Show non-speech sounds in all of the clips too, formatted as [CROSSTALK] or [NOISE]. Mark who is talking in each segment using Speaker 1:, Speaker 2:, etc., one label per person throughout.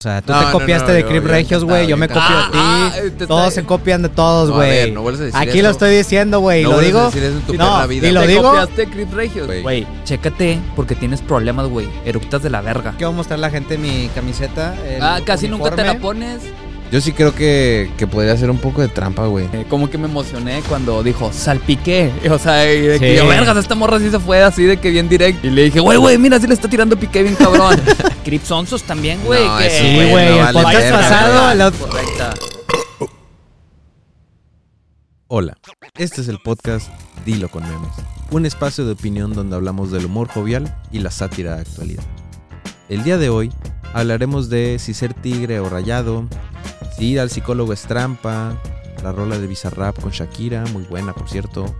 Speaker 1: O sea, tú
Speaker 2: No,
Speaker 1: te
Speaker 2: no,
Speaker 1: copiaste
Speaker 2: no,
Speaker 1: de
Speaker 2: yo-
Speaker 1: Crip
Speaker 2: yo
Speaker 1: Regios, güey. Yo me
Speaker 2: ahorita-
Speaker 1: copio
Speaker 2: Ah, ah,
Speaker 1: de
Speaker 3: eh,
Speaker 2: te
Speaker 1: ti.
Speaker 2: está-
Speaker 1: Todos se copian de todos,
Speaker 2: No, a ver,
Speaker 1: güey.
Speaker 2: no vuelvas a decir
Speaker 1: Aquí
Speaker 2: eso.
Speaker 1: lo estoy diciendo, güey.
Speaker 2: No
Speaker 1: lo
Speaker 2: vuelvas a
Speaker 1: digo.
Speaker 2: decir eso en tu
Speaker 1: no,
Speaker 2: perra vida.
Speaker 1: y lo
Speaker 3: Te
Speaker 1: digo.
Speaker 3: copiaste Crip Regios, güey.
Speaker 2: Güey.
Speaker 3: Chécate porque tienes problemas, güey. Eructas de la verga.
Speaker 1: Quiero mostrar a la gente mi camiseta. el
Speaker 3: Ah, casi nunca te
Speaker 1: uniforme.
Speaker 3: la pones.
Speaker 2: Yo sí creo que, que podría ser un poco de trampa, güey.
Speaker 3: Eh, como que me emocioné cuando dijo salpiqué. [LAUGHS] O sea, y de que
Speaker 1: Sí.
Speaker 3: yo, vergas, esta morra sí se fue así de que bien directo. Y le dije, güey, güey, mira, sí le está tirando piqué bien
Speaker 1: [LAUGHS]
Speaker 3: cabrón. Cripsonsos también, güey.
Speaker 2: No,
Speaker 3: que-
Speaker 2: eso,
Speaker 1: Sí,
Speaker 2: Güey,
Speaker 1: güey.
Speaker 2: no
Speaker 1: el
Speaker 2: vale
Speaker 1: podcast
Speaker 2: verga,
Speaker 1: pasado.
Speaker 3: la
Speaker 1: la-
Speaker 3: Correcta.
Speaker 4: Hola, este es el podcast Dilo con Memes, un espacio de opinión donde hablamos del humor jovial y la sátira de actualidad. El día de hoy hablaremos de si ser tigre o rayado, si ir al psicólogo es trampa, la rola de Bizarrap con Shakira, muy buena por cierto,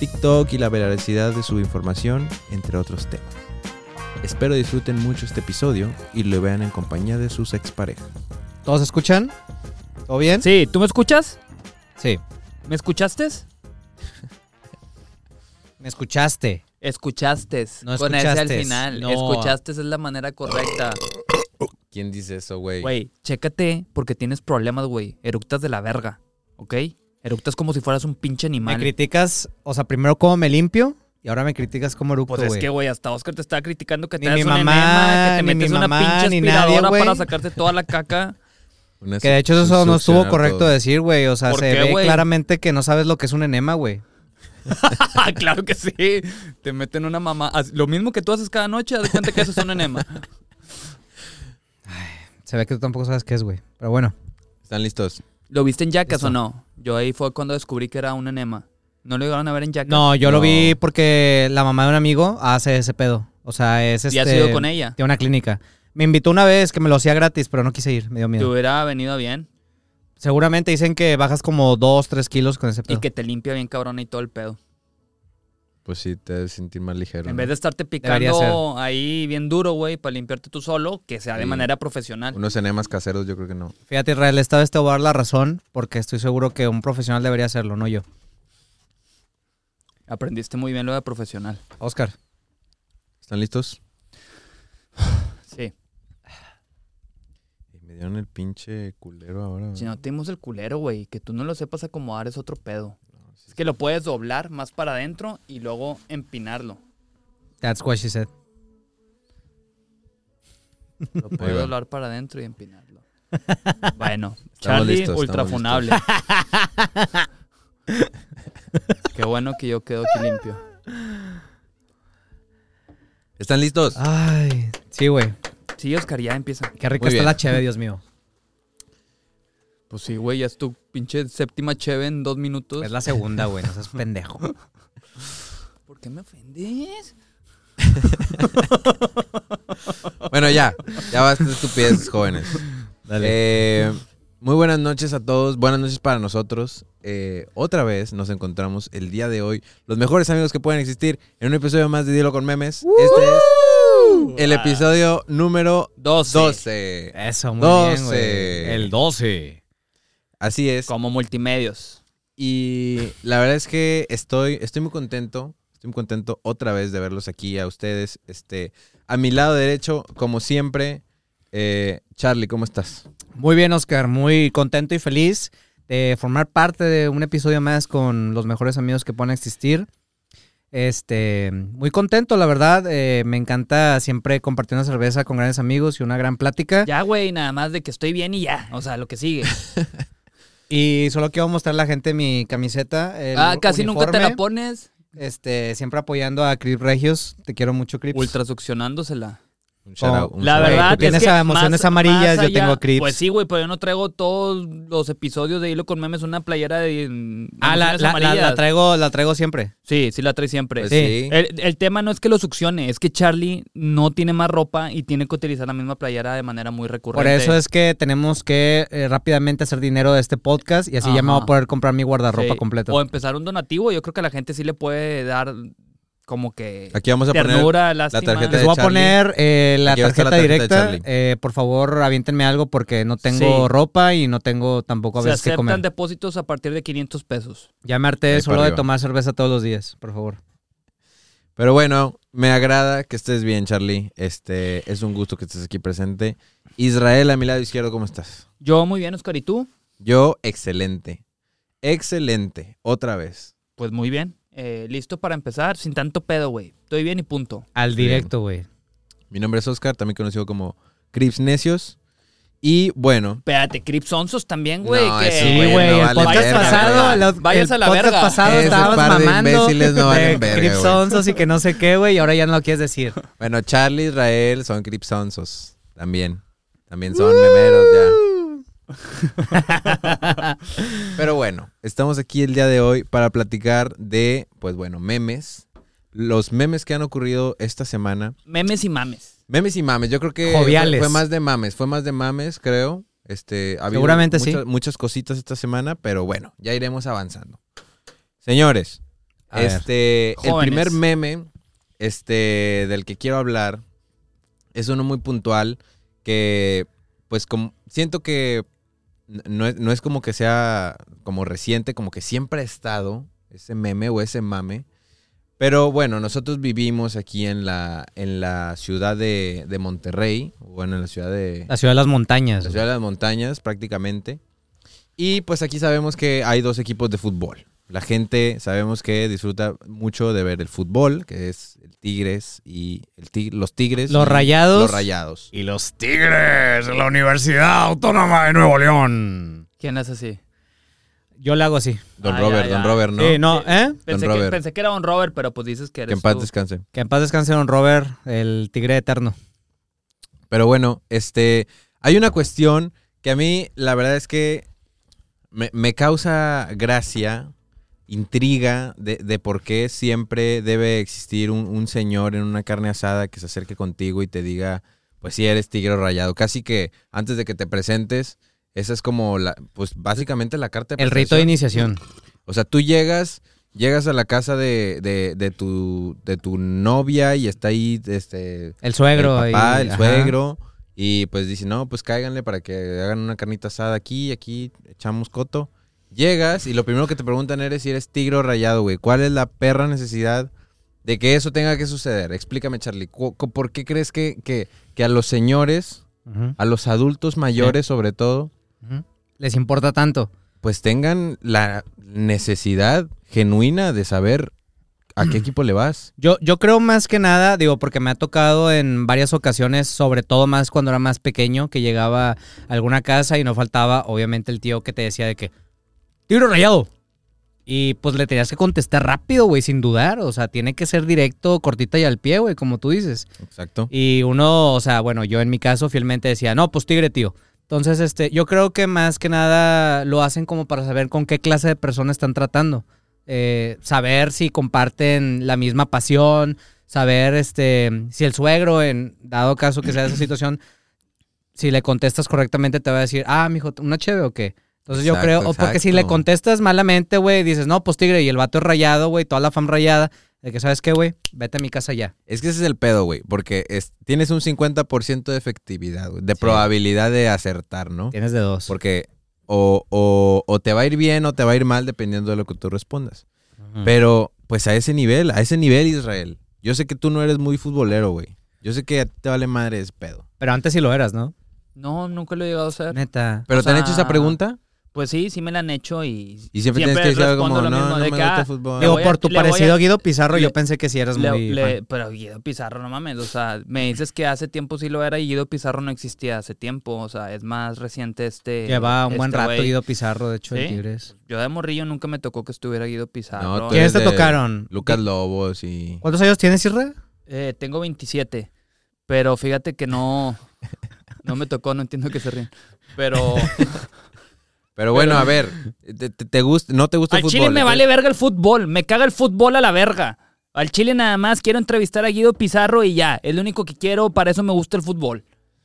Speaker 4: TikTok y la veracidad de su información, entre otros temas. Espero disfruten mucho este episodio y lo vean en compañía de sus exparejas.
Speaker 1: ¿Todos escuchan? ¿Todo bien?
Speaker 3: Sí, ¿tú me escuchas?
Speaker 1: Sí.
Speaker 3: ¿Me escuchaste?
Speaker 1: Me escuchaste.
Speaker 3: Escuchaste.
Speaker 1: No
Speaker 3: Con ese al
Speaker 1: escuchastes.
Speaker 3: final.
Speaker 1: No.
Speaker 3: Escuchaste es la manera correcta.
Speaker 2: ¿Quién dice eso, güey?
Speaker 3: Güey, chécate porque tienes problemas, güey. Eructas de la verga, ¿ok? Eructas como si fueras un pinche
Speaker 1: Me
Speaker 3: animal.
Speaker 1: criticas, o sea, primero cómo me limpio y ahora me criticas cómo eructo,
Speaker 3: pues
Speaker 1: güey.
Speaker 3: es que, güey, hasta Oscar te estaba criticando que
Speaker 1: Ni
Speaker 3: te das
Speaker 1: mi
Speaker 3: un
Speaker 1: mamá,
Speaker 3: enema, que te
Speaker 1: ni
Speaker 3: metes
Speaker 1: mi
Speaker 3: una
Speaker 1: mamá,
Speaker 3: pinche
Speaker 1: ni nadie,
Speaker 3: aspiradora
Speaker 1: güey.
Speaker 3: para sacarte toda la
Speaker 1: [LAUGHS]
Speaker 3: caca. [LAUGHS]
Speaker 2: Una
Speaker 1: Que de hecho eso
Speaker 2: suc-
Speaker 1: no estuvo
Speaker 2: succionar
Speaker 1: correcto
Speaker 2: todo.
Speaker 1: decir, güey. O sea,
Speaker 3: ¿Por
Speaker 1: se
Speaker 3: qué,
Speaker 1: ve
Speaker 3: güey?
Speaker 1: claramente que no sabes lo que es un enema, güey.
Speaker 3: claro que sí. Te meten una mamá. Así- Lo mismo que tú haces cada noche, haz de cuenta que eso es un enema.
Speaker 1: [LAUGHS] Se ve que tú tampoco sabes qué es, güey. Pero bueno.
Speaker 4: ¿Están listos?
Speaker 3: ¿Lo viste en Jackass
Speaker 1: Eso.
Speaker 3: o no? Yo ahí fue cuando descubrí que era un enema. ¿No lo llegaron a ver en Jackass?
Speaker 1: No, yo lo
Speaker 4: No.
Speaker 1: vi porque la mamá de un amigo hace ese pedo. O sea, es este.
Speaker 3: ¿Y has ido con ella?
Speaker 1: Tiene una clínica. Me invitó una vez que me lo hacía gratis, pero no quise ir, me dio
Speaker 3: Te
Speaker 1: miedo.
Speaker 3: hubiera venido bien.
Speaker 1: Seguramente dicen que bajas como 2, 3 kilos con ese pedo.
Speaker 3: Y que te limpia bien cabrón y todo el pedo.
Speaker 2: Pues sí, te debes sentir más ligero.
Speaker 3: En
Speaker 2: ¿no?
Speaker 3: vez de estarte
Speaker 1: Debería
Speaker 3: picando ahí bien duro, güey, para limpiarte tú solo, que sea de
Speaker 2: Sí.
Speaker 3: manera profesional.
Speaker 2: Unos enemas caseros, yo creo que no.
Speaker 1: Fíjate, Israel, esta vez te voy a dar la razón porque estoy seguro que un profesional debería hacerlo, no yo.
Speaker 3: Aprendiste muy bien lo de profesional.
Speaker 1: Oscar.
Speaker 4: ¿Están listos?
Speaker 3: Sí.
Speaker 2: Y me dieron el pinche culero ahora. güey.
Speaker 3: Si no te dimos el culero, güey, que tú no lo sepas acomodar es otro pedo. Es que lo puedes doblar más para adentro y luego empinarlo.
Speaker 1: That's what she said.
Speaker 3: Lo puedes
Speaker 2: va.
Speaker 3: doblar para adentro y empinarlo. [LAUGHS] Bueno,
Speaker 2: Estamos
Speaker 3: Charlie
Speaker 2: listos, estamos
Speaker 3: ultrafunable. [LAUGHS] Qué bueno que yo quedo aquí limpio.
Speaker 4: ¿Están listos?
Speaker 3: Ah.
Speaker 1: Ay, sí, güey.
Speaker 3: Sí, Oscar, ya empieza.
Speaker 1: Qué rica
Speaker 4: Muy
Speaker 1: está
Speaker 4: bien.
Speaker 1: la cheve, Dios
Speaker 3: [LAUGHS]
Speaker 1: mío.
Speaker 3: Pues sí, güey, ya es tu pinche séptima cheve en dos minutos.
Speaker 1: Es la segunda, güey. No seas pendejo.
Speaker 3: ¿Por qué me ofendes?
Speaker 4: Bueno, ya. Ya basta de
Speaker 3: [LAUGHS]
Speaker 4: estupideces, jóvenes. Eh, muy buenas noches a todos. Buenas noches para nosotros. Eh, otra vez nos encontramos el día de hoy, los mejores amigos que pueden existir, en un episodio más de Dilo con Memes. Este es
Speaker 3: Ah.
Speaker 4: el episodio número
Speaker 3: Dos.
Speaker 4: 12.
Speaker 1: Eso, muy bien, güey.
Speaker 4: Doce.
Speaker 1: 12.
Speaker 4: Así es.
Speaker 3: Como multimedios.
Speaker 4: Y la verdad es que estoy, estoy muy contento. Estoy muy contento otra vez de verlos aquí a ustedes. Este, a mi lado derecho, como siempre, eh, Charlie, ¿cómo estás?
Speaker 1: Muy bien, Oscar. Muy contento y feliz de formar parte de un episodio más con los mejores amigos que puedan existir. Este, muy contento, la verdad. Eh, me encanta siempre compartir una cerveza con grandes amigos y una gran plática.
Speaker 3: Ya, güey, nada más de que estoy bien y ya. O sea, lo que sigue.
Speaker 1: Y solo quiero mostrar a la gente mi camiseta. [LAUGHS] el
Speaker 3: ah, casi nunca te la
Speaker 1: uniforme.
Speaker 3: pones.
Speaker 1: Este, siempre apoyando a Crip Regios. Te quiero mucho, Crips.
Speaker 3: Ultrasuccionándosela.
Speaker 4: Un shout-out, un
Speaker 3: Oh, La
Speaker 4: shout-out.
Speaker 1: Güey, tú
Speaker 3: verdad es
Speaker 1: tienes
Speaker 3: que
Speaker 1: emociones
Speaker 3: más-
Speaker 1: amarillas,
Speaker 3: más
Speaker 1: yo tengo
Speaker 3: allá-
Speaker 1: Crips.
Speaker 3: Pues sí, güey, pero yo no traigo todos los episodios de Hilo con Memes una playera de mm,
Speaker 1: Ah, la,
Speaker 3: emociones
Speaker 1: la- la- la
Speaker 3: amarillas.
Speaker 1: traigo, la traigo siempre.
Speaker 3: Sí, sí la trae siempre.
Speaker 4: Pues
Speaker 1: Sí.
Speaker 4: sí.
Speaker 3: El, el tema no es que lo succione, es que Charlie no tiene más ropa y tiene que utilizar la misma playera de manera muy
Speaker 1: Por
Speaker 3: recurrente.
Speaker 1: eso es que tenemos que eh, rápidamente hacer dinero de este podcast y así ya me voy
Speaker 3: Ajá.
Speaker 1: a poder comprar mi guardarropa
Speaker 3: Sí,
Speaker 1: completa.
Speaker 3: O empezar un donativo, yo creo que a la gente sí le puede dar como que
Speaker 4: Aquí vamos a poner.
Speaker 3: ternura, lástima.
Speaker 4: tarjeta
Speaker 1: Les
Speaker 4: de
Speaker 1: voy a
Speaker 4: Charlie.
Speaker 1: poner eh, la,
Speaker 4: Aquí va a
Speaker 1: tarjeta
Speaker 4: estar la tarjeta de
Speaker 1: directa.
Speaker 4: Charlie.
Speaker 1: Eh, por favor, aviéntenme algo porque no tengo
Speaker 3: Sí.
Speaker 1: ropa y no tengo tampoco a
Speaker 3: Se
Speaker 1: veces que
Speaker 3: aceptan
Speaker 1: comer.
Speaker 3: depósitos a partir de 500 pesos.
Speaker 1: Ya me harté
Speaker 4: Ahí
Speaker 1: solo
Speaker 4: para
Speaker 1: de
Speaker 4: arriba.
Speaker 1: tomar cerveza todos los días, por favor.
Speaker 4: Pero bueno, me agrada que estés bien, Charlie. Este, es un gusto que estés aquí presente. Israel, a mi lado izquierdo, ¿cómo estás?
Speaker 3: Yo muy bien, Oscar, ¿y tú?
Speaker 4: Yo, excelente. Excelente, otra vez.
Speaker 3: Pues muy bien. Eh, listo para empezar, sin tanto pedo, güey. Estoy bien y punto.
Speaker 1: Al
Speaker 4: Bien.
Speaker 1: directo, güey.
Speaker 4: Mi nombre es Oscar, también conocido como Crips Necios. Y bueno,
Speaker 3: Espérate, Cripsonsos también, güey.
Speaker 4: No,
Speaker 3: que-
Speaker 4: esos güeyes
Speaker 1: güey,
Speaker 4: no
Speaker 1: el
Speaker 4: valen
Speaker 1: podcast
Speaker 4: verga,
Speaker 1: pasado,
Speaker 4: güey.
Speaker 1: la-
Speaker 3: Vayas
Speaker 1: el
Speaker 3: a la
Speaker 1: podcast
Speaker 3: verga.
Speaker 1: pasado
Speaker 2: Ese
Speaker 1: estabas
Speaker 2: par de
Speaker 1: mamando
Speaker 2: imbéciles no
Speaker 1: de
Speaker 2: valen verga, güey.
Speaker 1: Cripsonsos y que no sé qué, güey, y ahora ya no lo quieres decir.
Speaker 4: bueno, Charlie, Israel son Cripsonsos. También. También son memeros ya. Pero bueno, estamos aquí el día de hoy para platicar de, pues bueno, memes. Los memes que han ocurrido esta semana.
Speaker 3: Memes y mames.
Speaker 4: Memes y mames, yo creo que fue-
Speaker 1: Joviales.
Speaker 4: Fue, más de mames, fue más de mames, creo. Este, ha habido
Speaker 1: Seguramente
Speaker 4: muchas,
Speaker 1: sí.
Speaker 4: Muchas cositas esta semana, pero bueno, ya iremos avanzando. Señores,
Speaker 1: A ver.
Speaker 4: este, el
Speaker 3: Jóvenes.
Speaker 4: primer meme este, del que quiero hablar es uno muy puntual que, pues, como, siento que n- no es, no es como que sea como reciente, como que siempre ha estado ese meme o ese mame. Pero bueno, nosotros vivimos aquí en la, en la ciudad de, de Monterrey, bueno, en la ciudad de
Speaker 1: La ciudad de las montañas.
Speaker 4: la
Speaker 1: güey.
Speaker 4: ciudad de las montañas prácticamente. Y pues aquí sabemos que hay dos equipos de fútbol. La gente sabemos que disfruta mucho de ver el fútbol, que es el Tigres y el Tig- los Tigres.
Speaker 1: Los
Speaker 4: y
Speaker 1: Rayados.
Speaker 4: Los Rayados.
Speaker 1: Y los Tigres, la Universidad Autónoma de Nuevo León.
Speaker 3: ¿Quién es así?
Speaker 1: Yo le hago así.
Speaker 4: Don
Speaker 3: Ah,
Speaker 4: Robert,
Speaker 3: ya, ya.
Speaker 4: Don Robert, ¿no?
Speaker 1: Sí, no, ¿eh?
Speaker 3: Pensé que,
Speaker 4: Robert.
Speaker 3: pensé que era Don Robert, pero pues dices que eres
Speaker 4: que en paz
Speaker 3: tú.
Speaker 4: descanse.
Speaker 1: Que en paz descanse don Robert, el tigre eterno.
Speaker 4: Pero bueno, este, hay una cuestión que a mí la verdad es que me, me causa gracia, intriga de, de por qué siempre debe existir un, un señor en una carne asada que se acerque contigo y te diga, pues si eres tigre o rayado. Casi que antes de que te presentes, esa es como, la, pues básicamente la carta de
Speaker 1: El rito de
Speaker 4: presentación.
Speaker 1: iniciación.
Speaker 4: O sea, tú llegas, llegas a la casa de, de- de tu, de tu novia y está ahí, este,
Speaker 1: El suegro.
Speaker 4: el papá,
Speaker 1: y-
Speaker 4: el
Speaker 1: ajá.
Speaker 4: suegro. Y pues dice, no, pues cáiganle para que hagan una carnita asada aquí, aquí echamos coto. Llegas y lo primero que te preguntan eres si eres tigre o rayado, güey. ¿Cuál es la perra necesidad de que eso tenga que suceder? Explícame, Charlie. cu- cu- ¿Por qué crees que, que- que a los señores,
Speaker 1: Ujú,
Speaker 4: a los adultos mayores sobre todo,
Speaker 1: ujú. Les importa tanto.
Speaker 4: pues tengan la necesidad genuina de saber a qué equipo le vas?
Speaker 1: [CLEARS THROAT] Yo, yo creo más que nada, digo, porque me ha tocado en varias ocasiones, sobre todo más cuando era más pequeño, que llegaba a alguna casa y no faltaba, obviamente, el tío que te decía de que, tiro rayado. Y pues le tenías que contestar rápido, güey, sin dudar. O sea, tiene que ser directo, cortita y al pie, güey, como tú dices.
Speaker 4: Exacto.
Speaker 1: Y uno, o sea, bueno, yo en mi caso fielmente decía, no, pues tigre, tío. Entonces, este, yo creo que más que nada lo hacen como para saber con qué clase de persona están tratando. Eh, saber si comparten la misma pasión, saber este, si el suegro, en dado caso que sea esa situación, [CLEARS THROAT] si le contestas correctamente, te va a decir, ah, mijo, ¿una cheve o qué? Entonces yo
Speaker 4: Exacto,
Speaker 1: creo, o porque si le
Speaker 4: exacto.
Speaker 1: contestas malamente, güey, dices, no, pues tigre, y el vato es rayado, güey, toda la fam rayada, de que sabes qué, güey, vete a mi casa ya.
Speaker 4: Es que ese es el pedo, güey, porque es- tienes un 50% de efectividad, güey, de probabilidad de acertar, ¿no?
Speaker 1: Tienes de dos.
Speaker 4: Porque o, o- o te va a ir bien o te va a ir mal dependiendo de lo que tú respondas. Pero pues a ese nivel, a ese nivel Israel, yo sé que tú no eres muy futbolero, güey. Yo sé que a ti te vale madre ese pedo.
Speaker 1: Pero antes sí lo eras, ¿no?
Speaker 3: No, nunca lo he llegado a hacer.
Speaker 1: Neta.
Speaker 4: ¿Pero
Speaker 3: O
Speaker 4: te han
Speaker 3: sea,
Speaker 4: hecho esa pregunta?
Speaker 3: Pues sí, sí me la han hecho y,
Speaker 4: Y siempre, tienes que decir algo como,
Speaker 3: respondo
Speaker 4: no,
Speaker 3: lo
Speaker 4: no
Speaker 3: mismo,
Speaker 4: me
Speaker 3: de que,
Speaker 4: gusta
Speaker 3: ah,
Speaker 4: el fútbol.
Speaker 1: Digo,
Speaker 3: voy a-
Speaker 1: por tu
Speaker 3: le voy a-
Speaker 1: parecido a Guido Pizarro,
Speaker 3: le-
Speaker 1: yo pensé que sí eras
Speaker 3: le-
Speaker 1: muy.
Speaker 3: le-
Speaker 1: fan.
Speaker 3: pero Guido Pizarro, no mames, o sea, me dices que hace tiempo sí lo era y Guido Pizarro no existía hace tiempo, o sea, es más reciente este...
Speaker 1: Lleva un buen
Speaker 3: este
Speaker 1: rato
Speaker 3: güey.
Speaker 1: Guido Pizarro, de hecho, el
Speaker 3: ¿Sí?
Speaker 1: Tigres.
Speaker 3: Yo de morrillo nunca me tocó que estuviera Guido Pizarro.
Speaker 4: No, tú
Speaker 1: ¿Quiénes te
Speaker 4: Desde
Speaker 1: tocaron?
Speaker 4: Lucas Lobos y...
Speaker 1: ¿Cuántos años tienes, Irra?
Speaker 3: Eh, tengo 27, pero fíjate que no... No me tocó, no entiendo que se ríen. Pero
Speaker 1: [LAUGHS]
Speaker 4: Pero bueno, a ver, ¿te, te- te gusta, no te gusta
Speaker 3: al
Speaker 4: el fútbol?
Speaker 3: Chile me
Speaker 1: ¿eh?
Speaker 4: entonces-
Speaker 3: vale verga el fútbol. Me caga el fútbol a la verga. Al Chile nada más quiero entrevistar a Guido Pizarro y ya. Es lo único que quiero, para eso me gusta el fútbol.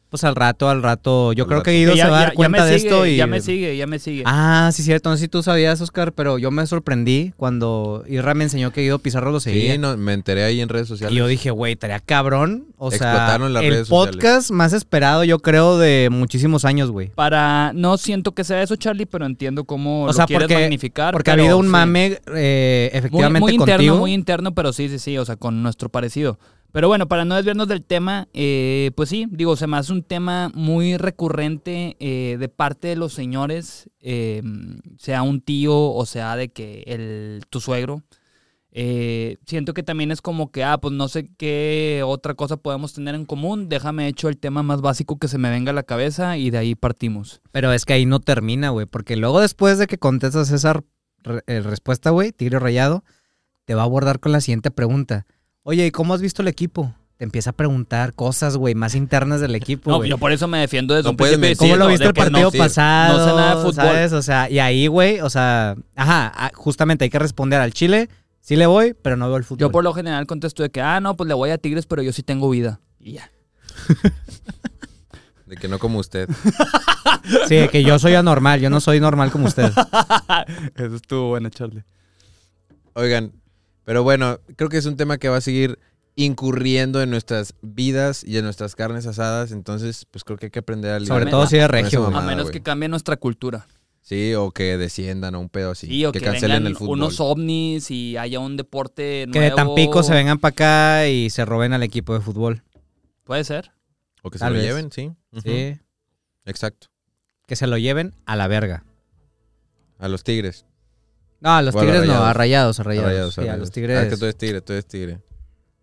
Speaker 1: Pues al rato, al rato. Yo
Speaker 4: Al
Speaker 1: creo
Speaker 4: rato.
Speaker 1: que Guido se va a dar cuenta
Speaker 3: me
Speaker 1: de
Speaker 3: sigue,
Speaker 1: esto y.
Speaker 3: Ya me sigue, ya me sigue.
Speaker 1: Ah, sí, cierto. No sé si tú sabías, Oscar, pero yo me sorprendí cuando Irra me enseñó que Guido Pizarro lo seguía.
Speaker 4: Sí, no, me enteré ahí en redes
Speaker 1: Y
Speaker 4: sociales.
Speaker 1: yo dije, güey, estaría cabrón. O sea,
Speaker 4: Explotaron las
Speaker 1: el
Speaker 4: redes sociales.
Speaker 1: podcast más esperado, yo creo, de muchísimos años, güey.
Speaker 3: Para. No siento que sea eso, Charlie, pero entiendo cómo
Speaker 1: O
Speaker 3: lo
Speaker 1: sea,
Speaker 3: quieres
Speaker 1: porque-
Speaker 3: magnificar.
Speaker 1: Porque ha
Speaker 3: pero
Speaker 1: habido un
Speaker 3: sí.
Speaker 1: mame, eh,
Speaker 3: Muy,
Speaker 1: efectivamente,
Speaker 3: muy interno,
Speaker 1: contigo.
Speaker 3: muy interno, pero sí, sí, sí, o sea, con nuestro parecido. Pero bueno, para no desviarnos del tema, eh, pues sí, digo, se me hace un tema muy recurrente eh, de parte de los señores, eh, sea un tío o sea de que el, tu suegro. Eh, siento que también es como que, ah, pues no sé qué otra cosa podemos tener en común, déjame hecho el tema más básico que se me venga a la cabeza y de ahí partimos.
Speaker 1: Pero es que ahí no termina, güey. Porque luego después de que contestas esa re- eh, respuesta, güey, Tigre Rayado, te va a abordar con la siguiente pregunta. Oye, ¿y cómo has visto el equipo? Te empieza a preguntar cosas, güey, más internas del equipo,
Speaker 3: No,
Speaker 1: güey.
Speaker 3: yo por eso me defiendo desde
Speaker 4: No
Speaker 3: un
Speaker 4: puedes
Speaker 3: principio.
Speaker 1: ¿Cómo lo
Speaker 3: diciendo
Speaker 1: viste
Speaker 3: de
Speaker 1: el
Speaker 3: que no
Speaker 1: partido
Speaker 4: sí,
Speaker 1: pasado?
Speaker 3: no sé nada de fútbol.
Speaker 1: ¿sabes? O sea, y ahí, güey, o sea, ajá, ah, justamente hay que responder al Chile. Sí le voy, pero no veo el fútbol.
Speaker 3: Yo por lo general contesto de que, ah, no, pues le voy a Tigres, pero yo sí tengo vida. Y ya.
Speaker 4: De que no como
Speaker 3: [LAUGHS]
Speaker 4: usted.
Speaker 1: Sí, que yo soy anormal, yo no soy normal como
Speaker 3: [LAUGHS]
Speaker 1: usted.
Speaker 3: Eso estuvo bueno, Charlie.
Speaker 4: Oigan, pero bueno, creo que es un tema que va a seguir incurriendo en nuestras vidas y en nuestras carnes asadas. Entonces, pues creo que hay que aprender a lidiar
Speaker 1: Sobre
Speaker 4: con-
Speaker 1: todo si es
Speaker 4: con esa
Speaker 1: regio, güey.
Speaker 3: A
Speaker 4: mamada,
Speaker 3: menos
Speaker 4: güey.
Speaker 3: que cambie nuestra cultura.
Speaker 4: Sí, o que desciendan a un pedo así.
Speaker 3: Sí, o
Speaker 4: que,
Speaker 3: que,
Speaker 4: cancelen
Speaker 3: vengan
Speaker 4: el fútbol.
Speaker 3: unos ovnis y haya un deporte nuevo.
Speaker 1: Que de Tampico se vengan para acá y se roben al equipo de fútbol.
Speaker 3: Puede ser.
Speaker 4: O que se
Speaker 1: Tal
Speaker 4: lo
Speaker 1: vez.
Speaker 4: lleven, sí. Ujú,
Speaker 1: Sí.
Speaker 4: Exacto.
Speaker 1: Que se lo lleven a la verga.
Speaker 4: A los tigres.
Speaker 1: No, a los
Speaker 4: O a los
Speaker 1: tigres no,
Speaker 4: rayados.
Speaker 1: a rayados, a rayados.
Speaker 4: Rayados,
Speaker 1: Sí,
Speaker 4: rayados.
Speaker 1: a los
Speaker 4: Ah, que
Speaker 1: tigres.
Speaker 4: tú eres tigre, tú eres tigre.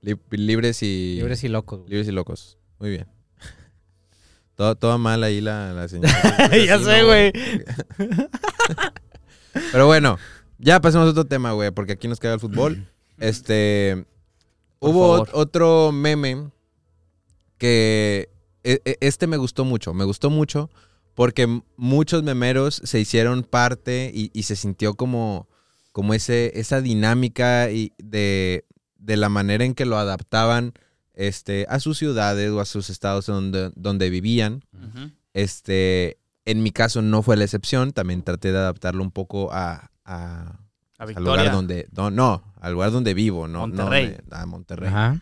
Speaker 4: Lib- libres y.
Speaker 1: Libres y locos. güey.
Speaker 4: Libres y locos. Muy bien. [LAUGHS] Todo- toda mal ahí la, la señora.
Speaker 1: [LAUGHS] Ya sé, güey.
Speaker 4: [LAUGHS] Pero bueno, ya pasemos a otro tema, güey, porque aquí nos queda el fútbol. Este.
Speaker 3: Por
Speaker 4: hubo
Speaker 3: favor.
Speaker 4: ot- otro meme que. e- e- Este me gustó mucho. Me gustó mucho porque m- muchos memeros se hicieron parte y, y se sintió como. Como ese, esa dinámica y de, de la manera en que lo adaptaban este, a sus ciudades o a sus estados donde, donde vivían. Este, en mi caso no fue la excepción, también traté de adaptarlo un poco a, a-
Speaker 3: A
Speaker 4: al
Speaker 3: Victoria.
Speaker 4: lugar donde no, no, al lugar donde vivo, no, no
Speaker 3: Monterrey.
Speaker 4: me- a Monterrey.
Speaker 1: Ajá.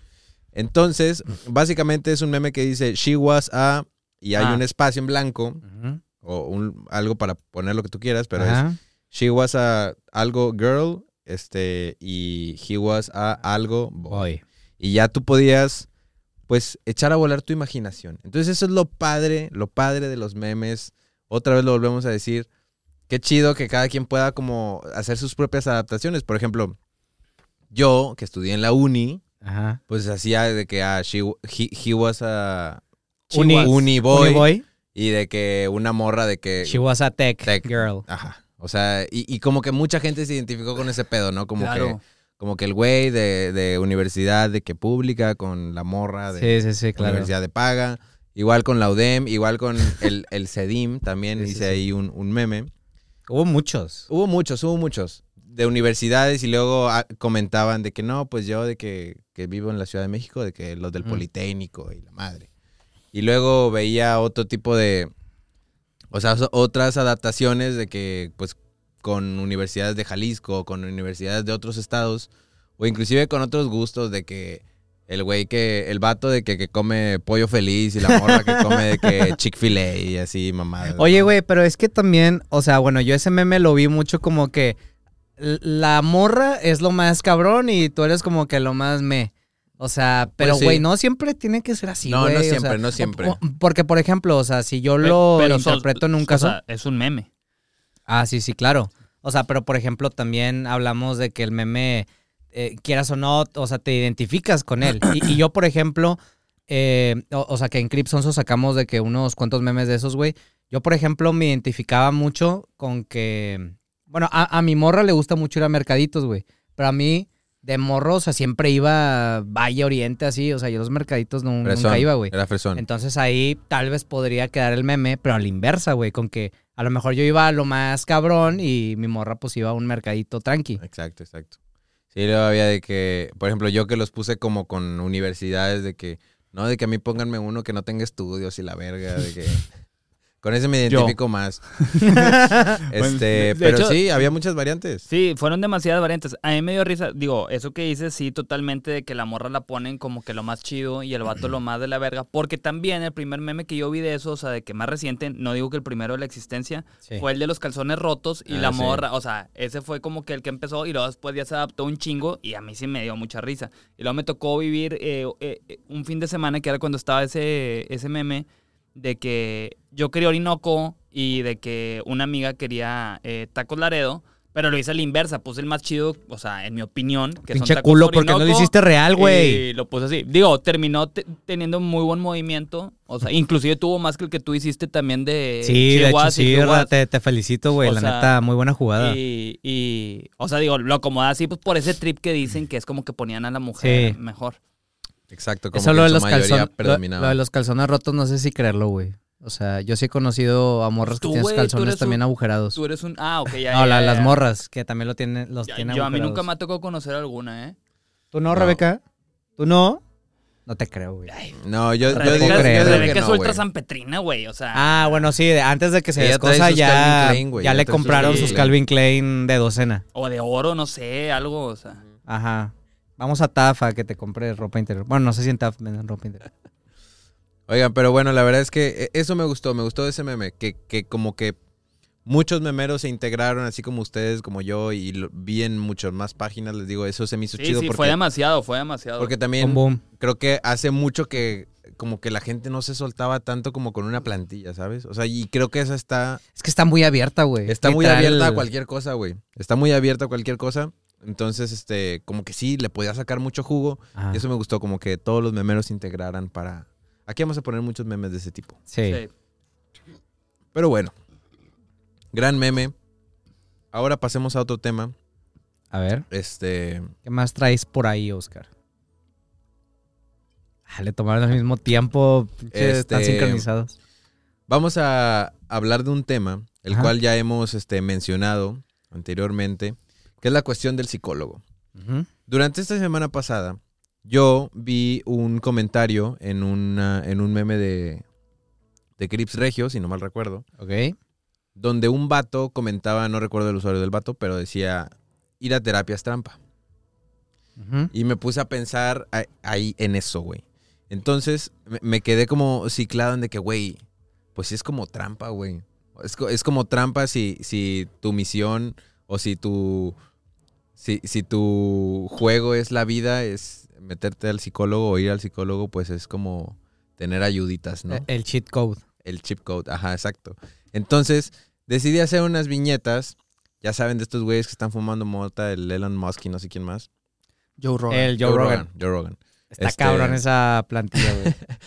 Speaker 4: Entonces, básicamente es un meme que dice she was a y hay
Speaker 3: Ah.
Speaker 4: un espacio en blanco
Speaker 1: Ujú.
Speaker 4: o un- algo para poner lo que tú quieras, pero es
Speaker 1: Ajá.
Speaker 4: she was a algo girl, este y he was a algo boy.
Speaker 1: Voy.
Speaker 4: Y ya tú podías, pues, echar a volar tu imaginación. Entonces, eso es lo padre, lo padre de los memes. Otra vez lo volvemos a decir. Qué chido que cada quien pueda como hacer sus propias adaptaciones. Por ejemplo, yo, que estudié en la uni,
Speaker 1: Ajá.
Speaker 4: pues hacía de que ah, she- he, he was a
Speaker 1: Uni-
Speaker 4: uniboy,
Speaker 1: Uniboy,
Speaker 4: y de que una morra de que...
Speaker 1: She was a tech,
Speaker 4: Tech.
Speaker 1: girl.
Speaker 4: Ajá. O sea, y, y como que mucha gente se identificó con ese pedo, ¿no? Como que
Speaker 3: claro.
Speaker 4: como que el güey de, de universidad de que pública con la morra Ah, de
Speaker 1: Sí, sí, sí,
Speaker 4: la
Speaker 1: claro.
Speaker 4: universidad de paga, igual con la UDEM, igual con el, el CEDIM, también
Speaker 1: Sí, sí,
Speaker 4: hice
Speaker 1: sí.
Speaker 4: ahí un, un meme.
Speaker 1: Hubo muchos.
Speaker 4: Hubo muchos, hubo muchos de universidades y luego ah, comentaban de que no, pues yo de que, que vivo en la Ciudad de México, de que los del
Speaker 1: Mm.
Speaker 4: Politécnico y la madre. Y luego veía otro tipo de, o sea, so- otras adaptaciones de que pues con universidades de Jalisco, con universidades de otros estados, o inclusive con otros gustos de que el güey que, el vato de que, que come pollo feliz y la morra que come
Speaker 1: [LAUGHS]
Speaker 4: de que Chick-fil-A y así, mamada.
Speaker 1: Oye, güey, pero es que también, o sea, bueno, yo ese meme lo vi mucho como que l- la morra es lo más cabrón y tú eres como que lo más me. O sea, pero
Speaker 4: Pues sí.
Speaker 1: güey, no siempre tiene que ser así,
Speaker 4: No, no
Speaker 1: güey, o sea,
Speaker 4: siempre, no siempre.
Speaker 1: o- porque, por ejemplo, o sea, si yo lo
Speaker 3: Pero sos-
Speaker 1: interpreto en un
Speaker 3: o
Speaker 1: caso.
Speaker 3: sea, es un meme.
Speaker 1: Ah, sí, sí, claro. O sea, pero por ejemplo, también hablamos de que el meme, eh, quieras o no, o sea, te identificas con él. Y, y yo, por ejemplo, eh, o, o sea, que en Cripsonso sacamos de que unos cuantos memes de esos, güey. Yo, por ejemplo, me identificaba mucho con que. Bueno, a, a mi morra le gusta mucho ir a mercaditos, güey. Pero a mí, de morro, o sea, siempre iba a Valle Oriente así. O sea, yo a los mercaditos nu- nunca
Speaker 4: Fresón,
Speaker 1: iba, güey.
Speaker 4: Era fresón.
Speaker 1: Entonces ahí tal vez podría quedar el meme, pero a la inversa, güey, con que a lo mejor yo iba a lo más cabrón y mi morra pues iba a un mercadito tranqui.
Speaker 4: Exacto, exacto. Sí, luego había de que, por ejemplo, yo que los puse como con universidades de que, No, de que a mí pónganme uno que no tenga estudios y la verga, de
Speaker 3: [LAUGHS]
Speaker 4: que... Con ese me identifico más.
Speaker 3: de
Speaker 4: este, pero
Speaker 3: hecho-
Speaker 4: sí, había muchas variantes.
Speaker 3: Sí, fueron demasiadas variantes. A mí me dio risa. Digo, eso que dices, sí, totalmente, de que la morra la ponen como que lo más chido y el vato lo más de la verga. Porque también el primer meme que yo vi de eso, o sea, de que más reciente, no digo que el primero de la existencia,
Speaker 1: Sí.
Speaker 3: fue el de los calzones rotos y
Speaker 4: Ah,
Speaker 3: la
Speaker 4: sí.
Speaker 3: morra. O sea, ese fue como que el que empezó y luego después ya se adaptó un chingo y a mí sí me dio mucha risa. Y luego me tocó vivir eh, eh, eh, un fin de semana que era cuando estaba ese, ese meme de que yo quería Orinoco y de que una amiga quería eh, tacos Laredo. Pero lo hice a la inversa, puse el más chido, o sea, en mi opinión, que son
Speaker 1: Pinche
Speaker 3: tacos
Speaker 1: culo, porque no lo
Speaker 3: Orinoco,
Speaker 1: hiciste real, güey.
Speaker 3: y lo puse así. Digo, terminó te- teniendo muy buen movimiento. O sea, inclusive tuvo más que el que tú hiciste también de
Speaker 1: Sí, de hecho,
Speaker 3: Chihuahuas y
Speaker 1: sí,
Speaker 3: Chihuahuas.
Speaker 1: Ra, te, te felicito, güey.
Speaker 3: O
Speaker 1: La
Speaker 3: sea,
Speaker 1: neta, muy buena jugada.
Speaker 3: Y, y, o sea, digo, lo acomoda así pues, por ese trip que dicen que es como que ponían a la mujer
Speaker 1: Sí.
Speaker 3: mejor.
Speaker 4: Exacto, como
Speaker 1: Eso
Speaker 4: que
Speaker 1: lo de,
Speaker 4: en
Speaker 1: los
Speaker 4: su mayoría
Speaker 1: calzon- lo,
Speaker 4: predominaba.
Speaker 1: lo de los calzones rotos, no sé si creerlo, güey. O sea, yo sí he conocido a morras
Speaker 3: Pues Tú,
Speaker 1: que tienen sus
Speaker 3: güey, tú
Speaker 1: calzones
Speaker 3: eres
Speaker 1: también
Speaker 3: un-
Speaker 1: agujerados.
Speaker 3: Tú eres un. Ah, ok, ya.
Speaker 1: no,
Speaker 3: ya,
Speaker 1: la-
Speaker 3: ya,
Speaker 1: las
Speaker 3: ya.
Speaker 1: morras que también lo tienen, los
Speaker 3: Ya,
Speaker 1: tienen
Speaker 3: Yo a mí
Speaker 1: agujerados.
Speaker 3: nunca me ha tocado conocer alguna, ¿eh?
Speaker 1: ¿Tú no,
Speaker 4: No.
Speaker 1: Rebeca? ¿Tú no? No te creo, güey.
Speaker 4: No, yo, yo
Speaker 3: Rebeca,
Speaker 4: digo,
Speaker 1: no
Speaker 4: yo
Speaker 1: creo.
Speaker 4: digo
Speaker 3: Rebeca
Speaker 4: que
Speaker 3: es
Speaker 4: no,
Speaker 3: ultra
Speaker 4: güey.
Speaker 3: San Petrina, güey. O sea,
Speaker 1: Ah, bueno, sí, de- antes de que se
Speaker 4: Ella
Speaker 1: descosa
Speaker 4: trae sus
Speaker 1: ya,
Speaker 4: Calvin Klein, güey,
Speaker 1: ya
Speaker 4: ella
Speaker 1: le
Speaker 4: trae sus
Speaker 1: compraron
Speaker 3: Calvin
Speaker 1: sus
Speaker 4: Klein.
Speaker 1: Calvin Klein de docena.
Speaker 3: o de oro, no sé, algo, o sea.
Speaker 1: Ajá. Vamos a Tafa que te compre ropa interior. Bueno, no sé si en Tafa venden ropa interior.
Speaker 4: Oigan, pero bueno, la verdad es que eh, eso me gustó, me gustó ese meme, que, que como que muchos memeros se integraron, así como ustedes, como yo, y lo- vi en muchas más páginas, les digo, eso se me hizo
Speaker 3: Sí,
Speaker 4: chido
Speaker 3: sí, fue
Speaker 4: porque,
Speaker 3: demasiado, fue demasiado.
Speaker 4: porque
Speaker 1: Boom,
Speaker 4: también
Speaker 1: boom.
Speaker 4: creo que hace mucho que como que la gente no se soltaba tanto como con una plantilla, ¿sabes? O sea, y creo que esa está,
Speaker 1: Es que está muy abierta, güey.
Speaker 4: está muy
Speaker 1: Literal.
Speaker 4: abierta a cualquier cosa, güey. Está muy abierta a cualquier cosa. Entonces, este, como que sí, le podía sacar mucho jugo.
Speaker 1: Ajá.
Speaker 4: Y eso me gustó, como que todos los memeros se integraran para... Aquí vamos a poner muchos memes de ese tipo.
Speaker 1: Sí.
Speaker 3: Sí.
Speaker 4: Pero bueno, gran meme. Ahora pasemos a otro tema.
Speaker 1: A ver,
Speaker 4: Este.
Speaker 1: ¿qué más traes por ahí, Oscar? Ah, le tomaron al mismo tiempo. pinche, Están
Speaker 4: Este-
Speaker 1: sincronizados.
Speaker 4: Vamos a hablar de un tema, el
Speaker 1: Ajá.
Speaker 4: cual ya hemos este, mencionado anteriormente, que es la cuestión del psicólogo.
Speaker 1: Ujú.
Speaker 4: Durante esta semana pasada, yo vi un comentario en, una, en un meme de, de Crips Regio, si no mal recuerdo,
Speaker 1: Ok.
Speaker 4: donde un vato comentaba, no recuerdo el usuario del vato, pero decía, ir a terapia es trampa.
Speaker 1: Ujú.
Speaker 4: Y me puse a pensar a- ahí en eso, güey. Entonces me- me quedé como ciclado en de que, güey, pues sí es como trampa, güey. Es, co- es como trampa si, si tu misión o si tu, si, si tu juego es la vida, es meterte al psicólogo o ir al psicólogo, pues es como tener ayuditas, ¿no?
Speaker 1: Eh, El cheat code.
Speaker 4: El chip code, ajá, exacto. Entonces, decidí hacer unas viñetas. Ya saben de estos güeyes que están fumando mota, el Elon Musk y no sé quién más.
Speaker 3: Joe Rogan.
Speaker 1: El Joe Rogan.
Speaker 4: Joe Rogan.
Speaker 1: Está
Speaker 4: Este-
Speaker 1: cabrón esa plantilla, güey.
Speaker 4: [LAUGHS]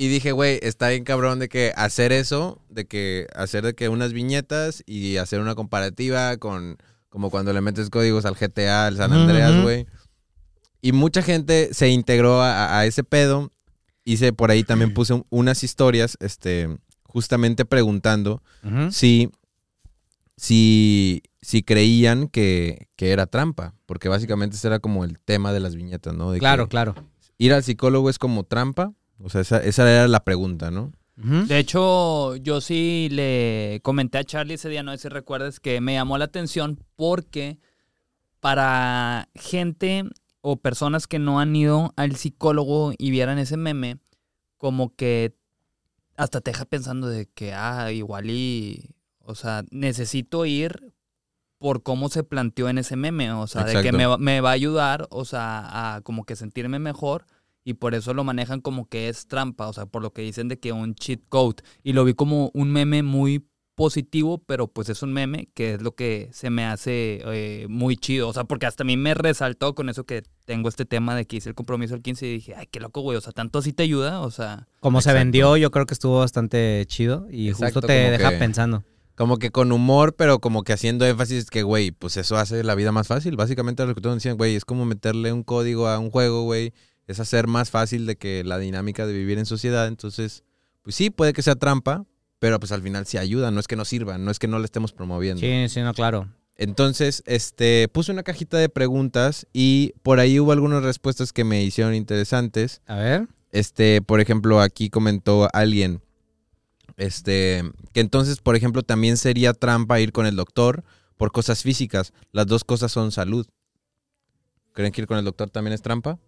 Speaker 4: Y dije, güey, está bien cabrón de que hacer eso, de que hacer de que unas viñetas y hacer una comparativa con como cuando le metes códigos al GTA, al San
Speaker 1: Ujú, ujú.
Speaker 4: Andreas, güey. Y mucha gente se integró a, a ese pedo. Hice por ahí también puse un- unas historias, este, justamente preguntando
Speaker 1: Ujú.
Speaker 4: si, si, si creían que, que era trampa. Porque básicamente ese era como el tema de las viñetas, ¿no? De
Speaker 1: Claro,
Speaker 4: que
Speaker 1: claro.
Speaker 4: ir al psicólogo es como trampa. O sea, esa, esa era la pregunta, ¿no?
Speaker 1: Ujú.
Speaker 3: De hecho, yo sí le comenté a Charlie ese día, no sé si recuerdas, que me llamó la atención porque para gente o personas que no han ido al psicólogo y vieran ese meme, como que hasta te deja pensando de que, ah, igual y, o sea, necesito ir por cómo se planteó en ese meme, o sea, de que
Speaker 4: Exacto.
Speaker 3: me, va- me va a ayudar, o sea, a como que sentirme mejor y por eso lo manejan como que es trampa, o sea, por lo que dicen de que un cheat code. Y lo vi como un meme muy positivo, pero pues es un meme que es lo que se me hace eh, muy chido, o sea, porque hasta a mí me resaltó con eso que tengo este tema de que hice el compromiso el 15 y dije, ay, qué loco, güey, o sea, tanto así te ayuda, o sea...
Speaker 1: Como se
Speaker 4: Exacto.
Speaker 1: vendió, yo creo que estuvo bastante chido y
Speaker 4: Exacto,
Speaker 1: justo te
Speaker 4: como
Speaker 1: deja
Speaker 4: que-
Speaker 1: pensando.
Speaker 4: Como que con humor, pero como que haciendo énfasis que, güey, pues eso hace la vida más fácil. Básicamente lo que todos decían, güey, es como meterle un código a un juego, güey. Es hacer más fácil de que la dinámica de vivir en sociedad. Entonces, pues sí, puede que sea trampa, pero pues al final sí ayuda. No es que no sirva, no es que no le estemos promoviendo.
Speaker 1: Sí, sí, no, claro.
Speaker 4: Entonces, este, puse una cajita de preguntas y por ahí hubo algunas respuestas que me hicieron interesantes.
Speaker 1: A ver.
Speaker 4: Este, por ejemplo, aquí comentó alguien. Este, que entonces, por ejemplo, también sería trampa ir con el doctor por cosas físicas. Las dos cosas son salud. ¿Creen que ir con el doctor también es trampa?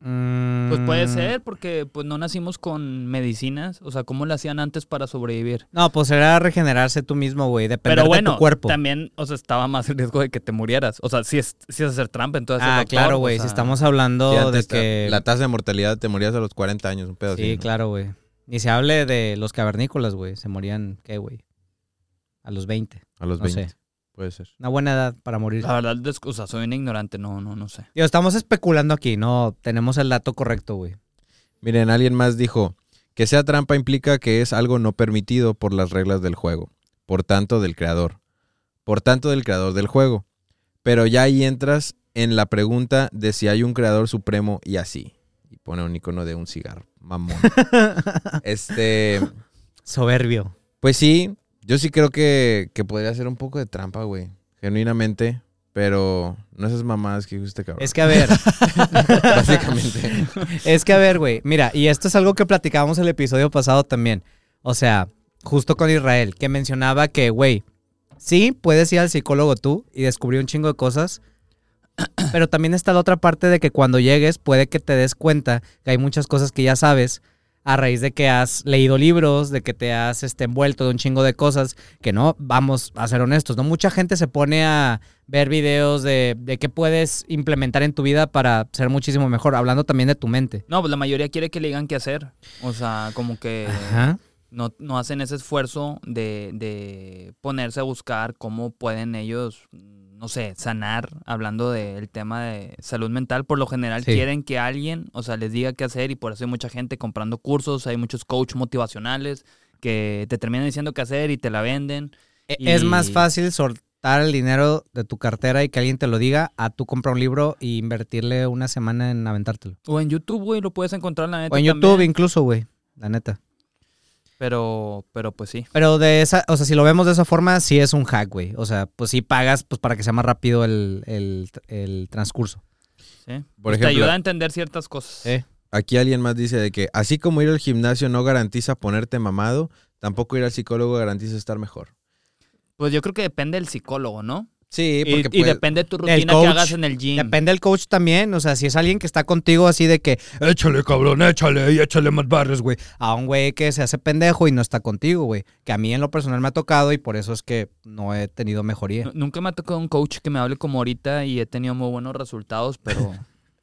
Speaker 1: mm,
Speaker 3: Pues puede ser, porque pues no nacimos con medicinas. O sea, ¿cómo lo hacían antes para sobrevivir?
Speaker 1: No, pues era regenerarse tú mismo, güey. Depender
Speaker 3: Pero bueno,
Speaker 1: de tu cuerpo.
Speaker 3: también, o sea, estaba más el riesgo de que te murieras. O sea, si es, si es hacer trampa, entonces. el
Speaker 1: Ah,
Speaker 3: doctor,
Speaker 1: claro, güey.
Speaker 3: o
Speaker 1: Si
Speaker 3: sea,
Speaker 1: estamos
Speaker 4: Sí,
Speaker 1: hablando de
Speaker 4: antes
Speaker 1: que.
Speaker 4: te- La tasa de mortalidad te morías a los 40 años, un pedo así,
Speaker 1: Sí,
Speaker 4: ¿no?
Speaker 1: claro, güey. Ni se hable de los cavernícolas, güey. Se morían, ¿qué, güey? A los 20.
Speaker 4: A los
Speaker 1: No
Speaker 4: 20.
Speaker 1: sé.
Speaker 4: Puede ser.
Speaker 1: Una buena edad para morir.
Speaker 3: La verdad, des- o sea, soy un ignorante, no, no, no sé.
Speaker 1: Digo, estamos especulando aquí, no tenemos el dato correcto, güey.
Speaker 4: Miren, alguien más dijo, que sea trampa implica que es algo no permitido por las reglas del juego, por tanto del creador, por tanto del creador del juego. Pero ya ahí entras en la pregunta de si hay un creador supremo y así. Y pone un icono de un cigarro, mamón. este,
Speaker 1: Soberbio.
Speaker 4: pues sí, yo sí creo que, que podría ser un poco de trampa, güey, genuinamente. Pero no esas mamadas que dijo este cabrón.
Speaker 1: Es que a ver,
Speaker 4: Básicamente.
Speaker 1: es que a ver, güey. Mira, y esto es algo que platicábamos el episodio pasado también. O sea, justo con Israel, que mencionaba que, güey, sí, puedes ir al psicólogo tú y descubrir un chingo de cosas. [CLEARS THROAT] Pero también está la otra parte de que cuando llegues puede que te des cuenta que hay muchas cosas que ya sabes a raíz de que has leído libros, de que te has este, envuelto de un chingo de cosas, que no, vamos a ser honestos, no mucha gente se pone a ver videos de, de qué puedes implementar en tu vida para ser muchísimo mejor, hablando también de tu mente.
Speaker 3: No, pues la mayoría quiere que le digan qué hacer. O sea, como que
Speaker 1: Ajá.
Speaker 3: no, no hacen ese esfuerzo de, de ponerse a buscar cómo pueden ellos, no sé, sanar, hablando del tema de salud mental. Por lo general
Speaker 1: Sí.
Speaker 3: quieren que alguien, o sea, les diga qué hacer y por eso hay mucha gente comprando cursos, hay muchos coach motivacionales que te terminan diciendo qué hacer y te la venden.
Speaker 1: E-
Speaker 3: Y-
Speaker 1: Es más fácil soltar el dinero de tu cartera y que alguien te lo diga a tú comprar un libro e invertirle una semana en aventártelo.
Speaker 3: O en YouTube, güey, lo puedes encontrar, la neta.
Speaker 1: O en
Speaker 3: también.
Speaker 1: YouTube incluso, güey, la neta.
Speaker 3: Pero, pero pues sí.
Speaker 1: Pero de esa, o sea, si lo vemos de esa forma, sí es un hack, güey. O sea, pues sí pagas pues, para que sea más rápido el, el- el transcurso.
Speaker 3: ¿sí?
Speaker 4: Por
Speaker 3: Pues te
Speaker 4: ejemplo-
Speaker 3: ayuda a entender ciertas cosas.
Speaker 1: Sí.
Speaker 4: Aquí alguien más dice de que así como ir al gimnasio no garantiza ponerte mamado, tampoco ir al psicólogo garantiza estar mejor.
Speaker 3: Pues yo creo que depende del psicólogo, ¿no?
Speaker 4: Sí,
Speaker 3: Y,
Speaker 4: porque
Speaker 3: y
Speaker 4: pues,
Speaker 3: depende de tu
Speaker 1: del
Speaker 3: rutina
Speaker 1: coach,
Speaker 3: que hagas en el gym.
Speaker 1: Depende del coach también, o sea, si es alguien que está contigo así de que, échale cabrón, échale y échale más barras, güey. A un güey que se hace pendejo y no está contigo, güey. Que a mí en lo personal me ha tocado y por eso es que no he tenido mejoría.
Speaker 3: N- Eh, Nunca me ha tocado un coach que me hable como ahorita y he tenido muy buenos resultados, pero.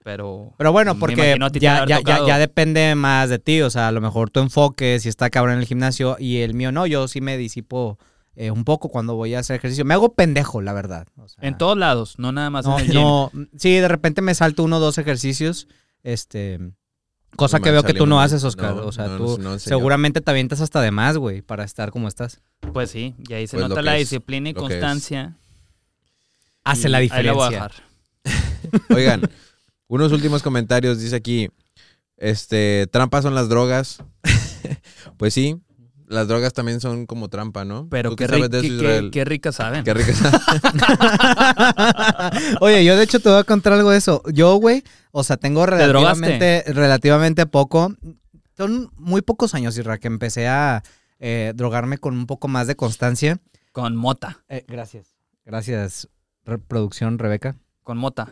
Speaker 3: pero,
Speaker 1: Pero bueno,
Speaker 3: me
Speaker 1: porque
Speaker 3: imagino a ti te
Speaker 1: ya,
Speaker 3: haber
Speaker 1: ya, ya,
Speaker 3: tocado.
Speaker 1: ya depende más de ti, o sea, a lo mejor tu enfoque, si está cabrón en el gimnasio y el mío no, yo sí me disipo eh, un poco cuando voy a hacer ejercicio. Me hago pendejo, la verdad. o sea,
Speaker 3: En todos lados, no nada más
Speaker 1: Ah. no,
Speaker 3: en el gym.
Speaker 1: no, sí, de repente me salto uno o dos ejercicios, este, cosa
Speaker 4: No
Speaker 1: que veo que
Speaker 4: manches,
Speaker 1: tú no
Speaker 4: Alemán,
Speaker 1: haces, Oscar.
Speaker 4: no,
Speaker 1: o sea,
Speaker 4: no,
Speaker 1: tú
Speaker 4: no, señor.
Speaker 1: seguramente te avientas hasta de más, güey, para estar como estás.
Speaker 3: Pues sí, y ahí se
Speaker 4: Pues lo
Speaker 3: nota
Speaker 4: que
Speaker 3: la
Speaker 4: es,
Speaker 3: disciplina y
Speaker 4: lo que es.
Speaker 3: constancia.
Speaker 1: Hace
Speaker 3: y
Speaker 1: la
Speaker 3: Ahí la voy a
Speaker 1: diferencia.
Speaker 3: dejar. [LAUGHS]
Speaker 4: oigan, unos últimos comentarios dice aquí, este, trampas son las drogas.
Speaker 3: [LAUGHS]
Speaker 4: pues sí, las drogas también son como trampa, ¿no?
Speaker 3: Pero
Speaker 4: ¿Tú
Speaker 3: qué,
Speaker 4: sabes
Speaker 3: rica
Speaker 4: de eso, Israel?
Speaker 3: qué rica saben.
Speaker 4: Qué rica-
Speaker 1: Oye, yo de hecho te voy a contar algo de eso. Yo, güey, o sea, tengo
Speaker 3: drogaste?
Speaker 1: relativamente, relativamente poco. Son muy pocos años, Irra, que empecé a eh, drogarme con un poco más de constancia.
Speaker 3: Con mota,
Speaker 1: Eh, gracias. Gracias, re- producción Rebeca.
Speaker 3: con mota.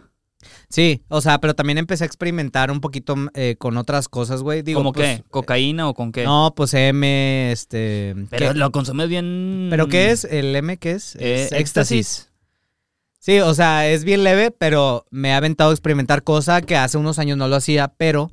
Speaker 1: Sí, o sea, pero también empecé a experimentar un poquito eh, con otras cosas, güey. Digo,
Speaker 3: ¿Cómo
Speaker 1: pues,
Speaker 3: qué? ¿Cocaína o con qué?
Speaker 1: No, pues M, este...
Speaker 3: pero
Speaker 1: ¿qué?
Speaker 3: lo consumes bien.
Speaker 1: ¿Pero qué es? ¿El M qué es?
Speaker 3: Mm. Eh,
Speaker 1: Es
Speaker 3: éxtasis.
Speaker 1: Sí, o sea, es bien leve, pero me ha aventado a experimentar cosa que hace unos años no lo hacía, pero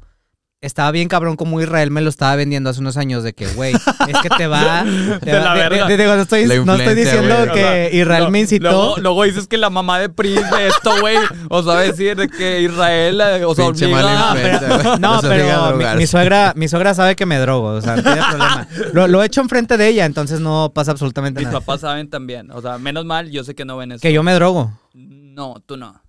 Speaker 1: estaba bien cabrón como Israel me lo estaba vendiendo hace unos años de que, güey, es que te
Speaker 3: [LAUGHS]
Speaker 1: va... Te
Speaker 3: De
Speaker 1: va-
Speaker 3: la verga.
Speaker 1: de- digo, no estoy,
Speaker 4: La
Speaker 1: no estoy
Speaker 4: influencia,
Speaker 1: diciendo
Speaker 4: güey.
Speaker 1: que
Speaker 3: O sea,
Speaker 1: Israel
Speaker 3: lo-
Speaker 1: me incitó.
Speaker 3: Luego, luego dices que la mamá de Pris de esto, güey. O sea, decir de que Israel, eh, [LAUGHS] o
Speaker 4: [LAUGHS]
Speaker 3: sea,
Speaker 4: Pinche
Speaker 3: obliga-
Speaker 4: mala influencia, [LAUGHS]
Speaker 3: [LAUGHS]
Speaker 4: güey.
Speaker 1: No,
Speaker 4: Nos obliga a
Speaker 1: pero mi,
Speaker 4: drogarse.
Speaker 1: mi suegra, mi suegra sabe que me drogo, o sea, no tiene problema. Lo, lo he hecho enfrente de ella, entonces no pasa absolutamente
Speaker 3: Mis
Speaker 1: nada.
Speaker 3: papás saben también. O sea, menos mal, yo sé que no ven eso.
Speaker 1: Que yo me drogo.
Speaker 3: No, tú no.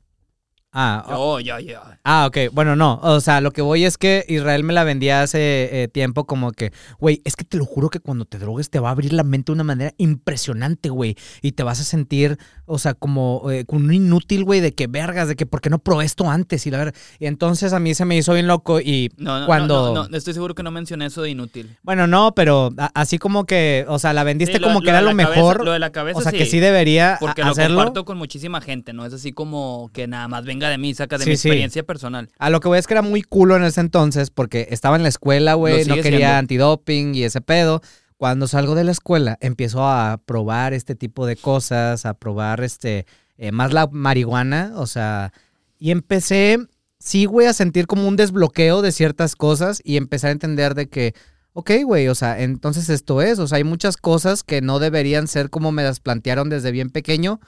Speaker 1: Ah, o-
Speaker 3: Oh, ya, ya.
Speaker 1: ah, ok. Bueno, no. O sea, lo que voy es que Israel me la vendía hace eh, tiempo como que, güey, es que te lo juro que cuando te drogues te va a abrir la mente de una manera impresionante, güey. Y te vas a sentir, o sea, como eh, como un inútil, güey, de que vergas, de que por qué no probé esto antes y la verdad. Y entonces a mí se me hizo bien loco y
Speaker 3: No, no,
Speaker 1: cuando...
Speaker 3: no, no, no, estoy seguro que no mencioné eso de inútil.
Speaker 1: Bueno, no, pero a- así como que, o sea, la vendiste
Speaker 3: Sí,
Speaker 1: como
Speaker 3: de-
Speaker 1: que era
Speaker 3: de
Speaker 1: lo
Speaker 3: la cabeza-
Speaker 1: mejor.
Speaker 3: lo de la cabeza,
Speaker 1: o sea, que sí debería a-
Speaker 3: Porque
Speaker 1: hacerlo.
Speaker 3: lo comparto con muchísima gente, no es así como que nada más venga de mí, saca de
Speaker 1: Sí,
Speaker 3: mi
Speaker 1: sí.
Speaker 3: experiencia personal.
Speaker 1: A lo que voy es que era muy culo en ese entonces porque estaba en la escuela,
Speaker 3: Lo
Speaker 1: güey,
Speaker 3: sigue
Speaker 1: no quería
Speaker 3: siendo.
Speaker 1: antidoping y ese pedo. Cuando salgo de la escuela, empiezo a probar este tipo de cosas, a probar este eh, más la marihuana, o sea, y empecé sí, güey, a sentir como un desbloqueo de ciertas cosas y empecé a entender de que Ok, güey, o sea, entonces esto es, o sea, hay muchas cosas que no deberían ser como me las plantearon desde bien pequeño,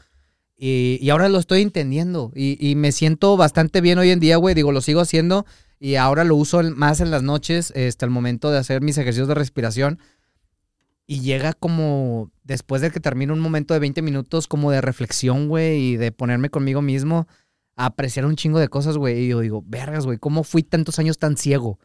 Speaker 1: y, y ahora lo estoy entendiendo y, y me siento bastante bien hoy en día, güey. Digo, lo sigo haciendo y ahora lo uso en- más en las noches, este, al momento de hacer mis ejercicios de respiración. Y llega como, después de que termino un momento de 20 minutos, como de reflexión, güey, y de ponerme conmigo mismo, a apreciar un chingo de cosas, güey. Y yo digo, vergas, güey, ¿cómo fui tantos años tan ciego?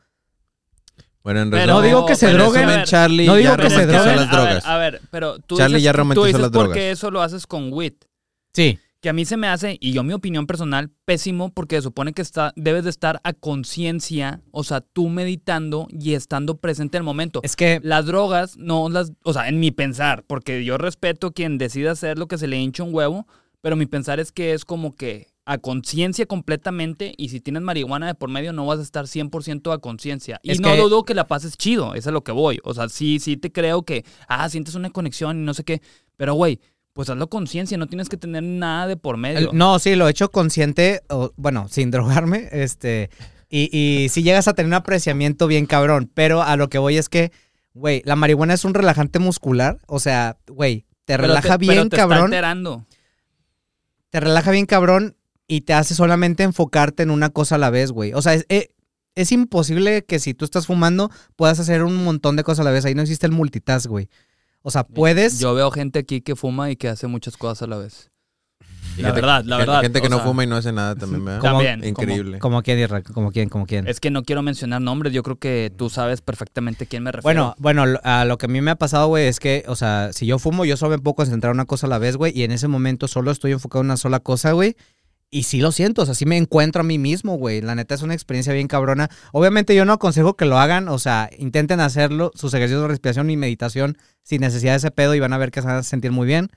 Speaker 4: Bueno, en
Speaker 3: Pero-
Speaker 4: resumen,
Speaker 1: no digo que se
Speaker 4: en
Speaker 3: pero
Speaker 1: droguen.
Speaker 3: a
Speaker 4: resumen,
Speaker 3: ver,
Speaker 4: Charlie
Speaker 1: no digo
Speaker 4: ya
Speaker 1: que se
Speaker 4: romantizó
Speaker 1: droguen.
Speaker 4: las
Speaker 3: a ver,
Speaker 4: drogas.
Speaker 3: a ver, pero tú
Speaker 4: Charlie
Speaker 3: dices,
Speaker 4: ya
Speaker 3: tú
Speaker 4: romantizó
Speaker 3: dices
Speaker 4: las
Speaker 3: porque
Speaker 4: drogas.
Speaker 3: eso lo haces con WIT.
Speaker 1: Sí.
Speaker 3: Que a mí se me hace, y yo mi opinión personal, pésimo porque se supone que está, debes de estar a conciencia, o sea, tú meditando y estando presente en el momento.
Speaker 1: Es que
Speaker 3: Las drogas no las, o sea, en mi pensar, porque yo respeto quien decida hacer lo que se le hincha un huevo, pero mi pensar es que es como que a conciencia completamente y si tienes marihuana de por medio no vas a estar 100% a conciencia. Y
Speaker 1: Es
Speaker 3: no
Speaker 1: que-
Speaker 3: dudo que la pases chido, es a lo que voy. O sea, sí, sí te creo que, ah, sientes una conexión y no sé qué, pero güey, pues hazlo a conciencia, no tienes que tener nada de por medio.
Speaker 1: El- no, sí, lo he hecho consciente, o, bueno, sin drogarme, este, y, y sí llegas a tener un apreciamiento bien cabrón, pero a lo que voy es que, güey, la marihuana es un relajante muscular, o sea, güey, te
Speaker 3: Pero
Speaker 1: relaja
Speaker 3: te- pero
Speaker 1: bien
Speaker 3: te está
Speaker 1: cabrón,
Speaker 3: alterando.
Speaker 1: te relaja bien cabrón y te hace solamente enfocarte en una cosa a la vez, güey. O sea, es, eh, es imposible que si tú estás fumando puedas hacer un montón de cosas a la vez, ahí no existe el multitask, güey. O sea, puedes...
Speaker 3: Yo veo gente aquí que fuma y que hace muchas cosas a la vez.
Speaker 4: Y
Speaker 3: La
Speaker 4: gente-
Speaker 3: verdad, la
Speaker 4: gente-
Speaker 3: verdad.
Speaker 4: Gente que
Speaker 3: o
Speaker 4: no
Speaker 3: sea,
Speaker 4: fuma y no hace nada también, ¿verdad?
Speaker 1: ¿Cómo?
Speaker 3: También. como-
Speaker 4: Increíble.
Speaker 1: Como quien, Israel, como quien, como quien.
Speaker 3: Es que no quiero mencionar nombres, yo creo que tú sabes perfectamente a quién me refiero.
Speaker 1: Bueno, bueno, lo- a lo que a mí me ha pasado, güey, es que, o sea, si yo fumo, yo solo me puedo concentrar en una cosa a la vez, güey, y en ese momento solo estoy enfocado en una sola cosa, güey. Y sí lo siento, o sea, sí me encuentro a mí mismo, güey. La neta es una experiencia bien cabrona. Obviamente yo no aconsejo que lo hagan, o sea, intenten hacerlo, sus ejercicios de respiración y meditación sin necesidad de ese pedo y van a ver que se van a sentir muy bien.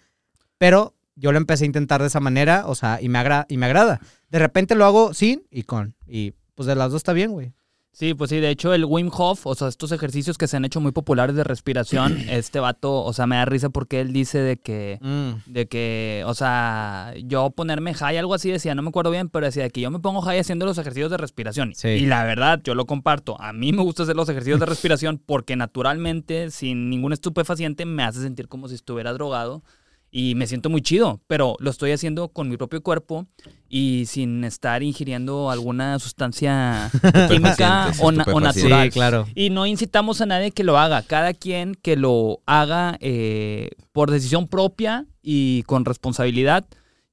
Speaker 1: Pero yo lo empecé a intentar de esa manera, o sea, y me, agra- y me agrada. De repente lo hago sin y con. Y pues de las dos está bien, güey.
Speaker 3: Sí, pues sí, de hecho el Wim Hof, o sea, estos ejercicios que se han hecho muy populares de respiración, este vato, o sea, me da risa porque él dice de que, de que, o sea, yo ponerme high, algo así decía, no me acuerdo bien, pero decía de que yo me pongo high haciendo los ejercicios de respiración.
Speaker 1: Sí.
Speaker 3: Y la verdad, yo lo comparto, a mí me gusta hacer los ejercicios de respiración porque naturalmente, sin ningún estupefaciente, me hace sentir como si estuviera drogado y me siento muy chido, pero lo estoy haciendo con mi propio cuerpo y sin estar ingiriendo
Speaker 1: [LAUGHS]
Speaker 3: alguna sustancia química
Speaker 4: Estupefacientes,
Speaker 3: o, na- o
Speaker 4: estupefacientes.
Speaker 3: natural.
Speaker 1: Sí, claro.
Speaker 3: Y no incitamos a nadie que lo haga, cada quien que lo haga eh, por decisión propia y con responsabilidad.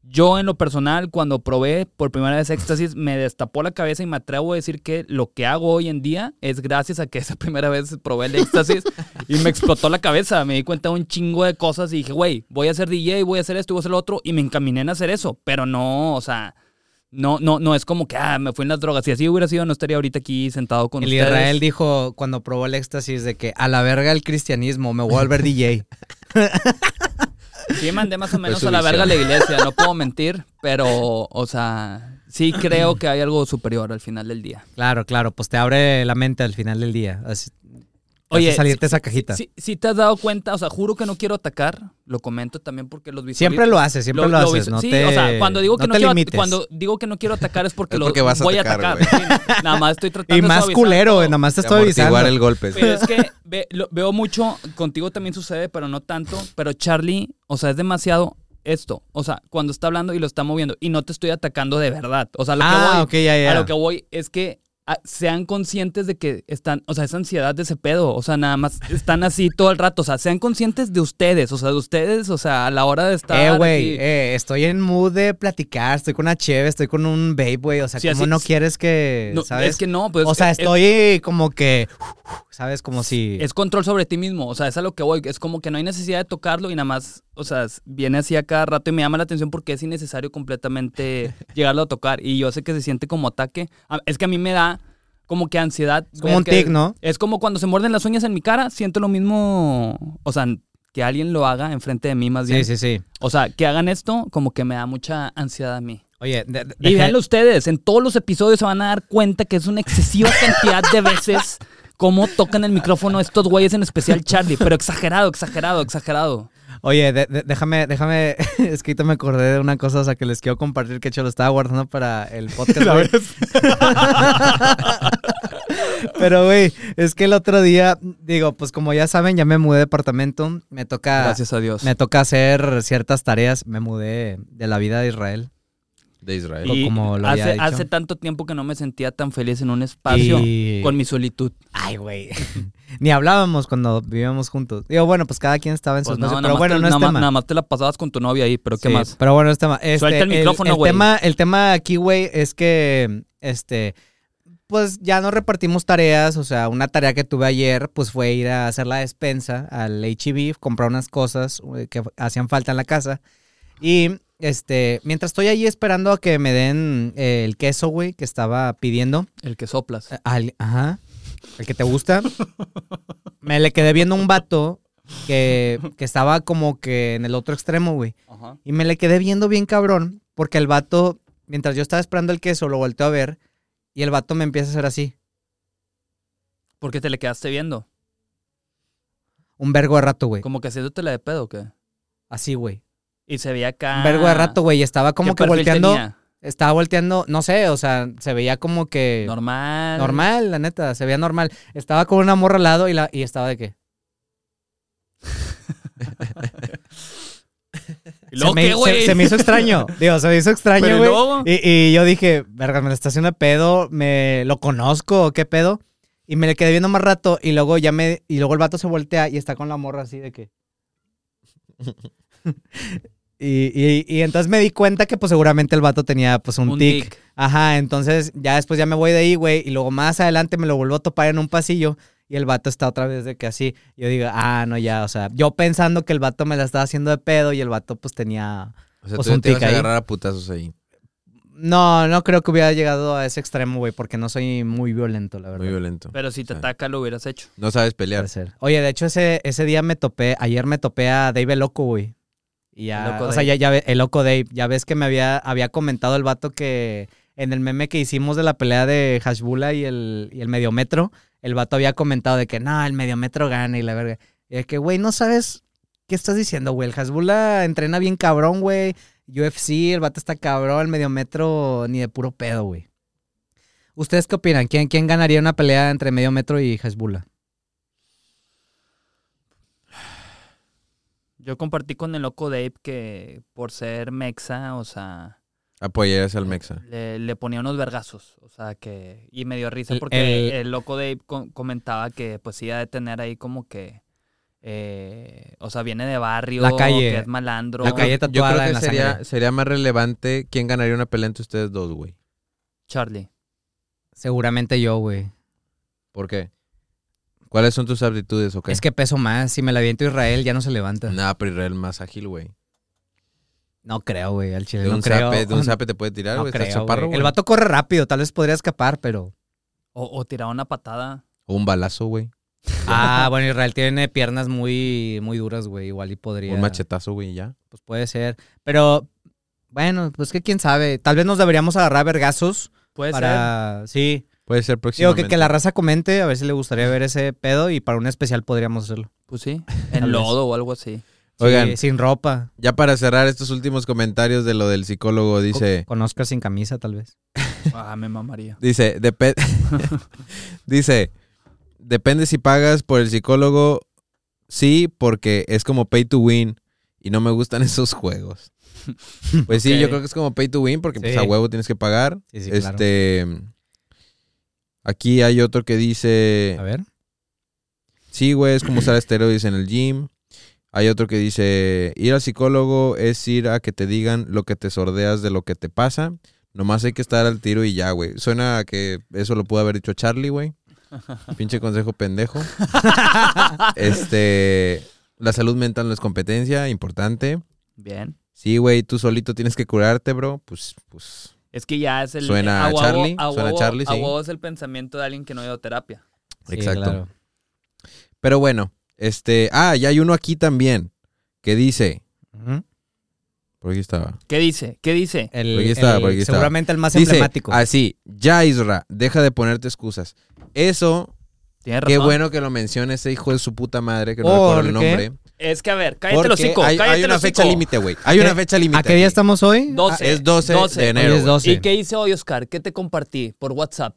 Speaker 3: Yo en lo personal, cuando probé por primera vez éxtasis, me destapó la cabeza y me atrevo a decir que lo que hago hoy en día es gracias a que esa [LAUGHS] primera vez probé el éxtasis y me explotó la cabeza. Me di cuenta de un chingo de cosas y dije, güey, voy a ser DJ, voy a hacer esto, voy a hacer lo otro. Y me encaminé en hacer eso. Pero no, o sea, no, no, no es como que, ah, me fui en las drogas. Si así hubiera sido, no estaría ahorita aquí sentado con
Speaker 1: El
Speaker 3: ustedes.
Speaker 1: Israel dijo cuando probó el éxtasis de que a la verga el cristianismo, me voy a volver DJ.
Speaker 3: [LAUGHS] Sí, mandé más o menos
Speaker 4: su
Speaker 3: a la
Speaker 4: visión.
Speaker 3: verga a la iglesia, no puedo mentir, pero, o sea, sí creo que hay algo superior al final del día.
Speaker 1: Claro, claro, pues te abre la mente al final del día. Así, Oye,
Speaker 3: Oye,
Speaker 1: salirte de esa cajita.
Speaker 3: Si, si te has dado cuenta, o sea, juro que no quiero atacar, lo comento también porque los visualizo.
Speaker 1: siempre lo haces, siempre lo, haces.
Speaker 3: visu-
Speaker 1: no
Speaker 3: sí,
Speaker 1: te,
Speaker 3: o sea, cuando digo, que
Speaker 1: no
Speaker 3: no
Speaker 1: te
Speaker 3: quiero,
Speaker 1: limites.
Speaker 3: cuando digo que no quiero atacar es porque,
Speaker 4: Es
Speaker 3: lo
Speaker 4: porque vas a
Speaker 3: voy a
Speaker 4: atacar,
Speaker 3: atacar. sí, nada más estoy tratando
Speaker 1: y
Speaker 3: de
Speaker 1: más
Speaker 3: suavizar
Speaker 1: culero,
Speaker 3: todo.
Speaker 1: nada más te
Speaker 4: De
Speaker 1: estoy avisando.
Speaker 4: amortiguar el golpe. sí.
Speaker 1: [LAUGHS]
Speaker 3: Pero es que ve- lo- veo mucho, contigo también sucede, pero no tanto. Pero Charlie, o sea, es demasiado esto. O sea, cuando está hablando y lo está moviendo. Y no te estoy atacando de verdad. O sea, a lo que
Speaker 1: Ah,
Speaker 3: voy,
Speaker 1: ok, ya, ya.
Speaker 3: a lo que voy es que a- sean conscientes de que están, o sea, esa ansiedad de ese pedo, o sea, nada más están así todo el rato, o sea, sean conscientes de ustedes, o sea, de ustedes, o sea, a la hora de estar.
Speaker 1: Eh, güey,
Speaker 3: aquí.
Speaker 1: eh, estoy en mood de platicar, estoy con una cheve, estoy con un babe, güey. O sea,
Speaker 3: Sí,
Speaker 1: ¿cómo
Speaker 3: así-
Speaker 1: no quieres que,
Speaker 3: No,
Speaker 1: sabes?
Speaker 3: Es que no, pues.
Speaker 1: o sea,
Speaker 3: es-
Speaker 1: estoy como que, ¿sabes? Como si...
Speaker 3: Es control sobre ti mismo, o sea, es a lo que voy. Es como que no hay necesidad de tocarlo y nada más, o sea, s- viene así a cada rato y me llama la atención porque es
Speaker 1: [LAUGHS]
Speaker 3: innecesario completamente llegarlo a tocar. Y yo sé que se siente como ataque. A- Es que a mí me da como que ansiedad.
Speaker 1: Es como
Speaker 3: ver
Speaker 1: un
Speaker 3: que-
Speaker 1: tic, ¿no?
Speaker 3: Es como cuando se muerden las uñas en mi cara, siento lo mismo, o sea, que alguien lo haga enfrente de mí más bien.
Speaker 1: Sí, sí, sí.
Speaker 3: O sea, que hagan esto como que me da mucha ansiedad a mí.
Speaker 1: Oye, de- de-
Speaker 3: Y
Speaker 1: dejé-
Speaker 3: véanlo ustedes, en todos los episodios se van a dar cuenta que es una excesiva cantidad de veces cómo tocan el micrófono estos güeyes, en especial Charlie, pero exagerado, exagerado, exagerado.
Speaker 1: Oye, de- de- déjame, déjame, [LAUGHS] es que ahorita me acordé de una cosa, o sea, que les quiero compartir, que hecho lo estaba guardando para el podcast.
Speaker 3: [LAUGHS]
Speaker 1: güey. [LAUGHS] Pero, güey, es que el otro día, digo, pues como ya saben, ya me mudé de departamento, me toca,
Speaker 3: Gracias a Dios.
Speaker 1: Ah, me toca hacer ciertas tareas, me mudé de la vida de Israel.
Speaker 4: De Israel.
Speaker 3: Y
Speaker 1: como lo había
Speaker 3: hace,
Speaker 1: dicho.
Speaker 3: hace tanto tiempo que no me sentía tan feliz en un espacio
Speaker 1: Y-
Speaker 3: con mi solitud.
Speaker 1: Ay, güey. [LAUGHS] Ni hablábamos cuando vivíamos juntos. Digo, bueno, pues cada quien estaba en su
Speaker 3: Pues no,
Speaker 1: espacio, pero
Speaker 3: nada más
Speaker 1: bueno,
Speaker 3: te-
Speaker 1: no es
Speaker 3: nada más-
Speaker 1: tema.
Speaker 3: nada más te la pasabas con tu novia ahí, pero ¿qué
Speaker 1: Sí,
Speaker 3: más?
Speaker 1: Pero bueno, es tema. Este,
Speaker 3: Suelta el micrófono,
Speaker 1: el
Speaker 3: güey.
Speaker 1: tema, el tema aquí, güey, es que, este, pues ya no repartimos tareas. O sea, una tarea que tuve ayer, pues fue ir a hacer la despensa al HEB, comprar unas cosas güey, que hacían falta en la casa. Y, este, mientras estoy ahí esperando a que me den eh, el queso, güey, que estaba pidiendo.
Speaker 3: El que soplas.
Speaker 1: Eh, al- ajá. El que te
Speaker 3: [LAUGHS]
Speaker 1: gusta. Me le quedé viendo un vato que, que estaba como que en el otro extremo, güey.
Speaker 3: Ajá.
Speaker 1: Y me le quedé viendo bien cabrón, porque el vato, mientras yo estaba esperando el queso, lo volteo a ver y el vato me empieza a hacer así.
Speaker 3: Porque te le quedaste viendo.
Speaker 1: Un vergo de rato, güey.
Speaker 3: Como que haciéndote la de pedo, ¿o ¿qué?
Speaker 1: Así, güey.
Speaker 3: Y se veía acá.
Speaker 1: Un vergo de rato, güey. Y estaba como
Speaker 3: Ah, ¿Qué
Speaker 1: que
Speaker 3: perfil
Speaker 1: volteando.
Speaker 3: tenía?
Speaker 1: Estaba volteando, no sé, o sea, se veía como que. eh, Normal.
Speaker 3: Normal.
Speaker 1: la neta, se veía normal. Estaba con una morra al lado y, la, y estaba de qué.
Speaker 3: ¿Y
Speaker 1: se,
Speaker 3: luego
Speaker 1: me,
Speaker 3: qué,
Speaker 1: se-
Speaker 3: güey?
Speaker 1: se me hizo
Speaker 3: [LAUGHS]
Speaker 1: extraño. Digo, se me hizo
Speaker 3: Pero
Speaker 1: extraño,
Speaker 3: ¿y
Speaker 1: güey.
Speaker 3: luego?
Speaker 1: Y, y yo dije, verga, me la está haciendo de pedo, me lo conozco, qué pedo. Y me le quedé viendo más rato y luego ya me. Y luego el vato se voltea y está con la morra así de
Speaker 3: [LAUGHS]
Speaker 1: que. [LAUGHS] y, y- y entonces me di cuenta que pues seguramente el vato tenía pues un,
Speaker 3: Un
Speaker 1: tic.
Speaker 3: tic.
Speaker 1: Ajá, entonces ya después ya me voy de ahí, güey. Y luego más adelante me lo vuelvo a topar en un pasillo. Y el vato está otra vez de que así. Yo digo, ah, no, ya, o sea, yo pensando que el vato me la estaba haciendo de pedo y el vato pues tenía.
Speaker 4: O sea,
Speaker 1: Pues
Speaker 4: tú ya
Speaker 1: un
Speaker 4: te vas
Speaker 1: tic
Speaker 4: a
Speaker 1: ahí.
Speaker 4: agarrar a putazos ahí.
Speaker 1: No, no creo que hubiera llegado a ese extremo, güey, porque no soy muy violento, la verdad.
Speaker 4: Muy violento.
Speaker 3: Pero si te
Speaker 4: Sí.
Speaker 3: ataca, lo hubieras hecho.
Speaker 4: No sabes pelear.
Speaker 1: Puede ser. Oye, de hecho, ese, ese día me topé, ayer me topé a Dave el Loco, güey. Y
Speaker 3: El
Speaker 1: ya,
Speaker 3: Loco
Speaker 1: o sea,
Speaker 3: Dave.
Speaker 1: ya, ya ve- el Loco Dave, ya ves que me había, había comentado el vato que en el meme que hicimos de la pelea de Hashbula y el, y el mediometro, el vato había comentado de que no, el mediometro gana y la verga. Y de que, güey, no sabes qué estás diciendo, güey. El Hashbula entrena bien cabrón, güey. UFC, el vato está cabrón, el mediometro ni de puro pedo, güey. ¿Ustedes qué opinan? ¿Quién, quién ganaría una pelea entre mediometro y Hashbula?
Speaker 3: Yo compartí con el loco Dave que por ser mexa, o sea,
Speaker 4: Apoyarías al Mexa.
Speaker 3: le, le ponía unos vergazos. O sea, que. Y me dio risa
Speaker 1: El-
Speaker 3: porque el,
Speaker 1: el-
Speaker 3: loco Dave co- comentaba que pues iba a tener ahí como que. eh, o sea, viene de barrio.
Speaker 1: La calle.
Speaker 3: Que es malandro.
Speaker 1: La calle
Speaker 4: Yo
Speaker 1: tatuada
Speaker 4: creo que
Speaker 1: en la
Speaker 4: sería,
Speaker 1: sangre.
Speaker 4: sería más relevante quién ganaría una pelea entre ustedes dos, güey.
Speaker 3: Charlie.
Speaker 1: Seguramente yo, güey.
Speaker 4: ¿Por qué? ¿Cuáles son tus aptitudes o qué?
Speaker 1: Es que peso más. Si me la aviento Israel, ya no se levanta. No,
Speaker 4: Nada, pero Israel más ágil, güey.
Speaker 1: creo, güey, al chile.
Speaker 4: De,
Speaker 1: No
Speaker 4: un
Speaker 1: creo.
Speaker 4: zape- de un
Speaker 1: [LAUGHS] No
Speaker 4: zape te puede tirar, güey.
Speaker 1: creo,
Speaker 4: Estás chaparro,
Speaker 1: güey.
Speaker 4: güey.
Speaker 1: El vato corre rápido, tal vez podría escapar,
Speaker 4: [LAUGHS]
Speaker 1: pero.
Speaker 3: O, o tiraba una patada.
Speaker 4: O un balazo, güey.
Speaker 1: Ah, bueno, Israel tiene piernas muy, muy duras, güey. Igual y podría.
Speaker 4: Un machetazo, güey, ya.
Speaker 1: Pues puede ser. Pero, bueno, pues que quién sabe. Tal vez nos deberíamos agarrar a vergazos
Speaker 3: Puede ser.
Speaker 1: para. Sí.
Speaker 4: Puede ser
Speaker 1: Digo
Speaker 4: próximamente.
Speaker 1: que, que la raza comente, a ver si le gustaría ver ese pedo y para un especial podríamos hacerlo. [LAUGHS]
Speaker 3: Pues sí.
Speaker 1: vez.
Speaker 3: En lodo o algo así.
Speaker 4: Oigan,
Speaker 1: Sí, sin ropa.
Speaker 4: ya para cerrar estos últimos comentarios de lo del psicólogo, dice...
Speaker 1: Con Oscar sin camisa, tal vez.
Speaker 3: Ah, me mamaría.
Speaker 4: Dice, depe- [LAUGHS] dice, depende si pagas por el psicólogo. Sí, porque es como pay to win y no me gustan [LAUGHS] esos juegos. Pues sí,
Speaker 3: Ok.
Speaker 4: yo creo que es como pay to win porque pues,
Speaker 1: Sí.
Speaker 4: a huevo tienes que pagar.
Speaker 1: Sí, sí, claro.
Speaker 4: este, Aquí hay otro que dice,
Speaker 1: A ver.
Speaker 4: sí, güey, es como
Speaker 1: [CLEARS THROAT]
Speaker 4: usar esteroides en el gym. Hay otro que dice, ir al psicólogo es ir a que te digan lo que te sordeas de lo que te pasa. Nomás hay que estar al tiro y ya, güey. Suena a que eso lo pudo haber dicho
Speaker 1: [LAUGHS]
Speaker 4: Charlie, güey. Pinche consejo pendejo. Este, la salud mental no es competencia, importante.
Speaker 3: Bien.
Speaker 4: Sí, güey, tú solito tienes que curarte, bro. Pues, pues,
Speaker 3: Es que ya es el.
Speaker 4: Suena a
Speaker 3: huevo-
Speaker 4: Charlie,
Speaker 3: a
Speaker 4: suena a
Speaker 3: huevo-
Speaker 4: Charlie,
Speaker 3: a
Speaker 4: sí.
Speaker 3: huevo es el pensamiento de alguien que no ha ido a terapia.
Speaker 1: Sí,
Speaker 4: exacto.
Speaker 1: claro.
Speaker 4: Pero bueno, este, ah, ya hay uno aquí también que dice,
Speaker 1: Ujú.
Speaker 4: por aquí estaba.
Speaker 3: ¿Qué dice? ¿Qué dice?
Speaker 1: El-
Speaker 4: Por Pues aquí está,
Speaker 1: el-
Speaker 4: por aquí está.
Speaker 1: Seguramente el más
Speaker 4: Dice,
Speaker 1: emblemático.
Speaker 4: Así, ya Isra, deja de ponerte excusas. Eso,
Speaker 3: Tiene razón.
Speaker 4: qué bueno que lo menciona ese hijo de su puta madre, que no recuerdo el
Speaker 1: ¿Por qué?
Speaker 4: nombre.
Speaker 3: Es que a ver, cállate los
Speaker 4: Porque
Speaker 3: hocico.
Speaker 4: hay,
Speaker 3: cállate
Speaker 4: hay una
Speaker 3: el
Speaker 4: fecha
Speaker 3: hocico.
Speaker 4: límite, güey. Hay una
Speaker 1: ¿Qué-
Speaker 4: fecha límite.
Speaker 1: ¿A qué día
Speaker 4: aquí.
Speaker 1: estamos hoy?
Speaker 3: 12.
Speaker 4: Ah, es 12 de enero.
Speaker 1: Hoy es
Speaker 4: güey.
Speaker 1: 12.
Speaker 3: ¿Y qué hice hoy, Oscar? ¿Qué te compartí por WhatsApp?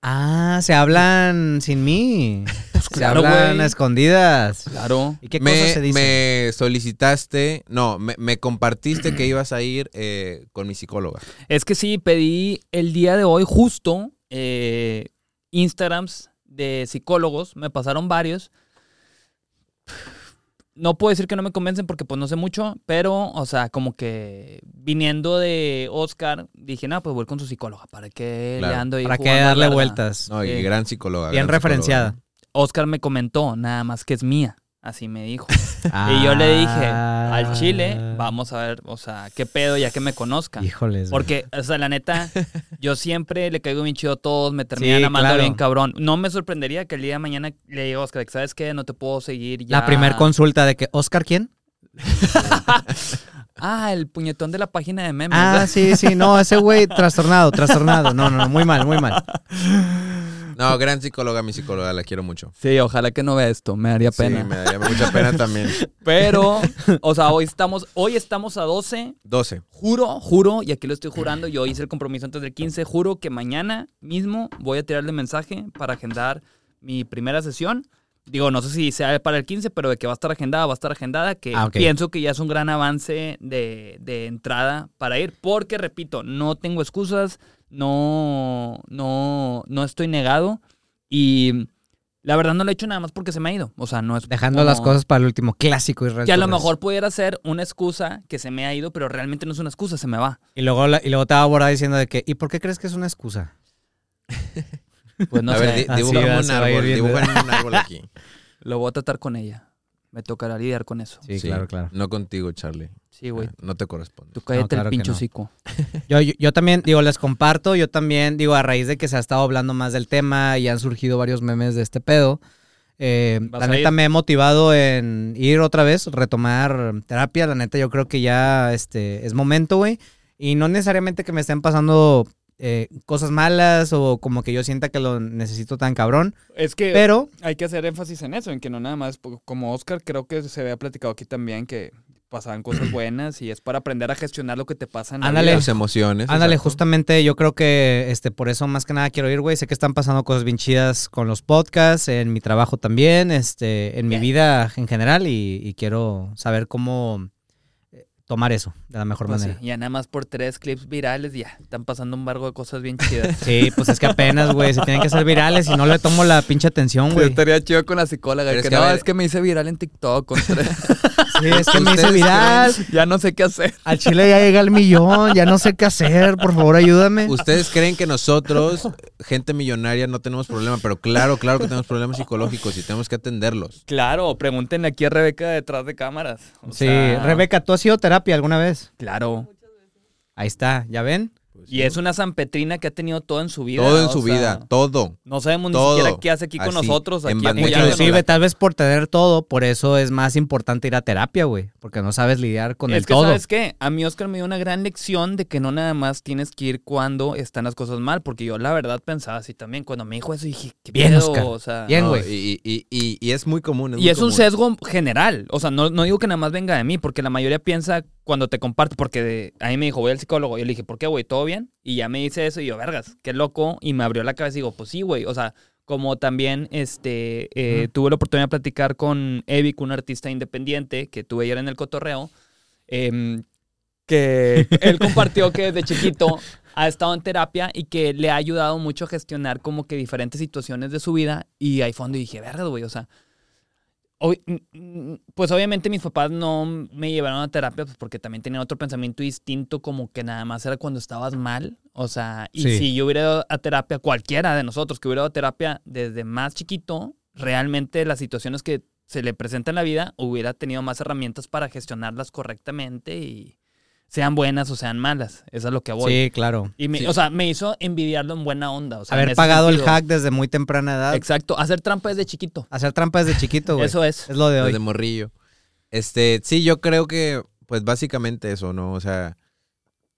Speaker 1: Ah, se hablan sin
Speaker 3: [LAUGHS]
Speaker 1: mí. se
Speaker 3: Pues claro,
Speaker 1: hablan
Speaker 3: güey.
Speaker 1: a escondidas.
Speaker 3: Claro.
Speaker 1: ¿Y qué
Speaker 4: me,
Speaker 1: cosas se dicen?
Speaker 4: me solicitaste, no, me, me compartiste que ibas a ir eh, con mi psicóloga.
Speaker 3: Es que sí, pedí el día de hoy justo eh, Instagrams de psicólogos. Me pasaron varios. No puedo decir que no me convencen porque pues no sé mucho, pero, o sea, como que viniendo de Oscar, dije, no, pues voy con su psicóloga. ¿Para qué
Speaker 4: Claro.
Speaker 3: le ando ahí
Speaker 1: ¿Para qué
Speaker 3: jugando a
Speaker 1: darle
Speaker 3: verla?
Speaker 1: vueltas?
Speaker 4: No, y
Speaker 3: Sí.
Speaker 4: gran psicóloga.
Speaker 1: Bien
Speaker 4: gran psicóloga.
Speaker 1: referenciada.
Speaker 3: Oscar me comentó, nada más que es mía. Así me dijo. Y yo le dije,
Speaker 1: Ah,
Speaker 3: al Chile, vamos a ver, o sea, qué pedo ya que me conozca.
Speaker 1: Híjoles. güey.
Speaker 3: Porque, o sea, la [LAUGHS] neta, yo siempre le caigo bien chido a todos, me terminan
Speaker 1: Sí,
Speaker 3: amando
Speaker 1: claro.
Speaker 3: bien cabrón. No me sorprendería que el día de mañana le diga a Oscar, que, ¿sabes qué? No te puedo seguir ya.
Speaker 1: La primer consulta de que, ¿Oscar quién?
Speaker 3: Ah, el puñetón de la página de memes. [LAUGHS]
Speaker 1: Ah, sí, sí, no, ese güey trastornado, trastornado. No, no, no, muy mal, muy mal.
Speaker 4: No, gran psicóloga, mi psicóloga, la quiero mucho.
Speaker 3: Sí, ojalá que no vea esto, me daría pena.
Speaker 4: Sí, me daría mucha pena
Speaker 1: [LAUGHS]
Speaker 4: también.
Speaker 3: [LAUGHS] Pero, o sea, hoy estamos, hoy estamos a 12,
Speaker 4: 12.
Speaker 3: Juro, juro, y aquí lo estoy jurando, yo hice el compromiso antes del 15, juro que mañana mismo voy a tirarle mensaje para agendar mi primera sesión. Digo, no sé si sea para el 15, pero de que va a estar agendada, va a estar agendada, que
Speaker 1: Ah, ok.
Speaker 3: pienso que ya es un gran avance de, de entrada para ir, porque repito, no tengo excusas, no, no, no estoy negado y la verdad no lo he hecho nada más porque se me ha ido, o sea, no es
Speaker 1: Dejando
Speaker 3: como-
Speaker 1: las cosas para el último clásico Israel.
Speaker 3: que a lo
Speaker 1: Torres.
Speaker 3: mejor pudiera ser una excusa que se me ha ido, pero realmente no es una excusa, se me va.
Speaker 1: Y luego, la- y luego te va a borrar diciendo de que, ¿y por qué crees que es una excusa?
Speaker 3: Pues no
Speaker 4: a
Speaker 3: sé,
Speaker 4: ver, di-
Speaker 1: así
Speaker 4: dibújame
Speaker 1: va,
Speaker 4: un
Speaker 1: se va a ir
Speaker 4: árbol,
Speaker 1: viendo.
Speaker 4: dibújame un
Speaker 1: [LAUGHS]
Speaker 4: árbol aquí.
Speaker 3: lo voy a tratar con ella. Me tocará lidiar con eso.
Speaker 1: Sí, claro, claro.
Speaker 4: No contigo, Charlie.
Speaker 3: Sí, güey.
Speaker 4: No te corresponde.
Speaker 3: Tú cállate
Speaker 1: No, claro
Speaker 3: el
Speaker 1: que
Speaker 3: pincho
Speaker 1: no.
Speaker 3: hocico.
Speaker 1: Yo, yo, yo también, digo, les comparto, yo también, digo, a raíz de que se ha estado hablando más del tema y han surgido varios memes de este pedo, eh,
Speaker 3: ¿Vas
Speaker 1: la
Speaker 3: a
Speaker 1: neta
Speaker 3: ir?
Speaker 1: me he motivado en ir otra vez, retomar terapia, la neta yo creo que ya este, es momento, güey, y no necesariamente que me estén pasando eh, cosas malas o como que yo sienta que lo necesito tan cabrón,
Speaker 3: Es que
Speaker 1: pero
Speaker 3: hay que hacer énfasis en eso, en que no nada más, po- como Oscar creo que se había platicado aquí también que pasaban [CLEARS THROAT] cosas buenas y es para aprender a gestionar lo que te pasa en la
Speaker 1: Ándale.
Speaker 3: vida.
Speaker 4: Tus emociones.
Speaker 1: Ándale,
Speaker 4: exacto.
Speaker 1: justamente yo creo que este, por eso más que nada quiero ir, güey. Sé que están pasando cosas bien chidas con los podcasts, en mi trabajo también, este, en mi
Speaker 3: Bien.
Speaker 1: vida en general y, y quiero saber cómo eh, tomar eso de la mejor
Speaker 3: Pues sí,
Speaker 1: manera. Sí.
Speaker 3: ya nada más por tres clips virales ya están pasando un barco de cosas bien [LAUGHS] chidas.
Speaker 1: pues es que apenas, güey, se tienen que hacer virales y no le tomo la pinche atención, güey.
Speaker 3: Estaría chido con la psicóloga.
Speaker 4: Pero es que, a ver-
Speaker 3: me hice viral en TikTok. [LAUGHS] con tres.
Speaker 1: Sí, es que me hice
Speaker 4: ¿Ustedes
Speaker 1: viral,
Speaker 3: ya no sé qué hacer.
Speaker 1: al Chile ya llega el millón, ya no sé qué hacer, por favor ayúdame. [LAUGHS]
Speaker 4: ¿Ustedes creen que nosotros, gente millonaria, no tenemos problema? Pero claro, claro que tenemos problemas psicológicos y tenemos que atenderlos.
Speaker 3: Claro, pregúntenle aquí a Rebeca detrás de cámaras. O
Speaker 1: Sí,
Speaker 3: sea,
Speaker 1: Rebeca, ¿tú has ido a terapia alguna vez?
Speaker 3: Claro.
Speaker 1: Ahí está, ¿ya ven?
Speaker 3: Y es una zampetrina que ha tenido todo en su vida.
Speaker 4: Pues Todo en
Speaker 3: o
Speaker 4: su
Speaker 3: sea,
Speaker 4: vida, todo.
Speaker 3: No sabemos
Speaker 4: Todo.
Speaker 3: ni siquiera qué hace aquí con
Speaker 4: Así,
Speaker 3: nosotros.
Speaker 4: en
Speaker 3: Aquí
Speaker 4: bandeja.
Speaker 3: apoyándonos.
Speaker 1: Inclusive, tal vez por tener todo, por eso es más importante ir a terapia, güey. Porque no sabes lidiar con
Speaker 3: es
Speaker 1: el
Speaker 3: que,
Speaker 1: todo.
Speaker 3: ¿sabes qué? A mí Oscar me dio una gran lección de que no nada más tienes que ir cuando están las cosas mal, porque yo la verdad pensaba así también. Cuando me dijo eso dije, qué
Speaker 1: Bien,
Speaker 3: pedo,
Speaker 1: Oscar.
Speaker 3: o sea,
Speaker 1: Bien,
Speaker 4: No,
Speaker 1: güey.
Speaker 4: y, y- y- y es muy común.
Speaker 3: Y
Speaker 4: muy
Speaker 3: es un
Speaker 4: común.
Speaker 3: sesgo general. O sea, no, no digo que nada más venga de mí, porque la mayoría piensa cuando te comparte, porque de- a mí me dijo, voy al psicólogo. Yo le dije, ¿por qué, güey? ¿Todo bien? Y ya me dice eso y yo, vergas, qué loco. Y me abrió la cabeza y digo, pues sí, güey. O sea, como también este, eh, tuve la oportunidad de platicar con Evic, un artista independiente que tuve ayer en el cotorreo, em, que él compartió que desde chiquito ha estado en terapia y que le ha ayudado mucho a gestionar como que diferentes situaciones de su vida. Y ahí fue donde dije, verga, güey, o sea. hoy- mm, mm, pues obviamente mis papás no me llevaron a terapia pues, porque también tenían otro pensamiento distinto, como que nada más era cuando estabas mal. O sea, y
Speaker 1: Sí.
Speaker 3: si yo hubiera ido a terapia, cualquiera de nosotros que hubiera ido a terapia desde más chiquito, realmente las situaciones que se le presenta en la vida, hubiera tenido más herramientas para gestionarlas correctamente y sean buenas o sean malas. Eso es lo que voy.
Speaker 1: Sí, claro.
Speaker 3: Y me-
Speaker 1: Sí.
Speaker 3: O sea, me hizo envidiarlo en buena onda. O sea, en
Speaker 1: Haber
Speaker 3: ese
Speaker 1: pagado el
Speaker 3: sentido.
Speaker 1: hack desde muy temprana edad.
Speaker 3: Exacto. Hacer trampa desde chiquito.
Speaker 1: Hacer trampas de chiquito, güey.
Speaker 3: Eso es.
Speaker 1: Es lo de hoy.
Speaker 4: Desde morrillo. Este, sí, yo creo que, pues básicamente eso, ¿no? O sea,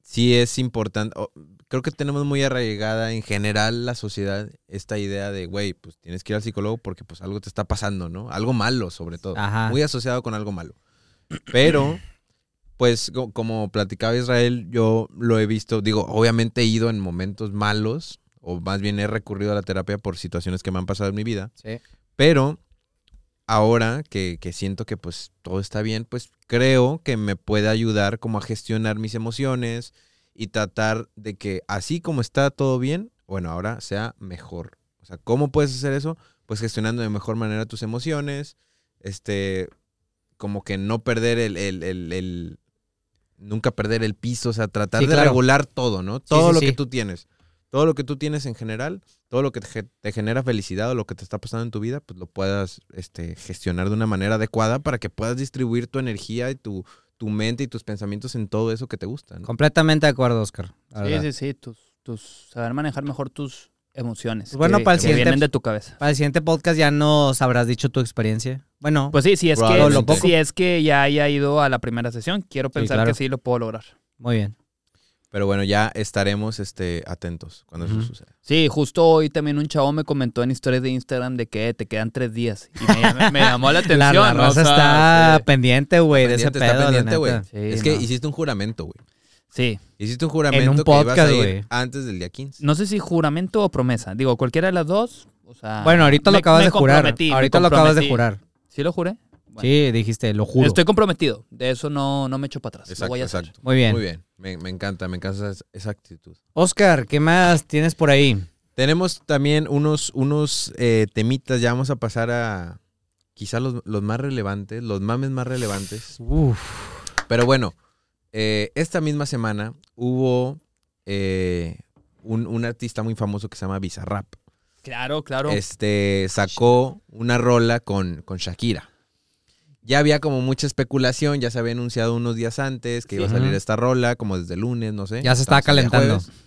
Speaker 4: sí es importante. o- creo que tenemos muy arraigada en general la sociedad esta idea de, güey, pues tienes que ir al psicólogo porque pues algo te está pasando, ¿no? Algo malo, sobre todo.
Speaker 1: Ajá.
Speaker 4: Muy asociado con algo malo. Pero, pues co- como platicaba Israel, yo lo he visto, digo, obviamente he ido en momentos malos, o más bien he recurrido a la terapia por situaciones que me han pasado en mi vida.
Speaker 1: Sí.
Speaker 4: Pero ahora que, que siento que pues todo está bien, pues creo que me puede ayudar como a gestionar mis emociones y tratar de que así como está todo bien, bueno, ahora sea mejor. O sea, ¿cómo puedes hacer eso? Pues gestionando de mejor manera tus emociones, este, como que no perder el... el- el- el- nunca perder el piso, o sea, tratar
Speaker 1: Sí,
Speaker 4: de
Speaker 1: claro.
Speaker 4: regular todo, ¿no? Todo
Speaker 1: sí,
Speaker 4: lo que
Speaker 1: sí.
Speaker 4: tú tienes. Todo lo que tú tienes en general todo lo que te ge- te genera felicidad o lo que te está pasando en tu vida, pues lo puedas este, gestionar de una manera adecuada para que puedas distribuir tu energía y tu, tu mente y tus pensamientos en todo eso que te gusta. ¿no?
Speaker 1: Completamente de acuerdo, Oscar. la
Speaker 3: Sí,
Speaker 1: verdad.
Speaker 3: sí, sí. Tus, tus, saber manejar mejor tus emociones.
Speaker 1: Pues bueno,
Speaker 3: que-
Speaker 1: para el
Speaker 3: que
Speaker 1: siguiente-
Speaker 3: vienen de tu cabeza.
Speaker 1: Para el siguiente podcast ya nos habrás dicho tu experiencia. Bueno,
Speaker 3: Pues sí, si es, que,
Speaker 1: Probablemente. Lo poco.
Speaker 3: si es que ya haya ido a la primera sesión, quiero pensar
Speaker 1: claro.
Speaker 3: que sí lo puedo lograr.
Speaker 1: muy bien.
Speaker 4: Pero bueno, ya estaremos este, atentos cuando
Speaker 1: Ujú.
Speaker 4: eso suceda.
Speaker 3: Sí, justo hoy también un chavo me comentó en historias de Instagram de que te quedan tres días. Y me, me- me llamó la atención.
Speaker 1: [LAUGHS] La, la
Speaker 3: o
Speaker 1: raza
Speaker 3: sea, eh,
Speaker 1: está
Speaker 3: sí.
Speaker 1: pendiente, güey, de ese
Speaker 4: Pendiente,
Speaker 1: pedo.
Speaker 4: está
Speaker 1: la
Speaker 4: pendiente,
Speaker 1: neta.
Speaker 4: güey.
Speaker 3: Sí,
Speaker 4: es que
Speaker 3: no.
Speaker 4: hiciste un juramento, güey.
Speaker 3: Sí.
Speaker 4: Hiciste un juramento que
Speaker 1: podcast,
Speaker 4: ibas a ir
Speaker 1: güey.
Speaker 4: antes del día 15.
Speaker 3: No sé si juramento o promesa. Digo, cualquiera de las dos. O sea,
Speaker 1: Bueno, ahorita lo
Speaker 3: me-
Speaker 1: acabas
Speaker 3: me
Speaker 1: de jurar.
Speaker 3: comprometí, me
Speaker 1: Ahorita lo acabas de
Speaker 3: comprometí.
Speaker 1: jurar.
Speaker 3: ¿Sí lo juré? Bueno,
Speaker 1: Sí, dijiste, lo juro.
Speaker 3: Estoy comprometido. De eso no, no me echo para atrás. lo
Speaker 4: Exacto,
Speaker 3: voy a hacer.
Speaker 4: exacto.
Speaker 1: Muy bien.
Speaker 4: Muy bien. Me, me encanta, me encanta esa, esa actitud.
Speaker 1: Oscar, ¿qué más tienes por ahí?
Speaker 4: Tenemos también unos, unos eh, temitas, ya vamos a pasar a quizá los, los más relevantes, los mames más relevantes.
Speaker 1: Uf,
Speaker 4: Pero bueno, eh, esta misma semana hubo eh, un, un artista muy famoso que se llama Bizarrap.
Speaker 3: Claro, claro.
Speaker 4: Este sacó una rola con, con Shakira. Ya había como mucha especulación, ya se había anunciado unos días antes que iba a
Speaker 1: Sí.
Speaker 4: salir esta rola, como desde el lunes, no sé.
Speaker 1: Ya se estaba
Speaker 4: Estamos a día
Speaker 1: calentando.
Speaker 4: jueves.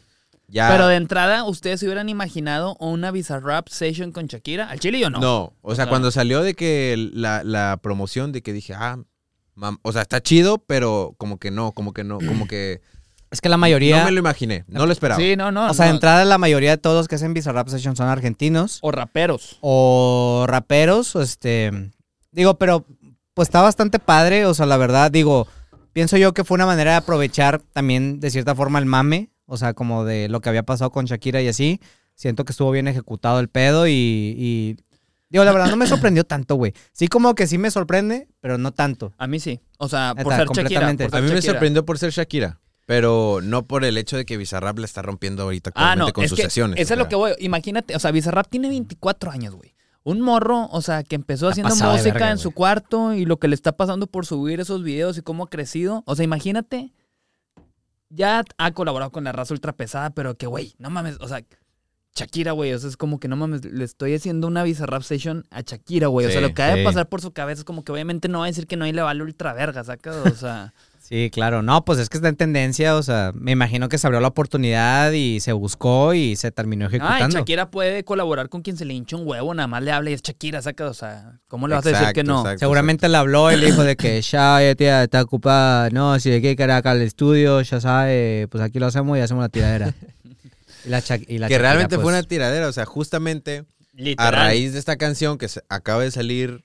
Speaker 4: Ya,
Speaker 3: Pero de entrada, ¿ustedes se hubieran imaginado una Bizarrap session con Shakira? ¿Al chile yo no?
Speaker 4: no. o sea,
Speaker 3: sea-
Speaker 4: cuando salió de que la, la promoción de que dije, ah, mam- o sea, está chido, pero como que no, como que no, como
Speaker 3: [CLEARS THROAT]
Speaker 4: que
Speaker 1: es que la mayoría,
Speaker 4: no me lo imaginé, no lo esperaba.
Speaker 3: Sí, no, no.
Speaker 1: o sea, de
Speaker 3: no.
Speaker 1: entrada la mayoría de todos los que hacen Bizarrap Session son argentinos
Speaker 3: O raperos.
Speaker 1: o raperos, o este, digo, pero pues está bastante padre, o sea, la verdad, digo, pienso yo que fue una manera de aprovechar también de cierta forma el mame, o sea, como de lo que había pasado con Shakira y así, siento que estuvo bien ejecutado el pedo y, y digo, la verdad no me sorprendió tanto, güey, sí como que sí me sorprende, pero no tanto.
Speaker 3: A mí sí. O sea, por
Speaker 1: Neta,
Speaker 3: ser Shakira.
Speaker 1: completamente.
Speaker 3: por ser
Speaker 4: A mí me
Speaker 3: Shakira.
Speaker 4: sorprendió por ser Shakira, pero no por el hecho de que Bizarrap la está rompiendo ahorita
Speaker 3: Ah, no.
Speaker 4: actualmente con
Speaker 3: es
Speaker 4: sus
Speaker 3: que
Speaker 4: sesiones. o
Speaker 3: Eso es lo
Speaker 4: sea.
Speaker 3: que voy. Imagínate, o sea, Bizarrap tiene 24 años, güey. Un morro, o sea, que empezó haciendo
Speaker 1: pasado de
Speaker 3: música
Speaker 1: verga,
Speaker 3: en su
Speaker 1: güey.
Speaker 3: cuarto y lo que le está pasando por subir esos videos y cómo ha crecido. O sea, imagínate. Ya ha colaborado con la raza ultra pesada, pero que, güey, no mames, o sea, Shakira, güey, o sea, es como que no mames, le estoy haciendo una Bizarrap session a Shakira, güey. O sea,
Speaker 4: Sí,
Speaker 3: lo que ha de
Speaker 1: sí.
Speaker 3: pasar por su cabeza es como que obviamente no va a decir que no y le vale ultra verga, ¿sacas? O sea.
Speaker 1: Sí, claro, no, pues es que está en tendencia, o sea, me imagino que se abrió la oportunidad y se buscó y se terminó
Speaker 3: Ay,
Speaker 1: ejecutando.
Speaker 3: Shakira puede colaborar con quien se le hincha un huevo, nada más le habla y es Shakira, saca, o sea, ¿cómo le vas a decir
Speaker 4: Exacto,
Speaker 3: que no?
Speaker 4: exacto,
Speaker 1: Seguramente le habló y le dijo
Speaker 3: [LAUGHS]
Speaker 1: de que ya, ya tía, está ocupada, no, si de qué cara acá al estudio, ya sabe, pues aquí lo hacemos y hacemos la
Speaker 3: [LAUGHS]
Speaker 1: tiradera. Y la Shak- y la
Speaker 4: exacto. Que
Speaker 1: Shakira,
Speaker 4: realmente fue
Speaker 1: pues,
Speaker 4: una tiradera, o sea, justamente a
Speaker 3: Literal.
Speaker 4: raíz de esta canción que se- acaba de salir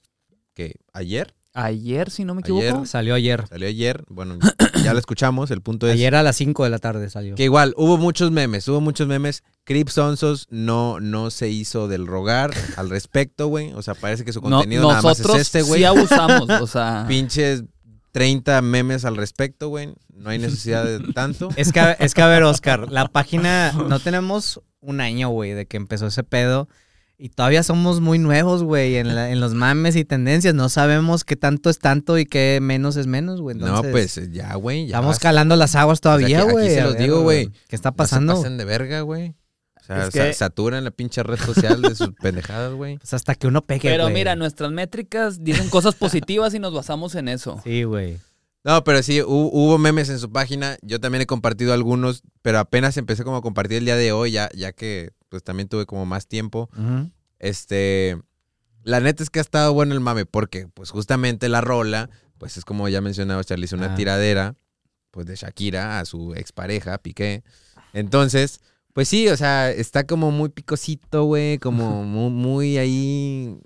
Speaker 4: que ayer,
Speaker 3: Ayer, si no me equivoco.
Speaker 4: Ayer.
Speaker 1: Salió ayer,
Speaker 4: salió ayer, bueno, ya la escuchamos, el punto es
Speaker 1: ayer a las 5 de la tarde salió.
Speaker 4: que igual hubo muchos memes, hubo muchos memes. Crips Onsos no, no se hizo del
Speaker 3: [LAUGHS]
Speaker 4: rogar al respecto, güey. O sea, parece que su
Speaker 3: No-
Speaker 4: contenido nada más es
Speaker 3: nosotros
Speaker 4: este, güey. [LAUGHS]
Speaker 3: sí abusamos, o sea,
Speaker 4: pinches 30 memes al respecto, güey. No hay necesidad
Speaker 3: [LAUGHS]
Speaker 4: de tanto.
Speaker 3: Eh,
Speaker 1: Es que, es que a ver, Oscar, la página, no tenemos un año, güey, de que empezó ese pedo. Y todavía somos muy nuevos, güey, en, la- en los mames y tendencias. No sabemos qué tanto es tanto y qué menos es menos, güey.
Speaker 4: no,
Speaker 1: Entonces,
Speaker 4: pues ya, güey. ya
Speaker 1: Estamos
Speaker 4: basta.
Speaker 1: calando las aguas todavía,
Speaker 4: O sea, que aquí
Speaker 1: güey.
Speaker 4: se
Speaker 1: a
Speaker 4: los
Speaker 1: ver,
Speaker 4: digo, güey.
Speaker 1: ¿Qué está
Speaker 4: No se
Speaker 1: pasando?
Speaker 4: pasen de verga, güey. O sea,
Speaker 3: Es
Speaker 4: sa-
Speaker 3: que-
Speaker 4: saturan la pinche red social de
Speaker 3: [LAUGHS]
Speaker 4: sus pendejadas, güey.
Speaker 1: Pues hasta que uno pegue,
Speaker 3: Pero
Speaker 1: güey.
Speaker 3: mira, nuestras métricas dicen cosas positivas y nos basamos en eso.
Speaker 1: Sí, güey.
Speaker 4: No, pero sí, hu- hubo memes en su página. Yo también he compartido algunos, pero apenas empecé como a compartir el día de hoy, ya, ya que pues también tuve como más tiempo.
Speaker 1: Ujú.
Speaker 4: Este, la neta es que ha estado bueno el mame, porque pues justamente la rola, pues es como ya mencionaba Charlie, es una
Speaker 1: Ah.
Speaker 4: tiradera, pues de Shakira a su expareja, Piqué. Entonces, pues sí, o sea, está como muy picosito, güey,
Speaker 3: [LAUGHS]
Speaker 4: como muy, muy ahí,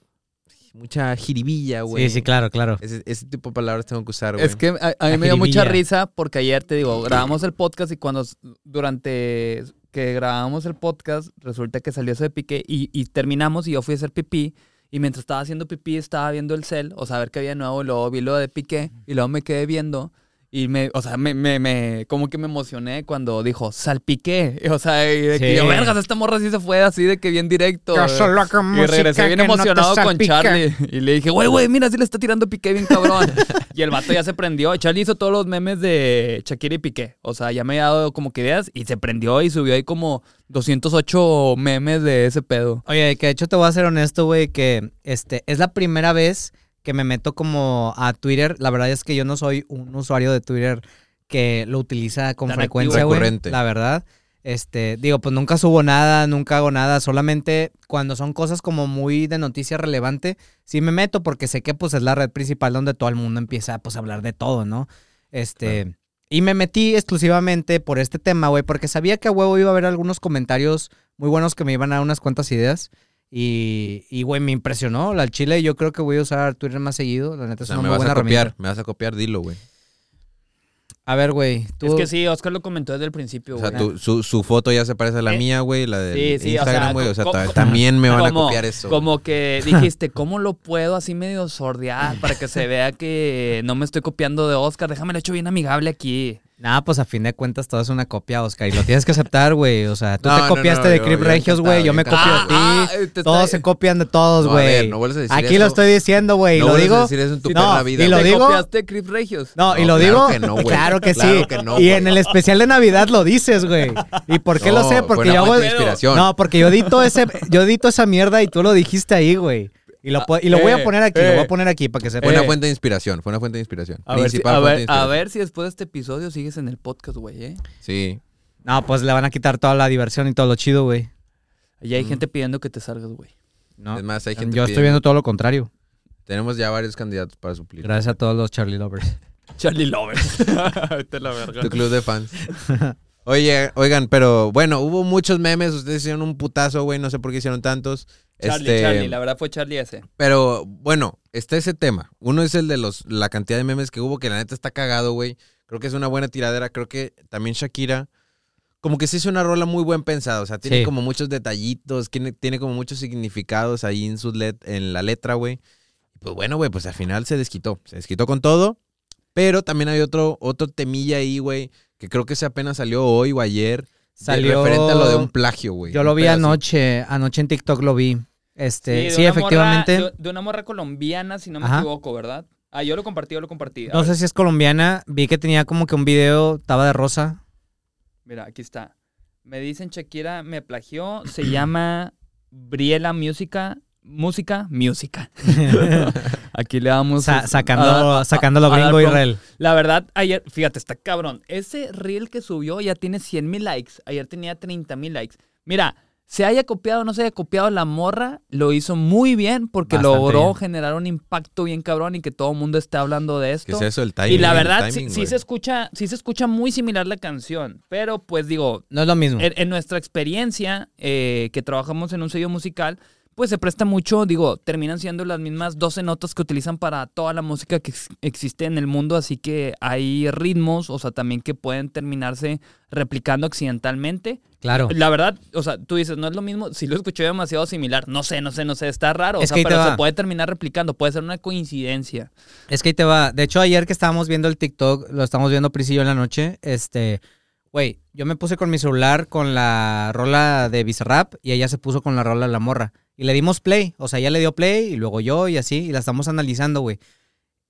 Speaker 4: mucha jiribilla, güey.
Speaker 1: Sí, sí, claro, claro.
Speaker 4: Ese, ese tipo de palabras tengo que usar, güey.
Speaker 3: Es que a, a mí
Speaker 1: La
Speaker 3: me dio mucha
Speaker 1: jiribilla.
Speaker 3: risa porque ayer te digo, grabamos el podcast y cuando s- durante que grabamos el podcast resulta que salió eso de pique y, y terminamos y yo fui a hacer pipí y mientras estaba haciendo pipí estaba viendo el cel, o sea, a ver qué había nuevo, y luego vi lo de pique y luego me quedé viendo y me, o sea, me, me, me- como que me emocioné cuando dijo salpiqué, [LAUGHS] o sea, y de que
Speaker 1: Sí.
Speaker 3: yo, vergas, esta morra sí se fue así de que bien directo.
Speaker 1: Yo
Speaker 3: güey".
Speaker 1: solo hago
Speaker 3: Y
Speaker 1: música
Speaker 3: regresé bien
Speaker 1: que no te
Speaker 3: emocionado con
Speaker 1: salpica.
Speaker 3: Charlie. Y le dije, güey, güey, mira, sí le está tirando Piqué bien [LAUGHS] cabrón. y el vato ya se prendió. Charlie hizo todos los memes de Shakira y Piqué. O sea, ya me había dado como que ideas y se prendió y subió ahí como 208 memes de ese pedo.
Speaker 1: Oye, que de hecho te voy a ser honesto, güey, que este es la primera vez que me meto como a Twitter. La verdad es que yo no soy un usuario de Twitter que lo utiliza con
Speaker 3: Tan
Speaker 1: frecuencia,
Speaker 4: activo.
Speaker 1: güey.
Speaker 4: Recurrente.
Speaker 1: La verdad. Este, digo, pues nunca subo nada, nunca hago nada. Solamente cuando son cosas como muy de noticia relevante, sí me meto porque sé que pues es la red principal donde todo el mundo empieza pues a hablar de todo, ¿no? Este, y me metí exclusivamente por este tema, güey, porque sabía que a huevo iba a haber algunos comentarios muy buenos que me iban a dar unas cuantas ideas. Y, y, güey, me impresionó. La al chile, yo creo que voy a usar Twitter más seguido. La neta
Speaker 4: O
Speaker 1: es
Speaker 4: sea,
Speaker 1: una
Speaker 4: me
Speaker 1: muy
Speaker 4: vas
Speaker 1: buena
Speaker 4: a copiar,
Speaker 1: herramienta.
Speaker 4: me vas a copiar, dilo, güey.
Speaker 1: A ver, güey, tú.
Speaker 3: Es que sí, Oscar lo comentó desde el principio,
Speaker 4: O
Speaker 3: güey.
Speaker 4: sea, tu- su, su foto ya se parece a la
Speaker 3: Eh,
Speaker 4: mía, güey, la de
Speaker 3: sí, sí, o sea,
Speaker 4: Instagram, güey. O sea,
Speaker 3: co-
Speaker 4: ta-
Speaker 3: co-
Speaker 4: también me van a
Speaker 3: como-
Speaker 4: copiar eso.
Speaker 3: Como que dijiste, ¿cómo lo puedo así medio sordear para que [LAUGHS] se vea que no me estoy copiando de Oscar? Déjame lo hecho bien amigable aquí.
Speaker 1: Nada, pues a fin de cuentas todo es una copia, Oscar. Y lo tienes que aceptar, güey. O sea, tú
Speaker 4: No,
Speaker 1: te
Speaker 4: no,
Speaker 1: copiaste
Speaker 4: no,
Speaker 1: de
Speaker 4: yo-
Speaker 1: Crip
Speaker 4: yo
Speaker 1: Regios, güey. Yo me copio
Speaker 4: encantado,
Speaker 1: de ti.
Speaker 3: Ah, ah, te
Speaker 1: todos
Speaker 3: está-
Speaker 1: se copian de todos,
Speaker 4: No, a ver,
Speaker 1: güey.
Speaker 4: no vuelvas a decir
Speaker 1: Aquí lo
Speaker 4: eso.
Speaker 1: estoy diciendo, güey.
Speaker 4: No
Speaker 1: lo
Speaker 4: vuelvas a
Speaker 1: digo.
Speaker 4: decir eso en tu
Speaker 1: Sí,
Speaker 4: perra
Speaker 1: no,
Speaker 4: vida,
Speaker 1: y lo
Speaker 4: güey.
Speaker 3: ¿Te
Speaker 1: digo.
Speaker 3: copiaste Crip Regios?
Speaker 1: No, y
Speaker 4: No,
Speaker 1: lo
Speaker 4: claro
Speaker 1: digo.
Speaker 4: que no, güey.
Speaker 1: claro que
Speaker 4: Claro
Speaker 1: sí.
Speaker 4: que no,
Speaker 1: y
Speaker 4: güey.
Speaker 1: en el especial de Navidad lo dices, güey. ¿Y por qué lo
Speaker 4: No,
Speaker 1: sé?
Speaker 4: fue
Speaker 1: Porque
Speaker 4: una
Speaker 1: yo hago.
Speaker 4: fuente de inspiración.
Speaker 1: No, porque yo edito ese, yo edito esa mierda y tú lo dijiste ahí, güey. Y lo, po- y lo voy
Speaker 3: eh,
Speaker 1: a poner aquí,
Speaker 3: eh.
Speaker 1: lo voy a poner aquí para que
Speaker 4: Fue
Speaker 1: sepa.
Speaker 4: una
Speaker 3: Eh.
Speaker 4: fuente de inspiración, fue una fuente de inspiración.
Speaker 3: A ver, si,
Speaker 4: Principal
Speaker 3: a,
Speaker 4: fuente de
Speaker 3: ver, a
Speaker 4: inspiración.
Speaker 3: ver si después de este episodio sigues en el podcast, güey. ¿eh?
Speaker 4: Sí.
Speaker 1: No, pues le van a quitar toda la diversión y todo lo chido, güey.
Speaker 3: Allá
Speaker 1: Mm.
Speaker 3: hay gente pidiendo que te salgas, güey.
Speaker 1: No.
Speaker 4: Es más, hay gente
Speaker 1: Yo estoy
Speaker 4: pidiendo-
Speaker 1: viendo todo lo contrario.
Speaker 4: Tenemos ya varios candidatos para suplir.
Speaker 1: Gracias a todos los Charlie
Speaker 4: [LAUGHS]
Speaker 1: Lovers.
Speaker 3: Charlie Lovers. [LAUGHS] Vete a la verga.
Speaker 4: Tu club de
Speaker 3: [LAUGHS]
Speaker 4: fans. Oye, oigan, pero bueno, hubo muchos memes, ustedes hicieron un putazo, güey, no sé por qué hicieron tantos.
Speaker 3: Charlie,
Speaker 4: Este,
Speaker 3: Charlie, la verdad fue Charlie ese.
Speaker 4: Pero bueno, está ese tema. Uno es el de los la cantidad de memes que hubo, que la neta está cagado, güey. Creo que es una buena tiradera. Creo que también Shakira, como que se hizo una rola muy buen pensada. O sea, tiene
Speaker 1: Sí.
Speaker 4: como muchos detallitos, tiene, tiene como muchos significados ahí en, sus let- en la letra, güey. Pues bueno, güey, pues al final se desquitó. Se desquitó con todo. Pero también hay otro, otro temilla ahí, güey, que creo que se apenas salió hoy o ayer. de-
Speaker 1: Salió.
Speaker 4: Referente a lo de un plagio, güey.
Speaker 1: Yo
Speaker 4: Un
Speaker 1: lo vi
Speaker 4: pedo así.
Speaker 1: anoche, anoche en TikTok lo vi. Este, sí,
Speaker 3: de una
Speaker 1: efectivamente.
Speaker 3: morra- de, de una morra colombiana, si no me
Speaker 1: Ajá.
Speaker 3: equivoco, ¿verdad? Ah, yo lo compartí, yo lo compartí. A
Speaker 1: no
Speaker 3: ver,
Speaker 1: sé si es colombiana, vi que tenía como que un video, estaba de
Speaker 3: [LAUGHS]
Speaker 1: rosa.
Speaker 3: Mira, aquí está. Me dicen Shakira me plagió. Se [CLEARS THROAT] llama Briela Música. Música,
Speaker 1: [LAUGHS]
Speaker 3: música. [LAUGHS] aquí le damos.
Speaker 1: sa-
Speaker 3: sus- Ah,
Speaker 1: sacando,
Speaker 3: a-
Speaker 1: sacando lo
Speaker 3: a- a dar
Speaker 1: gringo
Speaker 3: promo.
Speaker 1: Israel.
Speaker 3: La verdad, ayer, fíjate, está cabrón. Ese reel que subió ya tiene 100 mil likes. Ayer tenía 30 mil likes. Mira, se haya copiado o no se haya copiado la morra, lo hizo muy bien porque
Speaker 1: Bastante
Speaker 3: logró
Speaker 1: bien.
Speaker 3: generar un impacto bien cabrón y que todo el mundo esté hablando de
Speaker 4: ¿Qué
Speaker 3: esto.
Speaker 4: es eso? El timing.
Speaker 3: y la
Speaker 4: el
Speaker 3: verdad, sí,
Speaker 4: timing,
Speaker 3: sí
Speaker 4: güey.
Speaker 3: se escucha, sí se escucha muy similar la canción. Pero pues digo,
Speaker 1: No es lo mismo.
Speaker 3: en, en nuestra experiencia, eh, que trabajamos en un sello musical, pues se presta mucho, digo, terminan siendo las mismas 12 notas que utilizan para toda la música que ex- existe en el mundo, así que hay ritmos, o sea, también que pueden terminarse replicando accidentalmente.
Speaker 1: Claro.
Speaker 3: La verdad, o sea, tú dices, no es lo mismo, si lo escuché demasiado similar, no sé, no sé, no sé, está raro, o
Speaker 1: Es
Speaker 3: sea,
Speaker 1: que ahí te
Speaker 3: pero se
Speaker 1: va.
Speaker 3: puede terminar replicando, puede ser una coincidencia.
Speaker 1: Es que ahí te va. De hecho, ayer que estábamos viendo el TikTok, lo estábamos viendo Pris y yo en la noche, este, güey, yo me puse con mi celular con la rola de Bizarrap y ella se puso con la rola de la morra. Y le dimos play, o sea, ella le dio play y luego yo y así, y la estamos analizando, güey.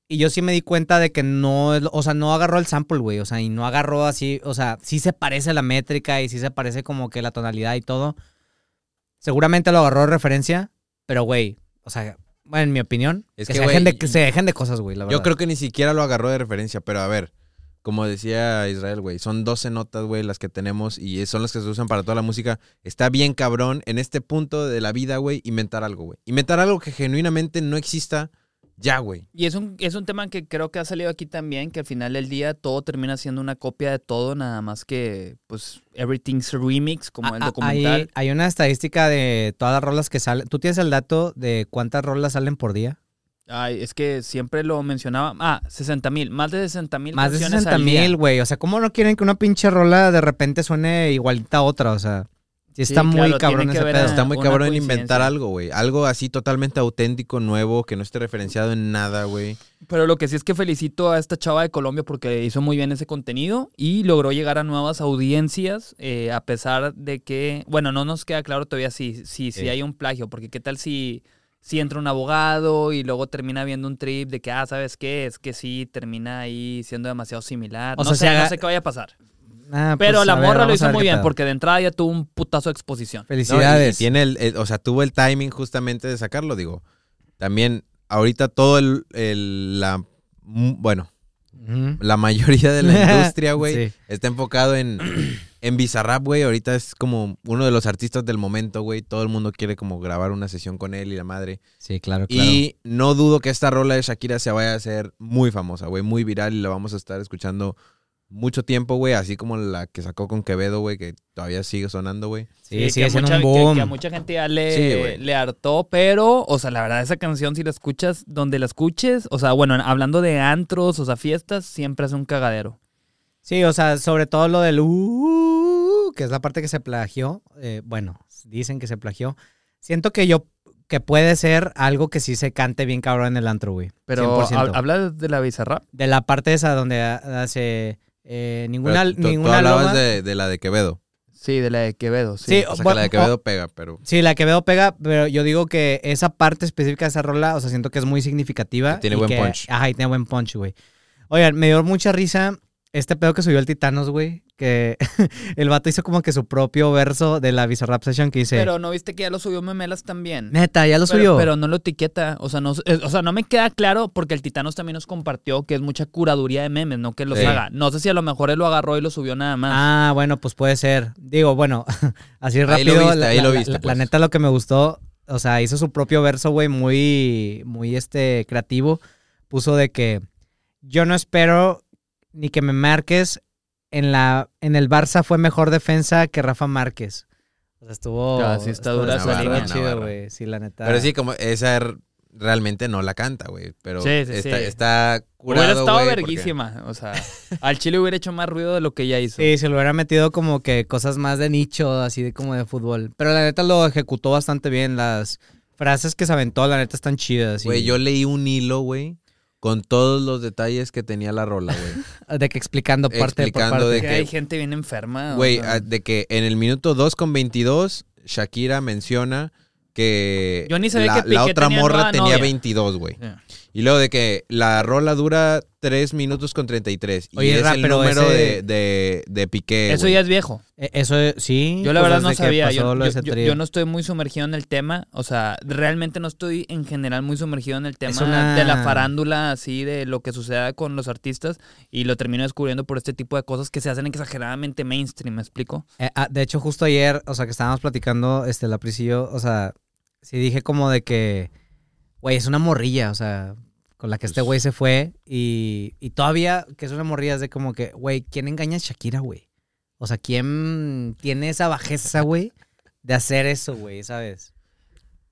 Speaker 1: Y yo sí me di cuenta de que no, es- o sea, no agarró el sample, güey, o sea, y no agarró así, o sea, sí se parece a la métrica y sí se parece como que la tonalidad y todo. Seguramente lo agarró de referencia, pero, güey, o sea, bueno, en mi opinión,
Speaker 4: Es
Speaker 1: que,
Speaker 4: que,
Speaker 1: se dejen
Speaker 4: güey,
Speaker 1: de, que se dejen de cosas, güey, la verdad.
Speaker 4: Yo creo que ni siquiera lo agarró de referencia, pero a ver, como decía Israel, güey, son 12 notas, güey, las que tenemos y son las que se usan para toda la música. Está bien cabrón en este punto de la vida, güey, inventar algo, güey. Inventar algo que genuinamente no exista ya, güey.
Speaker 3: Y es un, es un tema que creo que ha salido aquí también, que al final del día todo termina siendo una copia de todo, nada más que, pues, everything's remix, como
Speaker 1: Ah,
Speaker 3: el
Speaker 1: ah,
Speaker 3: documental.
Speaker 1: Hay, hay una estadística de todas las rolas que salen. ¿Tú tienes el dato de cuántas rolas salen por día?
Speaker 3: Ay, es que siempre lo mencionaba. Ah, 60 mil, más de 60 mil.
Speaker 1: Más de 60 mil, güey. O sea, ¿cómo no quieren que una pinche rola de repente suene igualita a otra? O sea, sí está
Speaker 3: claro,
Speaker 1: muy
Speaker 3: tiene
Speaker 1: cabrón
Speaker 3: que
Speaker 1: ese
Speaker 3: haber
Speaker 1: pedo.
Speaker 3: una-
Speaker 4: Está muy cabrón inventar
Speaker 3: coincidencia.
Speaker 4: algo, güey. Algo así totalmente auténtico, nuevo, que no esté referenciado en nada, güey.
Speaker 3: Pero lo que sí es que felicito a esta chava de Colombia porque hizo muy bien ese contenido y logró llegar a nuevas audiencias, eh, a pesar de que, bueno, no nos queda claro todavía si, si, si
Speaker 4: Eh.
Speaker 3: hay un plagio, porque qué tal si, si entra un abogado y luego termina viendo un trip de que, ah, ¿sabes qué? Es que sí, termina ahí siendo demasiado similar.
Speaker 1: O
Speaker 3: no,
Speaker 1: sea,
Speaker 3: sé,
Speaker 1: se haga-
Speaker 3: no sé qué vaya a pasar.
Speaker 1: Ah,
Speaker 3: Pero
Speaker 1: pues,
Speaker 3: la
Speaker 1: a ver,
Speaker 3: morra lo
Speaker 1: vamos a
Speaker 3: hizo
Speaker 1: ver
Speaker 3: muy
Speaker 1: qué
Speaker 3: bien
Speaker 1: pedo.
Speaker 3: porque de entrada ya tuvo un putazo de exposición.
Speaker 4: No, y- y
Speaker 1: Felicidades.
Speaker 4: tiene el, el- o sea, tuvo el timing justamente de sacarlo, digo. También ahorita todo el, el- la mm, bueno,
Speaker 1: Ujú.
Speaker 4: la mayoría de la
Speaker 1: [LAUGHS]
Speaker 4: industria, güey,
Speaker 1: Sí.
Speaker 4: está enfocado en en Bizarrap, güey. Ahorita es como uno de los artistas del momento, güey. Todo el mundo quiere como grabar una sesión con él y la madre.
Speaker 1: Sí, claro, claro.
Speaker 4: Y no dudo que esta rola de Shakira se vaya a hacer muy famosa, güey, muy viral y la vamos a estar escuchando mucho tiempo, güey, así como la que sacó con Quevedo, güey, que todavía sigue sonando, güey.
Speaker 1: sí,
Speaker 3: que, a
Speaker 1: sigue siendo
Speaker 3: mucha,
Speaker 1: un
Speaker 3: que- que
Speaker 1: boom.
Speaker 3: a mucha gente ya le,
Speaker 4: Sí, güey.
Speaker 3: le hartó, pero, o sea, la verdad, esa canción, si la escuchas, donde la escuches, o sea, bueno, hablando de antros, o sea, fiestas, siempre es un cagadero.
Speaker 1: Sí, o sea, sobre todo lo del uh, que es la parte que se plagió. eh, bueno, dicen que se plagió. Siento que yo que puede ser algo que sí se cante bien cabrón en el antro, güey.
Speaker 3: Pero
Speaker 1: 100%.
Speaker 3: hab- habla de la bizarra.
Speaker 1: de la parte esa donde ha- hace eh, ninguna
Speaker 4: Pero tú- tú
Speaker 1: ninguna
Speaker 4: hablabas
Speaker 1: loma.
Speaker 4: de, de la de Quevedo.
Speaker 3: Sí, de la de Quevedo, sí.
Speaker 1: Sí,
Speaker 4: O sea,
Speaker 1: Bueno,
Speaker 4: que la de Quevedo pega, pero
Speaker 1: Sí, la que veo pega, pero yo digo que esa parte específica de esa rola, o sea, siento que es muy significativa.
Speaker 4: Que tiene
Speaker 1: y
Speaker 4: buen
Speaker 1: que-
Speaker 4: punch.
Speaker 1: Ajá, y tiene buen punch, güey. Oigan, me dio mucha risa este pedo que subió el Titanos, güey. Que [LAUGHS] el vato hizo como que su propio verso de la Bizarrap Session que dice.
Speaker 3: Pero no viste que ya lo subió Memelas también.
Speaker 1: Neta, ya lo
Speaker 3: Pero-
Speaker 1: subió.
Speaker 3: Pero, no lo etiqueta. O sea, no, eh, o sea, no me queda claro porque el Titanos también nos compartió que es mucha curaduría de memes, no que los
Speaker 4: Sí.
Speaker 3: haga. No sé si a lo mejor él lo agarró y lo subió nada más.
Speaker 1: Ah, bueno, pues puede ser. Digo, bueno, [LAUGHS] así rápido.
Speaker 4: Ahí lo viste,
Speaker 1: la,
Speaker 4: ahí
Speaker 1: la-
Speaker 4: lo
Speaker 1: la-
Speaker 4: viste,
Speaker 1: la- la
Speaker 4: pues.
Speaker 1: neta, lo que me gustó, o sea, hizo su propio verso, güey, muy, muy este, creativo. Puso de que yo no espero ni que me marques. En, la, en el Barça fue mejor defensa que Rafa Márquez. O sea, estuvo.
Speaker 3: Ah, sí, está
Speaker 1: estuvo-
Speaker 3: dura
Speaker 1: estuvo
Speaker 4: esa
Speaker 1: chido,
Speaker 4: línea. Navarra.
Speaker 1: güey. Sí, la neta.
Speaker 4: pero sí como esa er- realmente no la canta, güey, pero
Speaker 3: Sí, sí,
Speaker 4: está,
Speaker 3: sí.
Speaker 4: está curado,
Speaker 3: Hubiera estado
Speaker 4: güey, porque-
Speaker 3: verguísima. O sea, al Chile hubiera hecho más ruido de lo que ya hizo.
Speaker 1: Sí, se Eh, lo hubiera metido como que cosas más de nicho, así de como de fútbol. Pero la neta lo ejecutó bastante bien. Las frases que se aventó, la neta, están chidas. y-
Speaker 4: Güey, yo leí un hilo, güey, con todos los detalles que tenía la rola, güey.
Speaker 3: [LAUGHS]
Speaker 1: De que explicando parte
Speaker 4: Explicando
Speaker 1: por parte.
Speaker 4: de
Speaker 3: que
Speaker 4: que-
Speaker 3: hay gente bien enferma. o
Speaker 4: Güey,
Speaker 3: sea.
Speaker 4: ah, de que en el minuto 2 con 22, Shakira menciona que
Speaker 3: Yo ni sabía
Speaker 4: la,
Speaker 3: que
Speaker 4: la
Speaker 3: Piqué
Speaker 4: otra
Speaker 3: tenía
Speaker 4: morra
Speaker 3: nueva
Speaker 4: tenía
Speaker 3: novia.
Speaker 4: 22, güey.
Speaker 3: Yeah.
Speaker 4: Y luego de que la rola dura 3 minutos con 33. Y
Speaker 1: Oye,
Speaker 4: es
Speaker 1: Ra,
Speaker 4: el
Speaker 1: pero
Speaker 4: número
Speaker 1: ese-
Speaker 4: de, de, de Piqué.
Speaker 3: Eso
Speaker 4: güey.
Speaker 3: ya es viejo.
Speaker 1: Eh, Eso eh, sí.
Speaker 3: Yo la
Speaker 1: pues,
Speaker 3: verdad no
Speaker 1: desde que
Speaker 3: sabía.
Speaker 1: pasó
Speaker 3: Yo,
Speaker 1: lo de
Speaker 3: yo-
Speaker 1: ese
Speaker 3: yo-
Speaker 1: trío.
Speaker 3: yo no estoy muy sumergido en el tema. O sea, realmente no estoy en general muy sumergido en el tema
Speaker 1: una-
Speaker 3: de la farándula, así, de lo que suceda con los artistas. Y lo termino descubriendo por este tipo de cosas que se hacen exageradamente mainstream, ¿me explico?
Speaker 1: Eh, ah, de hecho, justo ayer, o sea, que estábamos platicando, este, la Pris y yo, o sea, sí dije como de que, güey, es una morrilla, o sea, con la que este güey se fue y, y todavía que es una morrilla es de como que, güey, ¿quién engaña a Shakira, güey? O sea, ¿quién tiene esa bajeza, güey, de hacer eso, güey, sabes?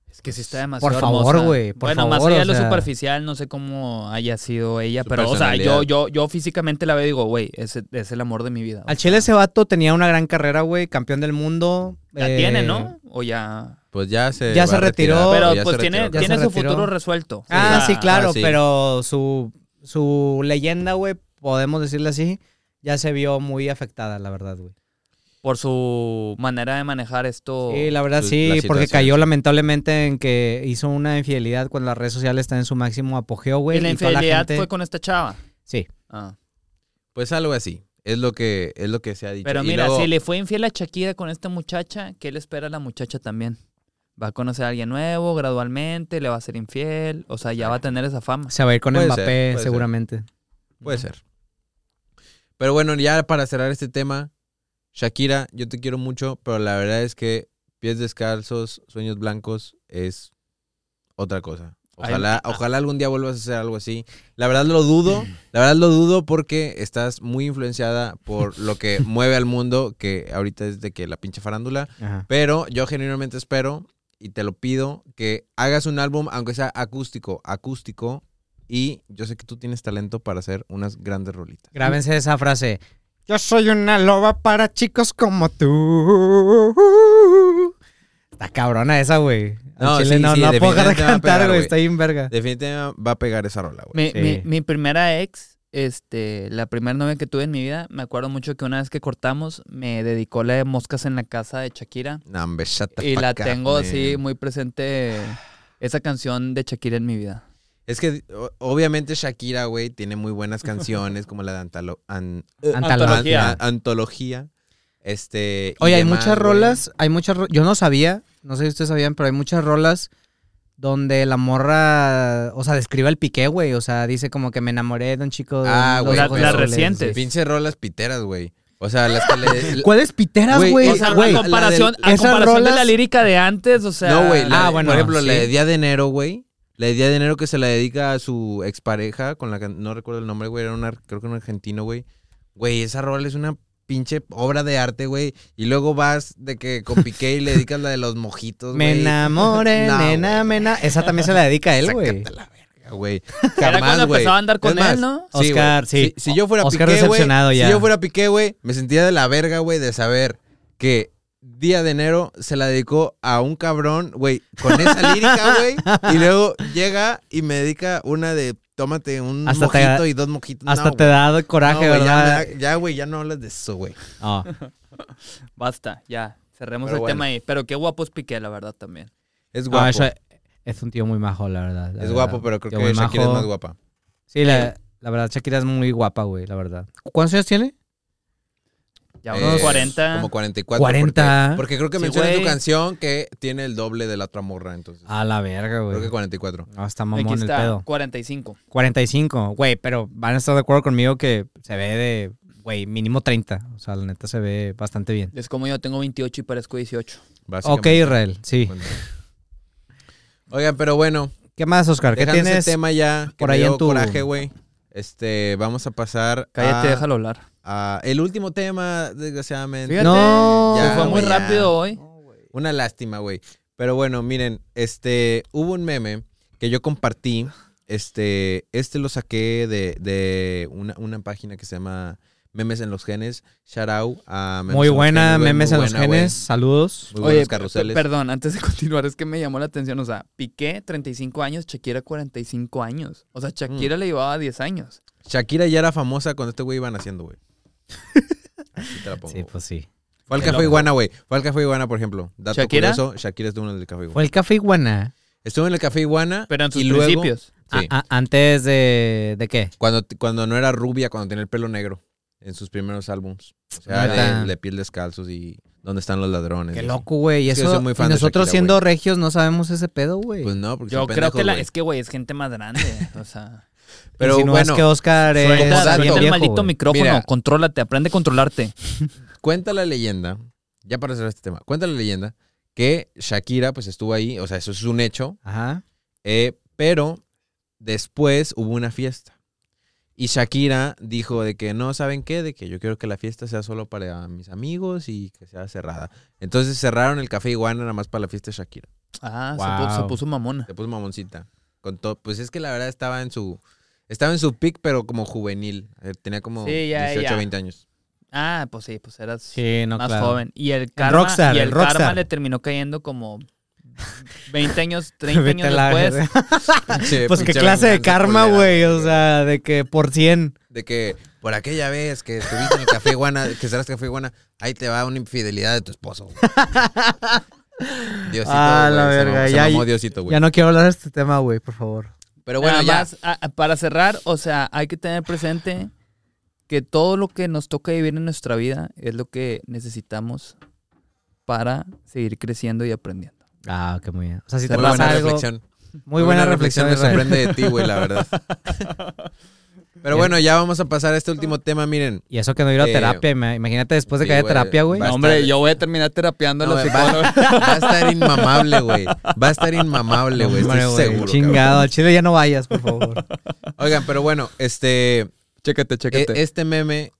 Speaker 3: Es que sí está demasiado
Speaker 1: Por favor,
Speaker 3: hermosa.
Speaker 1: güey, por
Speaker 3: bueno, más
Speaker 1: favor,
Speaker 3: allá de
Speaker 1: o
Speaker 3: lo
Speaker 1: sea.
Speaker 3: superficial, no sé cómo haya sido ella,
Speaker 4: Su
Speaker 3: pero, o sea,
Speaker 4: personalidad.
Speaker 3: yo, yo, yo físicamente la veo y digo, güey, ese es el amor de mi vida.
Speaker 1: Al Chile ese vato tenía una gran carrera, güey, campeón del mundo.
Speaker 3: La
Speaker 1: eh,
Speaker 3: tiene, ¿no? O ya...
Speaker 4: Pues ya se.
Speaker 1: Ya
Speaker 4: va
Speaker 1: se
Speaker 4: a
Speaker 1: retiró.
Speaker 4: retirar,
Speaker 1: Pero,
Speaker 3: Pero
Speaker 4: ya
Speaker 3: pues
Speaker 4: se
Speaker 3: tiene,
Speaker 4: retiró.
Speaker 1: Ya
Speaker 3: tiene
Speaker 1: se
Speaker 3: su
Speaker 1: retiró.
Speaker 3: futuro resuelto.
Speaker 1: Ah,
Speaker 3: O sea,
Speaker 1: sí, claro,
Speaker 4: ah, sí.
Speaker 1: pero su, su leyenda, güey, podemos decirle así, ya se vio muy afectada, la verdad, güey.
Speaker 3: Por su manera de manejar esto.
Speaker 1: Sí, la verdad
Speaker 4: su-
Speaker 1: sí,
Speaker 4: Oh, la
Speaker 1: porque
Speaker 4: situación.
Speaker 1: cayó lamentablemente en que hizo una infidelidad cuando las redes sociales están en su máximo apogeo, güey.
Speaker 3: y la
Speaker 1: toda
Speaker 3: infidelidad
Speaker 1: gente-
Speaker 3: fue con esta chava.
Speaker 1: Sí.
Speaker 3: Ah.
Speaker 4: Pues algo así. Es lo que, es lo que se ha dicho.
Speaker 3: Pero
Speaker 4: Y
Speaker 3: mira,
Speaker 4: luego-
Speaker 3: si le fue infiel a Shakira con esta muchacha, ¿qué le espera a la muchacha también? Va a conocer a alguien nuevo gradualmente, le va a ser infiel, o sea, ya va a tener esa fama.
Speaker 1: Se va a ir con
Speaker 4: Puede ser,
Speaker 1: Mbappé,
Speaker 4: puede ser.
Speaker 1: seguramente.
Speaker 4: Puede ser. Pero bueno, ya para cerrar este tema, Shakira, yo te quiero mucho, pero la verdad es que pies descalzos, sueños blancos es otra cosa.
Speaker 3: Ay, ah.
Speaker 4: Ojalá, ojalá algún día vuelvas a hacer algo así. La verdad lo dudo, la verdad lo dudo porque estás muy influenciada por lo que mueve al mundo, que ahorita es de que la pinche farándula.
Speaker 1: Ajá.
Speaker 4: Pero yo genuinamente espero y te lo pido que hagas un álbum, aunque sea acústico, acústico. Y yo sé que tú tienes talento para hacer unas grandes rolitas.
Speaker 1: Grábense esa frase. Yo soy una loba para chicos como tú. Está cabrona esa, güey. Al
Speaker 4: No,
Speaker 1: Chile
Speaker 4: sí,
Speaker 1: no,
Speaker 4: sí,
Speaker 1: no la puedo dejar de
Speaker 4: definitivamente va a
Speaker 1: cantar,
Speaker 4: pegar,
Speaker 1: güey.
Speaker 4: güey.
Speaker 1: Está bien verga.
Speaker 4: Definitivamente va a pegar esa rola, güey.
Speaker 3: Mi,
Speaker 1: Sí.
Speaker 3: mi- mi primera ex, este, la primera novia que tuve en mi vida, me acuerdo mucho que una vez que cortamos, me dedicó la de moscas en la casa de Shakira.
Speaker 4: No, hombre, shut the
Speaker 3: Y
Speaker 4: fuck
Speaker 3: la
Speaker 4: up,
Speaker 3: tengo
Speaker 4: man.
Speaker 3: así muy presente esa canción de Shakira en mi vida.
Speaker 4: Es que o- obviamente Shakira, güey, tiene muy buenas canciones como la de Antalo- an-
Speaker 1: Antología.
Speaker 4: an- antología. Este. y
Speaker 1: Oye, hay
Speaker 4: demás,
Speaker 1: muchas
Speaker 4: güey.
Speaker 1: rolas, hay muchas, ro- yo no sabía, no sé si ustedes sabían, pero hay muchas rolas donde la morra, o sea, describe el piqué, güey, o sea, dice como que me enamoré de un chico de
Speaker 4: Ah,
Speaker 1: los
Speaker 4: güey,
Speaker 1: ojos
Speaker 4: pero-
Speaker 1: azules, güey.
Speaker 3: recientes.
Speaker 4: Pinche rolas piteras, güey. O sea, las
Speaker 1: [LAUGHS]
Speaker 4: que le.
Speaker 1: ¿Cuáles piteras,
Speaker 4: Güey,
Speaker 1: güey?
Speaker 4: Eh,
Speaker 3: o sea,
Speaker 1: Güey,
Speaker 3: a comparación, a
Speaker 1: esas
Speaker 3: comparación de la
Speaker 1: rolas-
Speaker 3: lírica de antes, o sea.
Speaker 4: no, güey.
Speaker 1: la-
Speaker 4: Ah,
Speaker 1: bueno,
Speaker 4: bueno. Por ejemplo, la
Speaker 1: sí.
Speaker 4: de Día de Enero, güey. La de Día de Enero que se la dedica a su expareja, con la que no recuerdo el nombre, güey. Era una, creo que un argentino, güey. Güey, esa rola es una pinche obra de arte, güey. Y luego vas de que con Piqué y le dedicas la de los mojitos,
Speaker 1: me
Speaker 4: pues, güey.
Speaker 1: enamoré,
Speaker 4: No,
Speaker 1: nena,
Speaker 4: güey.
Speaker 1: mena. Esa también se la dedica a
Speaker 4: [LAUGHS]
Speaker 1: él, güey.
Speaker 4: Sácate la verga, güey.
Speaker 3: [LAUGHS] Era
Speaker 4: Jamás,
Speaker 3: cuando
Speaker 4: güey.
Speaker 3: empezaba a andar con
Speaker 4: Es
Speaker 3: él,
Speaker 4: más,
Speaker 3: ¿no?
Speaker 4: güey.
Speaker 1: Oscar, sí.
Speaker 4: Si, si yo fuera
Speaker 1: Oscar
Speaker 4: Piqué, güey.
Speaker 1: decepcionado ya.
Speaker 4: Si yo fuera Piqué, güey, me sentía de la verga, güey, de saber que Día de Enero se la dedicó a un cabrón, güey, con
Speaker 1: [LAUGHS]
Speaker 4: esa lírica, güey. y luego llega y me dedica una de tómate un
Speaker 1: Hasta te-
Speaker 4: mojito y dos mojitos.
Speaker 1: Hasta
Speaker 4: No,
Speaker 1: te
Speaker 4: güey.
Speaker 1: da coraje,
Speaker 4: No, güey, ya
Speaker 1: ¿verdad?
Speaker 4: me da- Ya, güey, ya, no hablas de eso, güey.
Speaker 1: Ah.
Speaker 3: Basta, ya. Cerremos
Speaker 4: Pero
Speaker 3: el
Speaker 4: bueno.
Speaker 3: tema ahí. Pero qué guapo es Piqué, la verdad, también.
Speaker 4: Es
Speaker 1: No,
Speaker 4: guapo.
Speaker 1: eso es, es un tío muy majo, la verdad. la
Speaker 4: es
Speaker 1: verdad.
Speaker 4: guapo, pero creo
Speaker 1: Tío
Speaker 4: que
Speaker 1: muy
Speaker 4: Shakira es
Speaker 1: majo.
Speaker 4: más guapa.
Speaker 1: Sí, la, la verdad, Shakira es muy guapa, güey, la verdad. ¿Cuántos años tiene?
Speaker 3: Ya
Speaker 4: Eh,
Speaker 3: unos 40.
Speaker 4: Como 44.
Speaker 1: 40.
Speaker 4: Porque, porque creo que
Speaker 3: Sí,
Speaker 4: mencionas tu
Speaker 3: güey.
Speaker 4: canción que tiene el doble de la otra morra, entonces.
Speaker 1: A la verga, Ah, güey.
Speaker 4: creo que 44.
Speaker 1: No, está
Speaker 3: Aquí
Speaker 1: mamón el
Speaker 3: está,
Speaker 1: pedo.
Speaker 3: 45.
Speaker 1: 45, güey, pero van a estar de acuerdo conmigo que se ve de, güey, mínimo 30. O sea, la neta se ve bastante bien.
Speaker 3: Es como yo tengo 28 y parezco 18.
Speaker 1: Ok,
Speaker 4: básicamente.
Speaker 1: Israel, sí.
Speaker 4: Oigan, pero bueno,
Speaker 1: ¿Qué más, Oscar? ¿Qué
Speaker 4: dejando
Speaker 1: tienes?
Speaker 4: ese tema ya que
Speaker 1: por
Speaker 4: me
Speaker 1: ahí
Speaker 4: dio
Speaker 1: en tu-
Speaker 4: coraje, güey. Este, vamos a pasar
Speaker 3: Cállate,
Speaker 4: a,
Speaker 3: déjalo hablar.
Speaker 4: a el último tema, desgraciadamente.
Speaker 3: Fíjate,
Speaker 1: No,
Speaker 3: se
Speaker 4: ya,
Speaker 3: fue muy
Speaker 4: güey, ya.
Speaker 3: rápido hoy.
Speaker 4: Una lástima, güey. Pero bueno, miren, este, hubo un meme que yo compartí. Este, este lo saqué de, de una, una página que se llama Memes en los Genes. Shout out a Memes
Speaker 1: Muy
Speaker 4: en los
Speaker 1: buena,
Speaker 4: Genes, güey,
Speaker 1: memes
Speaker 4: muy
Speaker 1: en los
Speaker 4: buena,
Speaker 1: genes.
Speaker 4: güey.
Speaker 1: Saludos.
Speaker 4: Muy
Speaker 3: Oye,
Speaker 4: buenos carruseles.
Speaker 3: per- perdón, antes de [LAUGHS] continuar, es que me llamó la atención. O sea, Piqué 35 años, Shakira 45 años. O sea,
Speaker 4: Mm.
Speaker 3: Shakira le llevaba 10 años.
Speaker 4: Shakira ya era famosa cuando este güey iban haciendo, güey. Así te la pongo.
Speaker 1: Sí, pues sí.
Speaker 4: Fue al
Speaker 3: Qué
Speaker 4: Café
Speaker 3: loco.
Speaker 4: Iguana, güey. Fue al Café Iguana, por ejemplo. Dato
Speaker 3: ¿Shakira?
Speaker 4: curioso, Shakira estuvo en el Café Iguana.
Speaker 1: Fue el café iguana.
Speaker 4: Estuvo en el Café Iguana.
Speaker 3: Pero en sus
Speaker 4: y luego-
Speaker 3: principios.
Speaker 4: Sí.
Speaker 1: A- a- antes de, de qué?
Speaker 4: Cuando, cuando no era rubia, cuando tenía el pelo negro. En sus primeros álbums. O sea,
Speaker 1: Neta.
Speaker 4: de, de piel descalzos y dónde están los ladrones.
Speaker 1: Qué
Speaker 4: y así.
Speaker 1: loco, güey. Y
Speaker 4: Es que yo
Speaker 1: eso,
Speaker 4: soy muy
Speaker 1: y
Speaker 4: fan de
Speaker 1: nosotros
Speaker 4: Shakira,
Speaker 1: siendo regios no sabemos ese pedo, güey.
Speaker 4: Pues no, porque
Speaker 3: Yo
Speaker 4: son
Speaker 3: creo
Speaker 4: pendejos,
Speaker 3: que la,
Speaker 4: güey.
Speaker 3: es que, güey, es gente más grande. o
Speaker 4: [LAUGHS]
Speaker 3: sea,
Speaker 4: Pero
Speaker 1: si no
Speaker 4: bueno,
Speaker 1: es que Oscar es
Speaker 4: suelta-
Speaker 1: bien
Speaker 4: suelta el
Speaker 1: viejo,
Speaker 3: maldito
Speaker 1: güey.
Speaker 3: micrófono,
Speaker 4: Mira.
Speaker 3: contrólate, aprende a controlarte.
Speaker 4: cuenta la leyenda. Ya para cerrar este tema. Cuenta la leyenda que Shakira, pues estuvo ahí. O sea, eso es un hecho.
Speaker 1: Ajá.
Speaker 4: Eh, pero después hubo una fiesta. Y Shakira dijo de que no, ¿saben qué? De que yo quiero que la fiesta sea solo para mis amigos y que sea cerrada. Entonces cerraron el Café Iguana nada más para la fiesta de Shakira.
Speaker 3: Ah, se,
Speaker 1: Wow.
Speaker 3: pu- se puso, mamona.
Speaker 4: Se puso mamoncita. Con todo, pues es que la verdad estaba en su estaba en su pick, pero como juvenil. Eh, Tenía como
Speaker 3: Sí, ya,
Speaker 4: 18,
Speaker 3: ya.
Speaker 1: [LAUGHS]
Speaker 4: 20 años.
Speaker 3: Ah, pues sí, pues eras
Speaker 1: Sí, no,
Speaker 3: más
Speaker 1: claro.
Speaker 3: joven. Y el karma,
Speaker 1: rockstar,
Speaker 3: y el
Speaker 1: el rockstar.
Speaker 3: karma le terminó cayendo como 20 años, 30
Speaker 1: Vete
Speaker 3: años
Speaker 1: a la
Speaker 3: después.
Speaker 1: verga.
Speaker 4: Pinche-
Speaker 1: Pues qué
Speaker 4: Eh, pinche
Speaker 1: clase de
Speaker 4: venganza
Speaker 1: karma,
Speaker 4: culera.
Speaker 1: güey. O sea, de que por 100.
Speaker 4: De que por aquella vez que estuviste en el café iguana, [LAUGHS] que serás café iguana, ahí te va una infidelidad de tu
Speaker 1: [LAUGHS]
Speaker 4: esposo. güey. Diosito,
Speaker 1: Ah, la
Speaker 4: güey, se
Speaker 1: verga,
Speaker 4: mamó- se
Speaker 1: ya-
Speaker 4: mamó Diosito, güey.
Speaker 1: Ya no quiero hablar de este tema, güey, por favor.
Speaker 4: Pero bueno, ya.
Speaker 3: Además, a- a- ah, para cerrar, o sea, hay que tener presente que todo lo que nos toca vivir en nuestra vida es lo que necesitamos para seguir creciendo y aprendiendo.
Speaker 1: Ah, qué muy bien. O sea, si te
Speaker 4: Muy
Speaker 1: pasa
Speaker 4: buena
Speaker 1: algo.
Speaker 4: reflexión.
Speaker 1: Muy buena reflexión,
Speaker 4: Me
Speaker 1: Israel.
Speaker 4: sorprende de ti, güey,
Speaker 1: [LAUGHS]
Speaker 4: la verdad. Pero bueno, ya vamos a pasar a este último tema, miren.
Speaker 1: Y eso que no ir a
Speaker 4: Eh,
Speaker 1: terapia. ima- Imagínate después de
Speaker 4: sí,
Speaker 1: que haya
Speaker 4: güey,
Speaker 1: terapia, güey.
Speaker 4: va- No, hombre,
Speaker 3: hombre,
Speaker 4: yo
Speaker 3: yo voy a terminar terapeando
Speaker 4: No,
Speaker 3: a
Speaker 4: va,
Speaker 3: los
Speaker 4: va a estar inmamable, güey. Va a estar inmamable, güey.
Speaker 1: Hombre,
Speaker 4: Estoy
Speaker 1: güey,
Speaker 4: seguro.
Speaker 1: Chingado. Al chile ya no vayas, por
Speaker 4: [LAUGHS]
Speaker 1: favor.
Speaker 4: cabrón. Oigan, pero bueno, este, e-
Speaker 3: Chécate,
Speaker 1: Eh,
Speaker 3: chécate.
Speaker 4: este meme,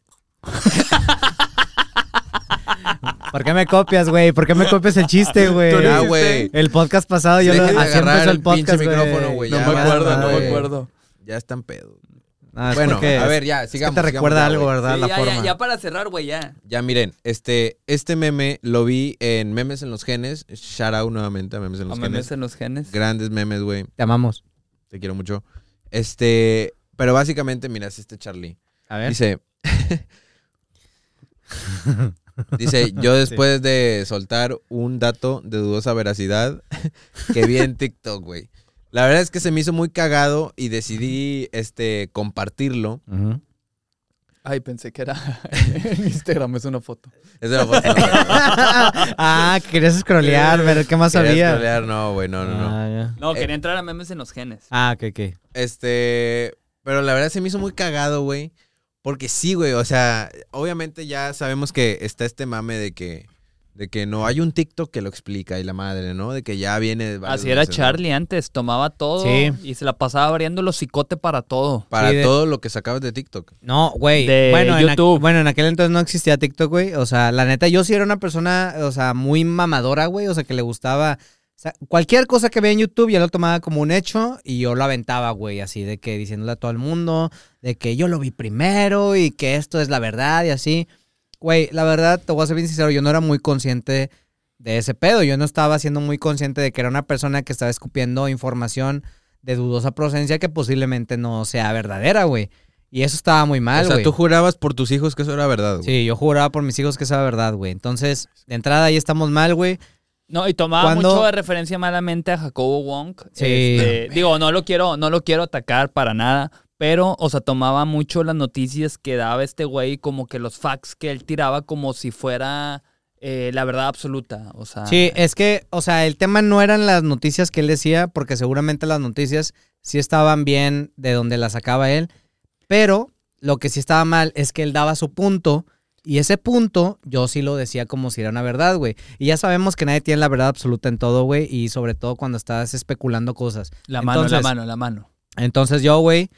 Speaker 1: ¿Por qué me copias, güey? ¿Por qué me copias el chiste, güey?
Speaker 3: Tú lo
Speaker 4: ah,
Speaker 3: hiciste.
Speaker 4: güey,
Speaker 1: El podcast pasado yo lo
Speaker 4: Dejen de
Speaker 1: así
Speaker 4: agarrar
Speaker 1: empezó
Speaker 4: el
Speaker 1: el podcast,
Speaker 4: pinche micrófono, güey,
Speaker 3: no
Speaker 4: ya,
Speaker 3: me acuerdo, no
Speaker 4: güey.
Speaker 3: me acuerdo.
Speaker 4: ya están pedos.
Speaker 1: bueno,
Speaker 4: Bueno, a ver, ya,
Speaker 1: Ah, es que
Speaker 4: sigamos.
Speaker 1: te
Speaker 4: sigamos
Speaker 1: recuerda
Speaker 4: ya,
Speaker 1: algo,
Speaker 4: güey.
Speaker 1: ¿verdad?
Speaker 3: Sí,
Speaker 1: la
Speaker 3: ya,
Speaker 1: forma.
Speaker 3: ya, ya para cerrar, güey, ya.
Speaker 4: Ya miren, este, este meme lo vi en Memes en los Genes. Shout out nuevamente a Memes en los
Speaker 3: Los memes
Speaker 4: Genes.
Speaker 3: en los genes.
Speaker 4: Grandes memes, güey.
Speaker 1: Te amamos.
Speaker 4: Te quiero mucho. Este, pero básicamente, mira, es este Charlie.
Speaker 1: A ver.
Speaker 4: Dice. [LAUGHS] Dice, yo después de soltar un dato de dudosa veracidad que vi en TikTok, güey. La verdad es que se me hizo muy cagado y decidí este compartirlo.
Speaker 1: Ujú.
Speaker 3: Ay, pensé que era en Instagram, es una foto.
Speaker 4: Es de la foto. no,
Speaker 1: [LAUGHS] ah, que querías scrollear, ver qué más
Speaker 4: quería
Speaker 1: había.
Speaker 4: Eh, scrollear, No, güey, no, no, no.
Speaker 1: Ah, ya.
Speaker 3: No,
Speaker 4: Eh.
Speaker 3: quería entrar a memes en los genes.
Speaker 1: Ah, ok, ok.
Speaker 4: Este, pero la verdad se me hizo muy cagado, güey. Porque sí, güey, o sea, obviamente ya sabemos que está este mame de que, de que no, hay un TikTok que lo explica y la madre, ¿no? De que ya viene... de varios
Speaker 3: Así era
Speaker 4: meses, ¿no?
Speaker 3: Charlie antes, tomaba todo
Speaker 1: Sí.
Speaker 3: y se la pasaba abriendo los cicote para todo.
Speaker 4: Para
Speaker 1: Sí, de-
Speaker 4: todo lo que sacabas de TikTok.
Speaker 1: No, güey.
Speaker 3: De
Speaker 1: Bueno, en aqu-
Speaker 3: YouTube.
Speaker 1: bueno, en aquel entonces no existía TikTok, güey. O sea, la neta, yo sí era una persona, o sea, muy mamadora, güey. O sea, que le gustaba. o sea, cualquier cosa que veía en YouTube ya lo tomaba como un hecho y yo lo aventaba, güey, así de que diciéndole a todo el mundo de que yo lo vi primero y que esto es la verdad y así. Güey, la verdad, te voy a ser bien sincero, yo no era muy consciente de ese pedo. Yo no estaba siendo muy consciente de que era una persona que estaba escupiendo información de dudosa procedencia que posiblemente no sea verdadera, güey. Y eso estaba muy mal,
Speaker 4: o sea,
Speaker 1: güey.
Speaker 4: tú jurabas por tus hijos que eso era verdad, güey.
Speaker 1: Sí, yo juraba por mis hijos que esa era verdad, güey. Entonces, de entrada ahí estamos mal, güey.
Speaker 3: No, y tomaba
Speaker 1: ¿Cuándo?
Speaker 3: mucho de referencia malamente a Jacobo Wong.
Speaker 1: Sí.
Speaker 3: Este, digo, no lo quiero, no lo quiero atacar para nada. Pero, o sea, tomaba mucho las noticias que daba este güey, como que los facts que él tiraba como si fuera eh, la verdad absoluta. O sea,
Speaker 1: Sí, es que, o sea, el tema no eran las noticias que él decía, porque seguramente las noticias sí estaban bien de donde las sacaba él, pero lo que sí estaba mal es que él daba su punto y ese punto yo sí lo decía como si era una verdad, güey. Y ya sabemos que nadie tiene la verdad absoluta en todo, güey, y sobre todo cuando estás especulando cosas.
Speaker 3: la mano,
Speaker 1: entonces-
Speaker 3: la mano, la mano.
Speaker 1: Entonces yo, güey.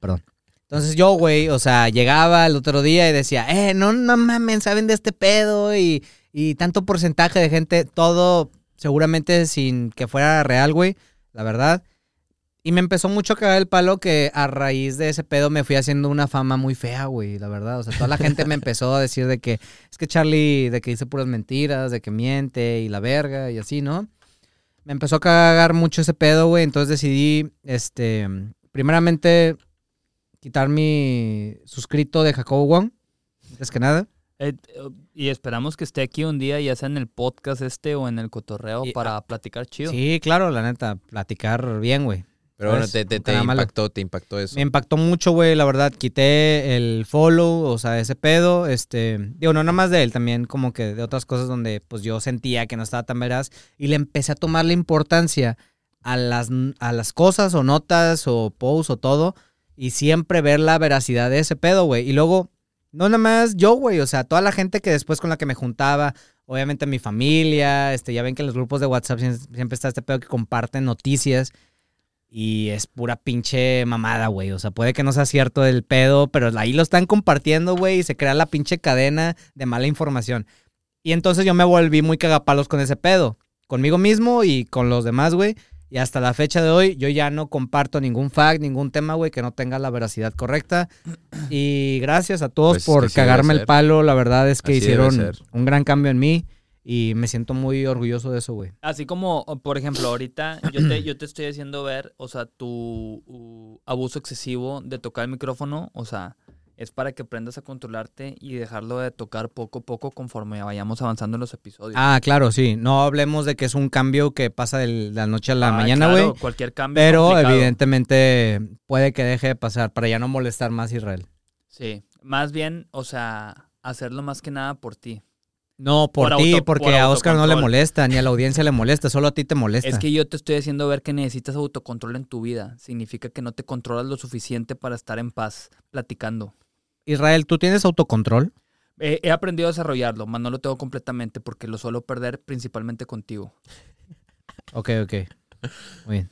Speaker 1: Perdón. Entonces yo, güey, o sea, llegaba el otro día y decía, eh, no, no mamen, saben de este pedo y, y tanto porcentaje de gente, todo seguramente sin que fuera real, güey, la verdad. Y me empezó mucho a cagar el palo que a raíz de ese pedo me fui haciendo una fama muy fea, güey, la verdad. O sea, toda la gente me empezó a decir de que es que Charlie, de que dice puras mentiras, de que miente y la verga y así, ¿no? me empezó a cagar mucho ese pedo, güey. Entonces decidí, este, primeramente, quitar mi suscrito de Jacobo Wong. Antes que nada.
Speaker 3: Eh, eh, y esperamos que esté aquí un día, ya sea en el podcast este o en el cotorreo,
Speaker 1: Y- ah,
Speaker 3: para platicar chido.
Speaker 1: Sí, claro, la neta, platicar bien, güey.
Speaker 4: Pero bueno,
Speaker 1: ¿Sabes?
Speaker 4: te, te- te
Speaker 1: pues, Nada malo.
Speaker 4: impactó, te impactó eso.
Speaker 1: Me impactó mucho, güey, la verdad. Quité el follow, o sea, ese pedo. Este, digo, no nada más de él, también como que de otras cosas donde pues yo sentía que no estaba tan veraz. Y le empecé a tomar la importancia a las, a las cosas o notas o posts o todo. Y siempre ver la veracidad de ese pedo, güey. Y luego, no nada más yo, güey, o sea, toda la gente que después con la que me juntaba. Obviamente mi familia, este, ya ven que en los grupos de WhatsApp siem- siempre está este pedo que comparten noticias. Y es pura pinche mamada, güey. O sea, puede que no sea cierto el pedo, pero ahí lo están compartiendo, güey, y se crea la pinche cadena de mala información. Y entonces yo me volví muy cagapalos con ese pedo. conmigo mismo y con los demás, güey. Y hasta la fecha de hoy, yo ya no comparto ningún fact, ningún tema, güey, que no tenga la veracidad correcta. Y gracias a todos
Speaker 2: Pues es
Speaker 1: por
Speaker 2: que así debe
Speaker 1: cagarme el
Speaker 2: ser.
Speaker 1: palo. La verdad es que
Speaker 2: Así debe
Speaker 1: hicieron
Speaker 2: ser.
Speaker 1: un gran cambio en mí y me siento muy orgulloso de eso, güey.
Speaker 3: Así como, o, por ejemplo,
Speaker 1: [CLEARS THROAT]
Speaker 3: ahorita yo te, yo te estoy haciendo ver, o sea, tu u, abuso excesivo de tocar el micrófono, o sea, es para que aprendas a controlarte y dejarlo de tocar poco a poco conforme vayamos avanzando en los episodios.
Speaker 1: Ah, claro, sí. No hablemos de que es un cambio que pasa de la noche a la
Speaker 3: Ah,
Speaker 1: mañana, güey.
Speaker 3: claro, cualquier cambio. es
Speaker 1: Pero
Speaker 3: complicado.
Speaker 1: evidentemente puede que deje de pasar para ya no molestar más a Israel.
Speaker 3: Sí, más bien, o sea, hacerlo más que nada por ti.
Speaker 1: No, por,
Speaker 3: Por
Speaker 1: ti,
Speaker 3: auto-
Speaker 1: porque
Speaker 3: por
Speaker 1: a Oscar no le
Speaker 3: autocontrol.
Speaker 1: molesta, ni a la audiencia le molesta, solo a ti te molesta.
Speaker 3: Es que yo te estoy haciendo ver que necesitas autocontrol en tu vida. Significa que no te controlas lo suficiente para estar en paz platicando.
Speaker 1: Israel, ¿tú tienes autocontrol?
Speaker 3: Eh, he aprendido a desarrollarlo, más no lo tengo completamente porque lo suelo perder principalmente contigo. [LAUGHS]
Speaker 1: Ok, ok. Muy bien.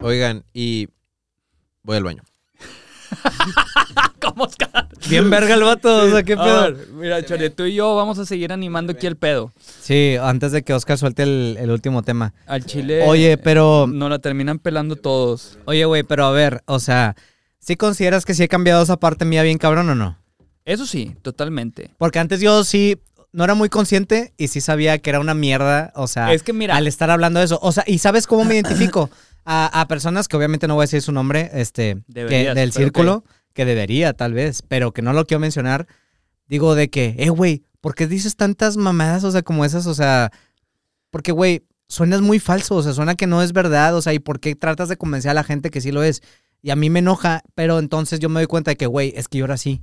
Speaker 2: Oigan, y voy al baño.
Speaker 3: ¿Cómo, Oscar? [LAUGHS]
Speaker 1: Bien verga el vato, o sea, qué
Speaker 3: A
Speaker 1: pedo.
Speaker 3: ver, mira, Chore, tú y yo vamos a seguir animando aquí el pedo.
Speaker 1: Sí, antes de que Oscar suelte el, el último tema.
Speaker 3: Al chile.
Speaker 1: Oye, pero,
Speaker 3: No la terminan pelando todos.
Speaker 1: oye, güey, pero a ver, o sea, ¿sí consideras que sí he cambiado esa parte mía bien cabrón o no?
Speaker 3: Eso sí, totalmente.
Speaker 1: Porque antes yo sí no era muy consciente y sí sabía que era una mierda, o sea,
Speaker 3: es que mira,
Speaker 1: al estar hablando de eso. O sea, ¿y sabes cómo me identifico? A, a personas que obviamente no voy a decir su nombre, este, que-
Speaker 3: Deberías,
Speaker 1: del
Speaker 3: pero
Speaker 1: círculo, que debería tal vez, pero que no lo quiero mencionar. Digo de que, eh, güey, ¿por qué dices tantas mamadas, o sea, como esas? O sea, porque, güey, suenas muy falso, o sea, suena que no es verdad, o sea, ¿y por qué tratas de convencer a la gente que sí lo es? Y a mí me enoja, pero entonces yo me doy cuenta de que, güey, es que yo era así.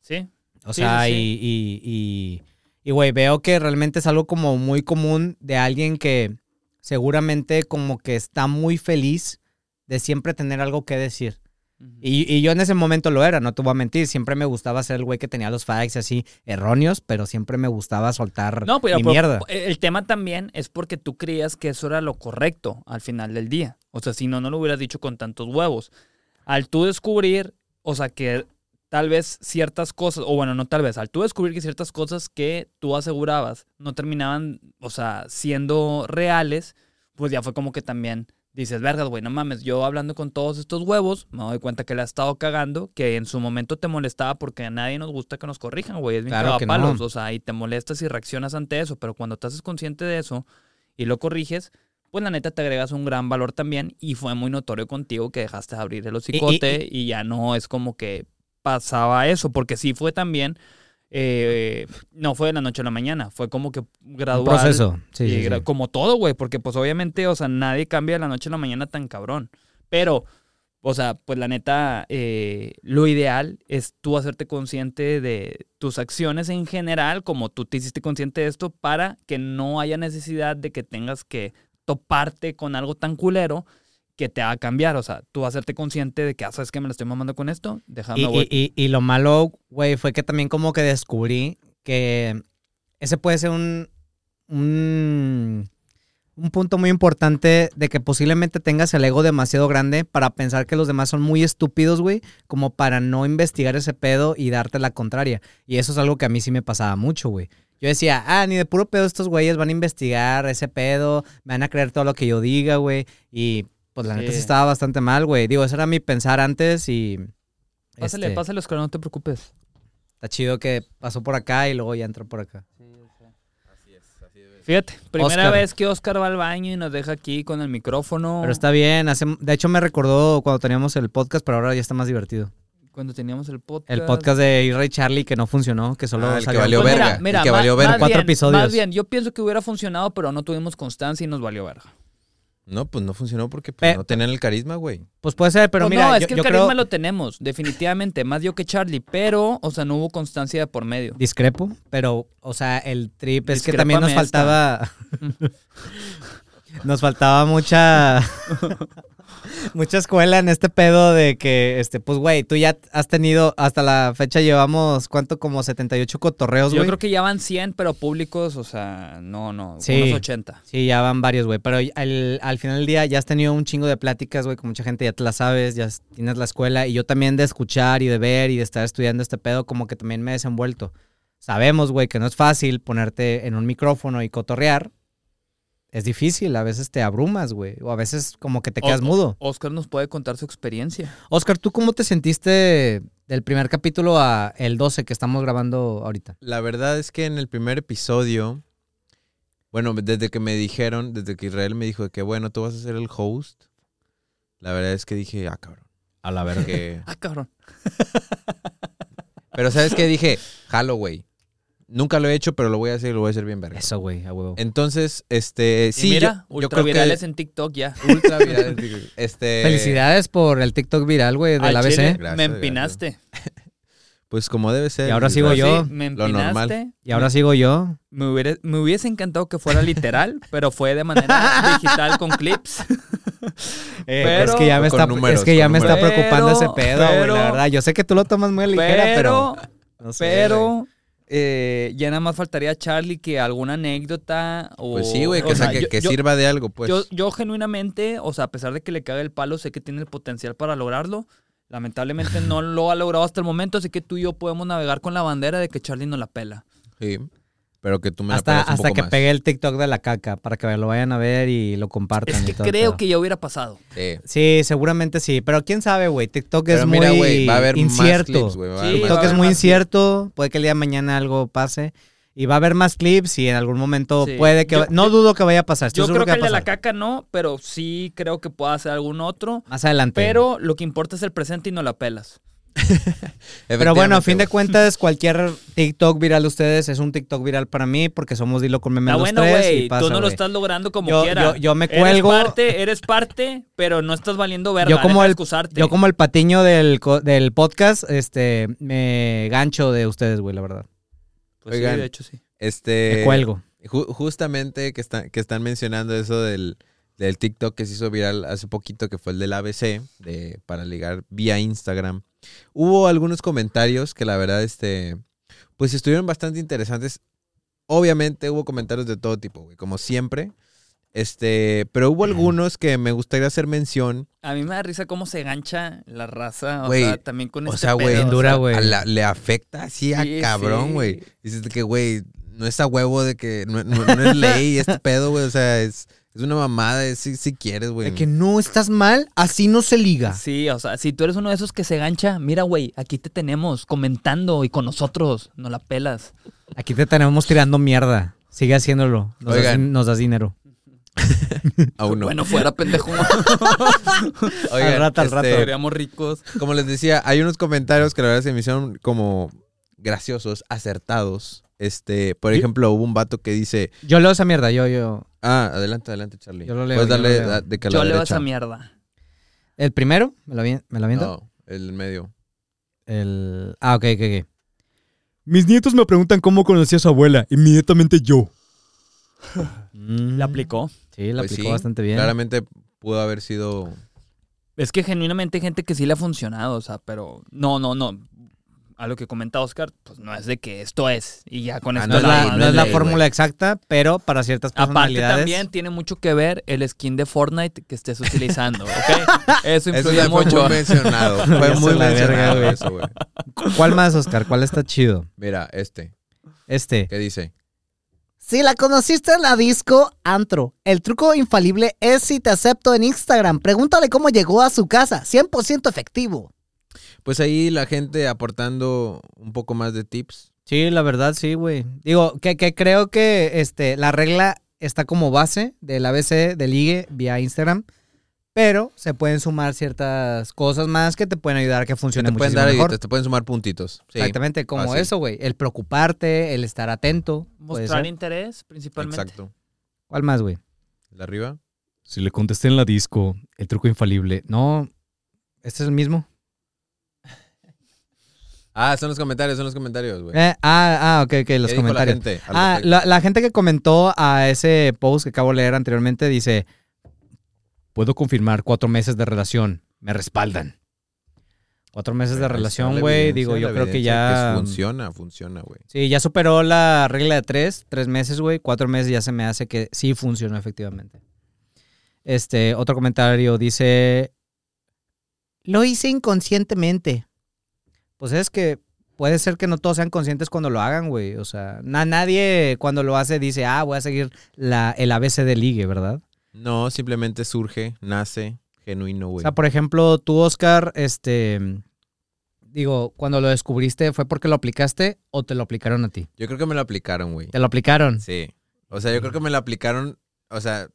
Speaker 3: sí,
Speaker 1: O
Speaker 3: Sí,
Speaker 1: sea,
Speaker 3: sí,
Speaker 1: y-
Speaker 3: sí.
Speaker 1: y, y, y, güey, veo que realmente es algo como muy común de alguien que seguramente como que está muy feliz de siempre tener algo que decir. Y, y yo en ese momento lo era, no te voy a mentir. Siempre me gustaba ser el güey que tenía los facts así erróneos, pero siempre me gustaba soltar
Speaker 3: No, pues, pero,
Speaker 1: mi
Speaker 3: pero
Speaker 1: mierda.
Speaker 3: el tema también es porque tú creías que eso era lo correcto al final del día. O sea, si no, no lo hubieras dicho con tantos huevos. Al tú descubrir, o sea, que tal vez ciertas cosas, o bueno, no tal vez, al tú descubrir que ciertas cosas que tú asegurabas no terminaban, o sea, siendo reales, pues ya fue como que también dices, vergas, güey, no mames, yo hablando con todos estos huevos, me doy cuenta que la he estado cagando, que en su momento te molestaba porque a nadie nos gusta que nos corrijan, güey, es bien
Speaker 1: Claro que no.
Speaker 3: cagapalos, o sea, y te molestas y reaccionas ante eso, pero cuando te haces consciente de eso y lo corriges, pues la neta te agregas un gran valor también y fue muy notorio contigo que dejaste de abrir el hocicote y ya no es como que pasaba eso, porque sí fue también, eh, no fue de la noche a la mañana, fue como que
Speaker 1: Un
Speaker 3: gradual.
Speaker 1: proceso. Sí,
Speaker 3: y
Speaker 1: sí, sí.
Speaker 3: gra- Como todo, güey, porque pues obviamente, o sea, nadie cambia de la noche a la mañana tan cabrón. Pero, o sea, pues la neta, eh, lo ideal es tú hacerte consciente de tus acciones en general, como tú te hiciste consciente de esto, para que no haya necesidad de que tengas que toparte con algo tan culero que te haga cambiar. O sea, tú hacerte consciente de que, ah, ¿sabes que me lo estoy mamando con esto? Déjame,
Speaker 1: Y,
Speaker 3: voy
Speaker 1: y- y- y lo malo, güey, fue que también como que descubrí que ese puede ser un, un, un punto muy importante de que posiblemente tengas el ego demasiado grande para pensar que los demás son muy estúpidos, güey, como para no investigar ese pedo y darte la contraria. Y eso es algo que a mí sí me pasaba mucho, güey. Yo decía, ah, ni de puro pedo estos güeyes van a investigar ese pedo, me van a creer todo lo que yo diga, güey. Y pues la neta sí
Speaker 3: Sí.
Speaker 1: estaba bastante mal, güey. Digo, ese era mi pensar antes y...
Speaker 3: Pásale,
Speaker 1: este,
Speaker 3: pásale, Oscar, no te preocupes.
Speaker 1: Está chido que pasó por acá y luego ya entró por acá.
Speaker 3: Ah. Fíjate, primera
Speaker 1: Oscar.
Speaker 3: vez que Oscar va al baño y nos deja aquí con el micrófono.
Speaker 1: Pero está bien. hace- de hecho, me recordó cuando teníamos el podcast, pero ahora ya está más divertido.
Speaker 3: Cuando teníamos el podcast.
Speaker 1: El podcast de Irra y Charlie que no funcionó, que solo
Speaker 2: Ah, el que
Speaker 1: salió
Speaker 2: valió
Speaker 1: Pues
Speaker 3: mira,
Speaker 2: verga, el
Speaker 3: mira,
Speaker 2: que
Speaker 3: ma-
Speaker 2: valió verga.
Speaker 3: más
Speaker 1: Cuatro
Speaker 3: bien,
Speaker 1: episodios.
Speaker 3: Más bien, yo pienso que hubiera funcionado, pero no tuvimos constancia y nos valió verga.
Speaker 2: No, pues no funcionó porque pues,
Speaker 1: Pe-
Speaker 2: no tenían el carisma, güey.
Speaker 1: Pues puede ser, pero
Speaker 3: Pues
Speaker 1: mira,
Speaker 3: no, es
Speaker 1: yo,
Speaker 3: que
Speaker 1: yo
Speaker 3: el carisma
Speaker 1: creo...
Speaker 3: lo tenemos, definitivamente, más yo que Charlie, pero, o sea, no hubo constancia de por medio.
Speaker 1: Discrepo, pero, o sea, el trip es que también nos
Speaker 3: Discrépame esta.
Speaker 1: faltaba... [LAUGHS] nos faltaba mucha... mucha escuela en este pedo de que, este, pues, güey, tú ya has tenido... Hasta la fecha llevamos, ¿cuánto? Como 78 cotorreos,
Speaker 3: Yo
Speaker 1: güey.
Speaker 3: creo que ya van 100, pero públicos, o sea, no, no,
Speaker 1: Sí.
Speaker 3: unos 80.
Speaker 1: Sí, ya van varios, güey. Pero al, al final del día ya has tenido un chingo de pláticas, güey, con mucha gente, ya te la sabes, ya s- tienes la escuela. Y yo también de escuchar y de ver y de estar estudiando este pedo, como que también me he desenvuelto. Sabemos, güey, que no es fácil ponerte en un micrófono y cotorrear, es difícil, a veces te abrumas, güey, o a veces como que te quedas mudo.
Speaker 3: Oscar nos puede contar su experiencia.
Speaker 1: Oscar, ¿tú cómo te sentiste del primer capítulo a el 12 que estamos grabando ahorita?
Speaker 4: La verdad es que en el primer episodio, bueno, desde que me dijeron, desde que Israel me dijo que, bueno, tú vas a ser el host, la verdad es que dije, ah, cabrón.
Speaker 1: A la
Speaker 4: que-
Speaker 3: Ah, cabrón.
Speaker 4: Pero ¿sabes qué? Dije, jalo, güey. Nunca lo he hecho, pero lo voy a hacer y lo voy a hacer bien verga.
Speaker 1: Eso, güey, a
Speaker 4: Eh,
Speaker 1: huevo.
Speaker 4: Entonces, este,
Speaker 3: y
Speaker 4: sí,
Speaker 3: mira,
Speaker 4: yo, yo creo
Speaker 3: ultravirales
Speaker 4: que...
Speaker 3: en TikTok ya.
Speaker 4: Ultra viral. Este,
Speaker 1: Felicidades por el TikTok viral, güey,
Speaker 3: Al
Speaker 1: del ABC.
Speaker 3: chile,
Speaker 4: Gracias,
Speaker 3: me empinaste.
Speaker 4: Pues como debe ser.
Speaker 1: Y ahora sigo
Speaker 4: Israel.
Speaker 1: yo.
Speaker 3: Sí, me
Speaker 4: Lo normal.
Speaker 3: empinaste.
Speaker 1: Y ahora sigo yo.
Speaker 3: Me hubiera, me hubiese encantado que fuera literal, pero fue de manera digital con clips. Pero-
Speaker 1: Eh, es que ya me,
Speaker 4: Con
Speaker 1: está,
Speaker 4: números,
Speaker 1: es que
Speaker 4: con
Speaker 1: ya me está
Speaker 3: números.
Speaker 1: preocupando ese
Speaker 3: Pero-
Speaker 1: pedo, güey.
Speaker 3: pero-
Speaker 1: La verdad, yo sé que tú lo tomas muy ligera, pero.
Speaker 3: Pero,
Speaker 1: no sé, güey.
Speaker 3: pero eh, ya nada más faltaría a Charlie que alguna anécdota o.
Speaker 4: Pues sí, güey, que,
Speaker 3: o sea,
Speaker 4: saque-
Speaker 3: yo-
Speaker 4: que
Speaker 3: yo-
Speaker 4: sirva de algo, pues.
Speaker 3: Yo, yo genuinamente, o sea, a pesar de que le cague el palo, sé que tiene el potencial para lograrlo. Lamentablemente no lo ha logrado hasta el momento, así que tú y yo podemos navegar con la bandera de que Charlie no la pela.
Speaker 4: Sí. Pero que tú me
Speaker 1: Hasta,
Speaker 4: la pelas un
Speaker 1: hasta
Speaker 4: poco
Speaker 1: que
Speaker 4: más.
Speaker 1: pegué el TikTok de la caca para que lo vayan a ver y lo compartan.
Speaker 3: Es
Speaker 1: y
Speaker 3: que
Speaker 1: todo el
Speaker 3: creo
Speaker 1: pedo.
Speaker 3: que ya hubiera pasado.
Speaker 4: Sí.
Speaker 1: Sí, seguramente sí. Pero quién sabe, güey. TikTok es
Speaker 4: Pero mira,
Speaker 1: muy
Speaker 4: güey, va a haber
Speaker 1: incierto.
Speaker 4: más clips, güey. va a haber
Speaker 3: Sí,
Speaker 4: más
Speaker 3: va a
Speaker 1: TikTok
Speaker 3: haber
Speaker 1: es muy
Speaker 3: más
Speaker 1: incierto. Puede que el día de mañana algo pase. Y va a haber más clips y en algún momento
Speaker 3: Sí.
Speaker 1: puede que...
Speaker 3: Yo-
Speaker 1: no
Speaker 3: yo-
Speaker 1: dudo que vaya a pasar. estoy
Speaker 3: Yo
Speaker 1: seguro
Speaker 3: creo que el
Speaker 1: va a
Speaker 3: de la
Speaker 1: pasar.
Speaker 3: caca no, pero sí creo que pueda hacer algún otro.
Speaker 1: Más adelante.
Speaker 3: Pero lo que importa es el presente y no la pelas.
Speaker 1: Pero bueno, a fin de
Speaker 4: Efectivamente,
Speaker 1: cuentas, cualquier TikTok viral de ustedes es un TikTok viral para mí porque somos Dilo con Meme
Speaker 3: Está
Speaker 1: los
Speaker 3: bueno,
Speaker 1: tres
Speaker 3: güey.
Speaker 1: y
Speaker 3: Tú
Speaker 1: pasa,
Speaker 3: no lo
Speaker 1: güey.
Speaker 3: estás logrando como
Speaker 1: Yo-
Speaker 3: quiera.
Speaker 1: yo- yo me cuelgo.
Speaker 3: Eres parte, eres parte, pero no estás valiendo verga.
Speaker 1: Yo como
Speaker 3: deja de
Speaker 1: el-
Speaker 3: excusarte.
Speaker 1: Yo como el patiño del, co- del podcast, este, me gancho de ustedes, güey, la verdad.
Speaker 3: Pues sí,
Speaker 4: Oigan.
Speaker 3: de hecho sí.
Speaker 4: Este,
Speaker 1: me cuelgo.
Speaker 4: ju- justamente que, está- que están mencionando eso del, del TikTok que se hizo viral hace poquito, que fue el del ABC, de, para ligar vía Instagram. Hubo algunos comentarios que la verdad, este, pues estuvieron bastante interesantes. Obviamente hubo comentarios de todo tipo, güey, como siempre. Este, pero hubo algunos que me gustaría hacer mención
Speaker 3: A mí me da risa cómo se gancha la raza. O
Speaker 4: Güey,
Speaker 3: sea, también con
Speaker 4: o
Speaker 3: este
Speaker 4: sea, güey,
Speaker 3: pedo,
Speaker 4: en
Speaker 3: o
Speaker 1: dura,
Speaker 3: sea,
Speaker 1: güey.
Speaker 4: a la- le afecta así a
Speaker 3: Sí, sí.
Speaker 4: cabrón, güey. Dices de que, güey, no es a huevo de que no, no- no es ley este pedo, güey. O sea, es, es una mamada, es si, si quieres, güey.
Speaker 1: De que no estás mal, así no se liga.
Speaker 3: Sí, o sea, si tú eres uno de esos que se gancha, mira, güey, aquí te tenemos comentando y con nosotros, no la pelas.
Speaker 1: Aquí te tenemos tirando mierda. Sigue haciéndolo. Nos, das,
Speaker 4: Oigan.
Speaker 1: nos das dinero.
Speaker 4: Aún no.
Speaker 3: Bueno,
Speaker 1: [LAUGHS]
Speaker 3: fuera pendejo.
Speaker 4: Oigan, este,
Speaker 1: al rato, al rato.
Speaker 3: Seríamos ricos.
Speaker 4: Como les decía, hay unos comentarios que la verdad se me hicieron como graciosos, acertados. Este, por
Speaker 1: ¿Sí?
Speaker 4: ejemplo, hubo un vato que dice,
Speaker 1: Yo leo esa mierda, yo, yo.
Speaker 4: ah, adelante, adelante, Charlie.
Speaker 1: Yo lo leo,
Speaker 4: Puedes
Speaker 1: yo lo
Speaker 4: darle
Speaker 1: leo.
Speaker 4: da- de que a la
Speaker 3: Yo leo
Speaker 4: derecha.
Speaker 3: esa mierda.
Speaker 1: El primero, me lo, vi- me lo aviento.
Speaker 4: No, el medio.
Speaker 1: El... Ah, ok, ok, ok. Mis nietos me preguntan cómo conocí a su abuela. Inmediatamente yo.
Speaker 3: La aplicó.
Speaker 1: Mm, Sí, la
Speaker 4: Pues
Speaker 1: aplicó
Speaker 4: sí,
Speaker 1: bastante bien.
Speaker 4: Claramente pudo haber sido
Speaker 3: Es que genuinamente hay gente que sí le ha funcionado, o sea, pero no, no, no. A lo que comenta Oscar, pues no es de que esto es y ya con
Speaker 4: Ah,
Speaker 3: esto
Speaker 1: No es
Speaker 4: No
Speaker 1: la,
Speaker 4: es
Speaker 1: no es la
Speaker 4: ley,
Speaker 1: fórmula exacta, pero para ciertas
Speaker 3: Aparte
Speaker 1: personalidades.
Speaker 3: también tiene mucho que ver el skin de Fortnite que estés
Speaker 4: [LAUGHS]
Speaker 3: utilizando, ¿ok?
Speaker 4: Eso
Speaker 3: Eso influye
Speaker 4: ya fue
Speaker 3: mucho.
Speaker 4: muy
Speaker 1: [LAUGHS]
Speaker 4: mencionado. Fue
Speaker 1: Ya
Speaker 4: muy
Speaker 1: se la verga,
Speaker 4: mencionado
Speaker 1: güey.
Speaker 4: eso, güey.
Speaker 1: ¿Cuál más, Oscar? ¿Cuál está chido?
Speaker 4: Mira, este.
Speaker 1: Este.
Speaker 4: ¿Qué dice?
Speaker 1: Si la conociste en la disco, antro. El truco infalible es si te acepto en Instagram. Pregúntale cómo llegó a su casa. 100% efectivo.
Speaker 4: Pues ahí la gente aportando un poco más de tips.
Speaker 1: Sí, la verdad, sí, güey. Digo, que, que creo que este, la regla está como base del ABC de ligue vía Instagram. Pero se pueden sumar ciertas cosas más que te pueden ayudar a que
Speaker 4: Que
Speaker 1: funcione
Speaker 4: te pueden
Speaker 1: muchísimo
Speaker 4: dar
Speaker 1: mejor.
Speaker 4: y te, te pueden sumar puntitos. Sí,
Speaker 1: Exactamente, como
Speaker 4: fácil.
Speaker 1: eso, güey. El preocuparte, el estar atento. puede
Speaker 3: Mostrar
Speaker 1: ser.
Speaker 3: interés principalmente.
Speaker 4: Exacto.
Speaker 1: ¿Cuál más, güey?
Speaker 4: ¿De arriba?
Speaker 1: Si le contesté en la disco, el truco infalible. No, este es el mismo.
Speaker 4: Ah, son los comentarios, son los comentarios, güey.
Speaker 1: Eh, ah, ah, ok, ok, los
Speaker 4: ¿Qué dijo
Speaker 1: comentarios.
Speaker 4: La gente al
Speaker 1: ah,
Speaker 4: respecto?
Speaker 1: la, la gente que comentó a ese post que acabo de leer anteriormente dice: Puedo confirmar cuatro meses de relación. Me respaldan. Cuatro meses de
Speaker 4: Ahí está
Speaker 1: relación,
Speaker 4: la
Speaker 1: güey.
Speaker 4: evidencia,
Speaker 1: Digo, yo
Speaker 4: la
Speaker 1: creo que
Speaker 4: evidencia
Speaker 1: ya.
Speaker 4: funciona, funciona, güey.
Speaker 1: Sí, ya superó la regla de tres, tres meses, güey. Cuatro meses ya se me hace que sí funcionó efectivamente. Este, otro comentario dice. Lo hice inconscientemente. Pues es que puede ser que no todos sean conscientes cuando lo hagan, güey. O sea, na- nadie cuando lo hace dice, ah, voy a seguir la, el ABC de ligue, ¿verdad?
Speaker 4: No, simplemente surge, nace, genuino,
Speaker 1: O
Speaker 4: güey.
Speaker 1: sea, por ejemplo, tú, Oscar, este, digo, cuando lo descubriste, ¿fue porque lo aplicaste o te lo aplicaron a ti?
Speaker 4: Yo creo que me lo aplicaron, güey.
Speaker 1: Te lo aplicaron.
Speaker 4: Sí. O sea, yo creo que me lo aplicaron, o sea,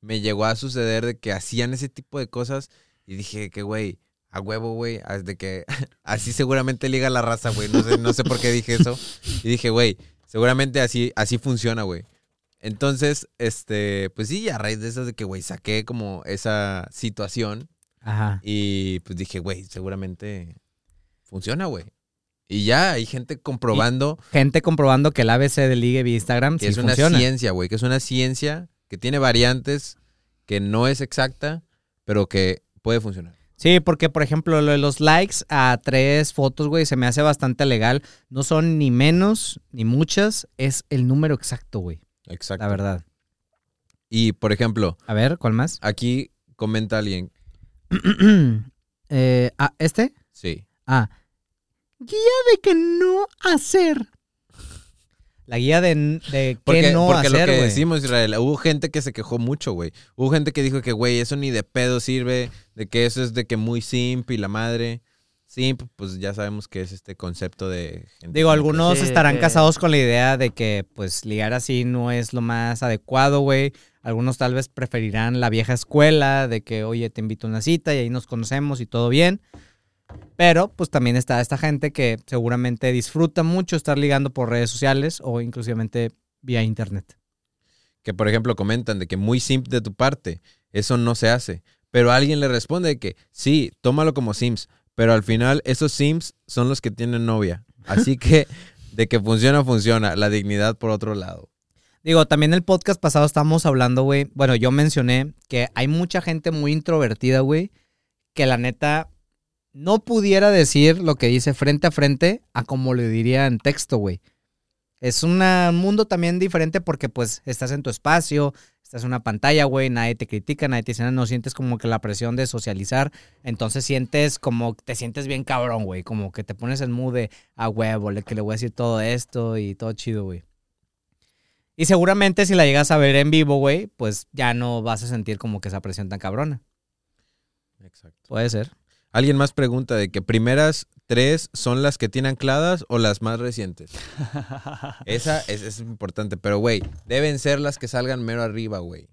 Speaker 4: me llegó a suceder de que hacían ese tipo de cosas y dije que, güey, a huevo, güey, as- de que [LAUGHS] así seguramente liga la raza, güey. No sé, no sé por qué dije eso. Y dije, güey, seguramente así, así funciona, güey. Entonces, este, pues sí, a raíz de eso de que, güey, saqué como esa situación
Speaker 1: Ajá.
Speaker 4: y pues dije, güey, seguramente funciona, güey. Y ya hay gente comprobando
Speaker 1: Gente comprobando que el ABC de ligue vía Instagram
Speaker 4: que
Speaker 1: sí
Speaker 4: es una
Speaker 1: funciona.
Speaker 4: ciencia, güey, que es una ciencia que tiene variantes, que no es exacta, pero que puede funcionar.
Speaker 1: Sí, porque por ejemplo, lo de los likes a tres fotos, güey, se me hace bastante legal. No son ni menos ni muchas, es el número exacto, güey.
Speaker 4: Exacto.
Speaker 1: La verdad.
Speaker 4: Y, por ejemplo,
Speaker 1: A ver, ¿cuál
Speaker 4: [CLEARS THROAT]
Speaker 1: más?
Speaker 4: aquí comenta alguien,
Speaker 1: Eh, ah, ¿Este?
Speaker 4: sí,
Speaker 1: Ah. Guía de que no hacer. La guía de, de
Speaker 4: Porque,
Speaker 1: qué no
Speaker 4: porque
Speaker 1: hacer,
Speaker 4: lo que
Speaker 1: güey.
Speaker 4: decimos, Israel, hubo gente que se quejó mucho, güey. Hubo gente que dijo que, güey, eso ni de pedo sirve, de que eso es de que muy simp y la madre. Simp, pues ya sabemos que es este concepto de... gente
Speaker 1: Digo,
Speaker 4: que-
Speaker 1: algunos
Speaker 3: Sí,
Speaker 1: estarán
Speaker 3: que-
Speaker 1: casados con la idea de que, pues, ligar así no es lo más adecuado, güey. Algunos tal vez preferirán la vieja escuela de que, oye, te invito a una cita y ahí nos conocemos y todo bien. Pero, pues, también está esta gente que seguramente disfruta mucho estar ligando por redes sociales o inclusivamente vía internet.
Speaker 4: que por ejemplo comentan de que muy simp de tu parte, eso no se hace. Pero alguien le responde de que sí, tómalo como sims, pero al final esos sims son los que tienen novia. Así que [LAUGHS] de que funciona, funciona. La dignidad por otro lado.
Speaker 1: Digo, también el podcast pasado estábamos hablando, güey. Bueno, yo mencioné que hay mucha gente muy introvertida, güey, que la neta no pudiera decir lo que dice frente a frente a como le diría en texto, güey. Es una- un mundo también diferente porque pues estás en tu espacio, estás en una pantalla, güey, nadie te critica, nadie te dice nada, no sientes como que la presión de socializar, entonces sientes como, te sientes bien cabrón, güey, como que te pones en mood de a huevo, le- que le voy a decir todo esto y todo chido, güey. Y seguramente si la llegas a ver en vivo, güey, pues ya no vas a sentir como que esa presión tan cabrona.
Speaker 4: Exacto.
Speaker 1: Puede ser.
Speaker 4: Alguien más pregunta de que primeras tres son las que tiene ancladas o las más recientes.
Speaker 3: [LAUGHS]
Speaker 4: Esa es, es importante, pero güey, deben ser las que salgan mero arriba, güey.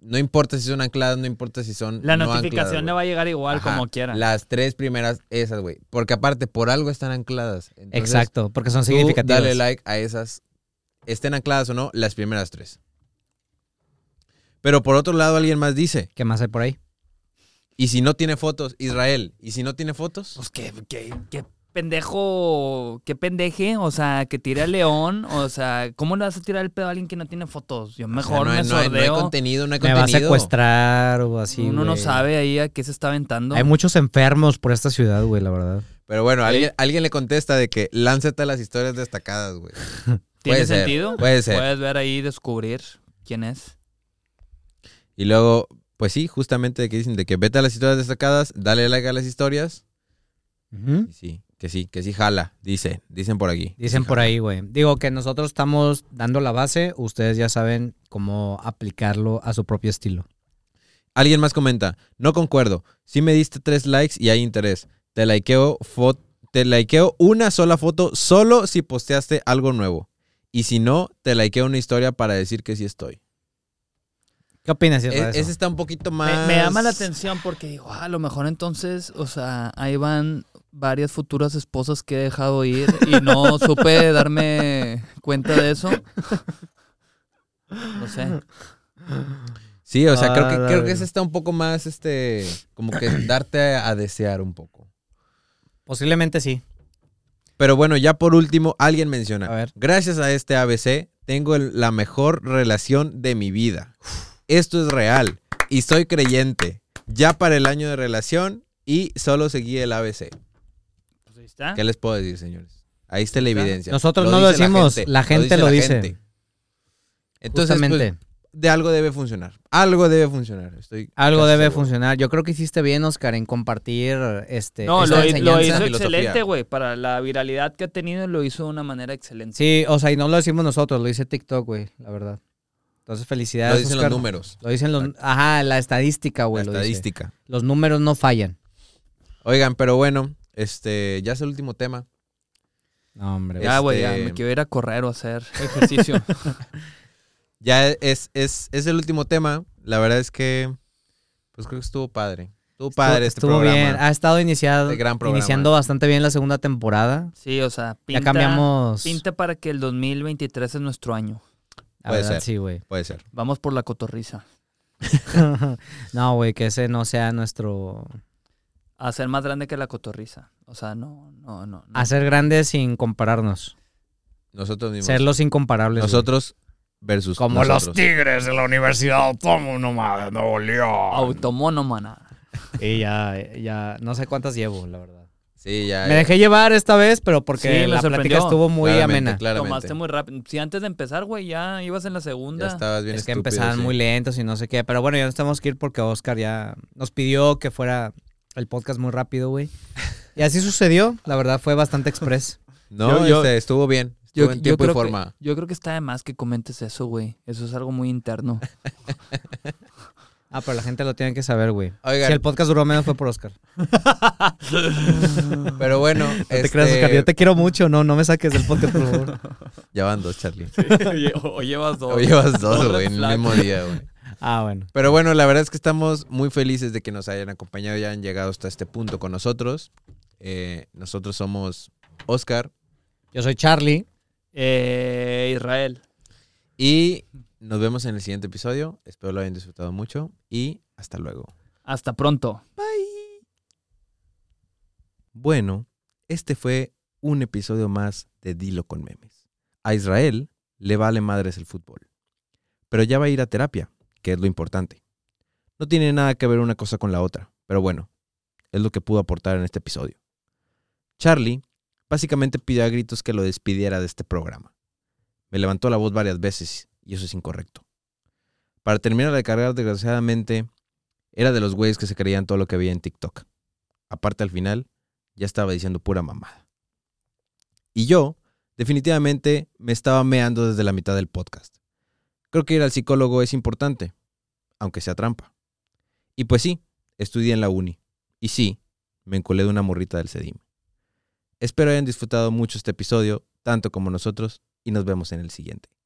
Speaker 4: No importa si son ancladas, no importa si son
Speaker 3: La
Speaker 4: no
Speaker 3: notificación
Speaker 4: ancladas,
Speaker 3: le
Speaker 4: güey.
Speaker 3: va a llegar igual
Speaker 4: Ajá,
Speaker 3: como quiera.
Speaker 4: Las tres primeras, esas, güey. Porque aparte, por algo están ancladas. Entonces,
Speaker 1: Exacto, porque son
Speaker 4: tú
Speaker 1: significativas.
Speaker 4: Dale like a esas, estén ancladas o no, las primeras tres. Pero por otro lado, alguien más dice,
Speaker 1: ¿Qué más hay por ahí?
Speaker 4: y si no tiene fotos, Israel, y si no tiene fotos,
Speaker 3: Pues qué, qué, qué pendejo, qué pendeje, o sea, que tire al león, o sea, ¿cómo le vas a tirar el pedo a alguien que no tiene fotos? Yo
Speaker 4: o sea,
Speaker 3: mejor
Speaker 4: no, hay,
Speaker 3: me
Speaker 4: no hay- no hay
Speaker 3: sordeo.
Speaker 4: contenido, no hay
Speaker 1: Me va a
Speaker 4: contenido.
Speaker 1: secuestrar o así.
Speaker 3: Uno no
Speaker 1: güey.
Speaker 3: sabe ahí a qué se está aventando.
Speaker 1: Hay muchos enfermos por esta ciudad, güey, la verdad.
Speaker 4: Pero bueno, alguien, alguien le contesta de que lánzate a las historias destacadas, güey.
Speaker 3: ¿Tiene
Speaker 4: puede ser,
Speaker 3: sentido?
Speaker 4: puede ser.
Speaker 3: Puedes ver ahí y descubrir quién es.
Speaker 4: Y luego, pues sí, justamente de que dicen de que vete a las historias destacadas, dale like a las historias.
Speaker 1: Ujú.
Speaker 4: Y sí, que sí, que sí jala, dicen, dicen por aquí. que
Speaker 1: Dicen
Speaker 4: sí
Speaker 1: por
Speaker 4: jala.
Speaker 1: ahí, güey. Digo que nosotros estamos dando la base, ustedes ya saben cómo aplicarlo a su propio estilo.
Speaker 4: Alguien más comenta, no concuerdo. Si me diste tres likes y hay interés. Te likeo, fo- te likeo una sola foto solo si posteaste algo nuevo. Y si no, te likeo una historia para decir que sí estoy.
Speaker 1: ¿Qué opinas, Isra, de
Speaker 4: E-
Speaker 1: eso?
Speaker 4: ese está un poquito
Speaker 3: Me-
Speaker 4: más...
Speaker 3: Me, llama la atención porque digo, "Ah, a lo mejor entonces, o sea, ahí van varias futuras esposas que he dejado ir y
Speaker 4: [LAUGHS]
Speaker 3: no supe darme cuenta de eso. No sé.
Speaker 4: Sí, o sea, creo,
Speaker 1: Ah,
Speaker 4: que,
Speaker 1: la
Speaker 4: creo que
Speaker 1: verga.
Speaker 4: ese está un poco más, este, como que darte a, a desear un poco.
Speaker 1: Posiblemente sí.
Speaker 4: Pero bueno, ya por último, alguien
Speaker 1: A
Speaker 4: menciona.
Speaker 1: ver.
Speaker 4: Gracias a este ABC, tengo el- la mejor relación de mi vida. Esto es real y soy creyente. Ya para el año de relación y solo seguí el ABC.
Speaker 3: Pues ahí está.
Speaker 4: ¿Qué les puedo decir, señores? Ahí está la evidencia.
Speaker 1: Ah. Nosotros no lo
Speaker 4: dice
Speaker 1: decimos, la gente lo dice.
Speaker 4: Entonces, pues,
Speaker 1: Justamente.
Speaker 4: de algo debe funcionar. Algo debe funcionar. Estoy
Speaker 1: Algo
Speaker 4: casi
Speaker 1: debe
Speaker 4: seguro.
Speaker 1: funcionar. Yo creo que hiciste bien, Oscar, en compartir este.
Speaker 3: No,
Speaker 1: esta
Speaker 3: lo, hi-
Speaker 1: enseñanza.
Speaker 3: lo hizo
Speaker 4: filosofía.
Speaker 3: excelente, güey. Para la viralidad que ha tenido, lo hizo de una manera excelente.
Speaker 1: Sí, o sea, y no lo decimos nosotros, lo dice TikTok, güey, la verdad. Entonces, felicidades.
Speaker 4: Lo dicen
Speaker 1: Oscar.
Speaker 4: los números.
Speaker 1: Lo dicen los. Ajá, la estadística,
Speaker 4: La
Speaker 1: güey. lo dice.
Speaker 4: estadística.
Speaker 1: Los números no fallan.
Speaker 4: Oigan, pero bueno, este, ya es el último tema.
Speaker 1: No, hombre.
Speaker 4: Eh,
Speaker 3: Ya, güey, ya
Speaker 4: Este-
Speaker 3: me quiero ir a correr
Speaker 4: [LAUGHS]
Speaker 3: o hacer ejercicio.
Speaker 4: Ya es, es, es el último tema. La verdad es que, pues creo que estuvo padre. Estuvo padre este
Speaker 1: Estuvo
Speaker 4: programa.
Speaker 1: bien. Ah, Ha estado iniciado,
Speaker 4: Este gran programa.
Speaker 1: iniciando bastante bien la segunda temporada.
Speaker 3: Sí, o sea, pinta,
Speaker 1: ya cambiamos.
Speaker 3: pinta para que el 2023 es nuestro año.
Speaker 1: la
Speaker 4: Puede
Speaker 1: verdad,
Speaker 4: ser.
Speaker 1: sí, güey. [LAUGHS]
Speaker 4: Puede ser.
Speaker 3: Vamos por la cotorriza.
Speaker 1: no, güey, que ese no sea nuestro.
Speaker 3: A ser más grande que la cotorriza. O sea, no, no, no. no.
Speaker 1: Hacer grandes sin compararnos.
Speaker 4: Nosotros mismos.
Speaker 1: Ser los incomparables. güey.
Speaker 4: Nosotros versus
Speaker 1: Como los
Speaker 4: nosotros.
Speaker 5: Tigres de la Universidad Autónoma de Nuevo León.
Speaker 1: Ah,
Speaker 3: Automónoma, nada.
Speaker 1: Y ya, ya, no sé cuántas llevo, la verdad.
Speaker 4: Sí, ya.
Speaker 1: Me
Speaker 4: ya,
Speaker 1: dejé llevar esta vez, pero
Speaker 3: Sí,
Speaker 1: porque
Speaker 3: me
Speaker 1: la
Speaker 3: sorprendió.
Speaker 1: plática estuvo muy
Speaker 4: claramente,
Speaker 1: amena.
Speaker 4: claramente.
Speaker 3: Tomaste muy rápido. Si antes de empezar, güey, ya ibas en la
Speaker 4: Ya
Speaker 3: segunda.
Speaker 4: estabas bien
Speaker 1: es que
Speaker 4: estúpido,
Speaker 1: empezaban
Speaker 4: sí.
Speaker 1: muy lentos y no sé qué. Pero bueno, ya nos tenemos que ir porque Oscar ya nos pidió que fuera el podcast muy rápido, güey. Y así sucedió. La verdad fue bastante express.
Speaker 4: No,
Speaker 3: Yo- yo-
Speaker 4: este, estuvo bien. Estuvo en tiempo y
Speaker 1: [LAUGHS]
Speaker 3: creo
Speaker 4: forma.
Speaker 3: Que, yo creo que está de más que comentes eso, güey. Eso es algo muy interno. [LAUGHS]
Speaker 1: Ah, pero la gente lo tiene que saber, güey.
Speaker 4: Oigan.
Speaker 1: Si el podcast duró menos fue por Oscar.
Speaker 4: Pero bueno,
Speaker 1: No
Speaker 4: este,
Speaker 1: te creas, Oscar. Yo te quiero mucho. No, no me saques del podcast, por favor.
Speaker 3: [LAUGHS]
Speaker 4: ya van dos, Charlie.
Speaker 3: o, o llevas dos.
Speaker 4: O [LAUGHS] llevas dos,
Speaker 3: Dos
Speaker 4: güey,
Speaker 3: red
Speaker 4: en el
Speaker 3: flags.
Speaker 4: mismo día, güey.
Speaker 1: Ah, bueno.
Speaker 4: Pero bueno, la verdad es que estamos muy felices de que nos hayan acompañado y hayan llegado hasta este punto con nosotros. Eh, nosotros somos Oscar
Speaker 1: Yo soy Charlie.
Speaker 3: Eh, Israel.
Speaker 4: y nos vemos en el siguiente episodio. Espero lo hayan disfrutado mucho y hasta luego.
Speaker 3: Hasta pronto.
Speaker 4: Bueno, este fue un episodio más de Dilo con Memes. A Israel le vale madres el fútbol, pero ya va a ir a terapia, que es lo importante. No tiene nada que ver una cosa con la otra, pero bueno, es lo que pudo aportar en este episodio. Charlie básicamente pidió a gritos que lo despidiera de este programa. Me levantó la voz varias veces y eso es incorrecto. Para terminar de cargar, desgraciadamente, era de los güeyes que se creían todo lo que veía en TikTok. Aparte al final, ya estaba diciendo pura mamada. Y yo, definitivamente, me estaba meando desde la mitad del podcast. Creo que ir al psicólogo es importante, aunque sea trampa. Y pues sí, estudié en la uni. Y sí, me encolé de una morrita del Sedim. Espero hayan disfrutado mucho este episodio, tanto como nosotros, y nos vemos en el siguiente.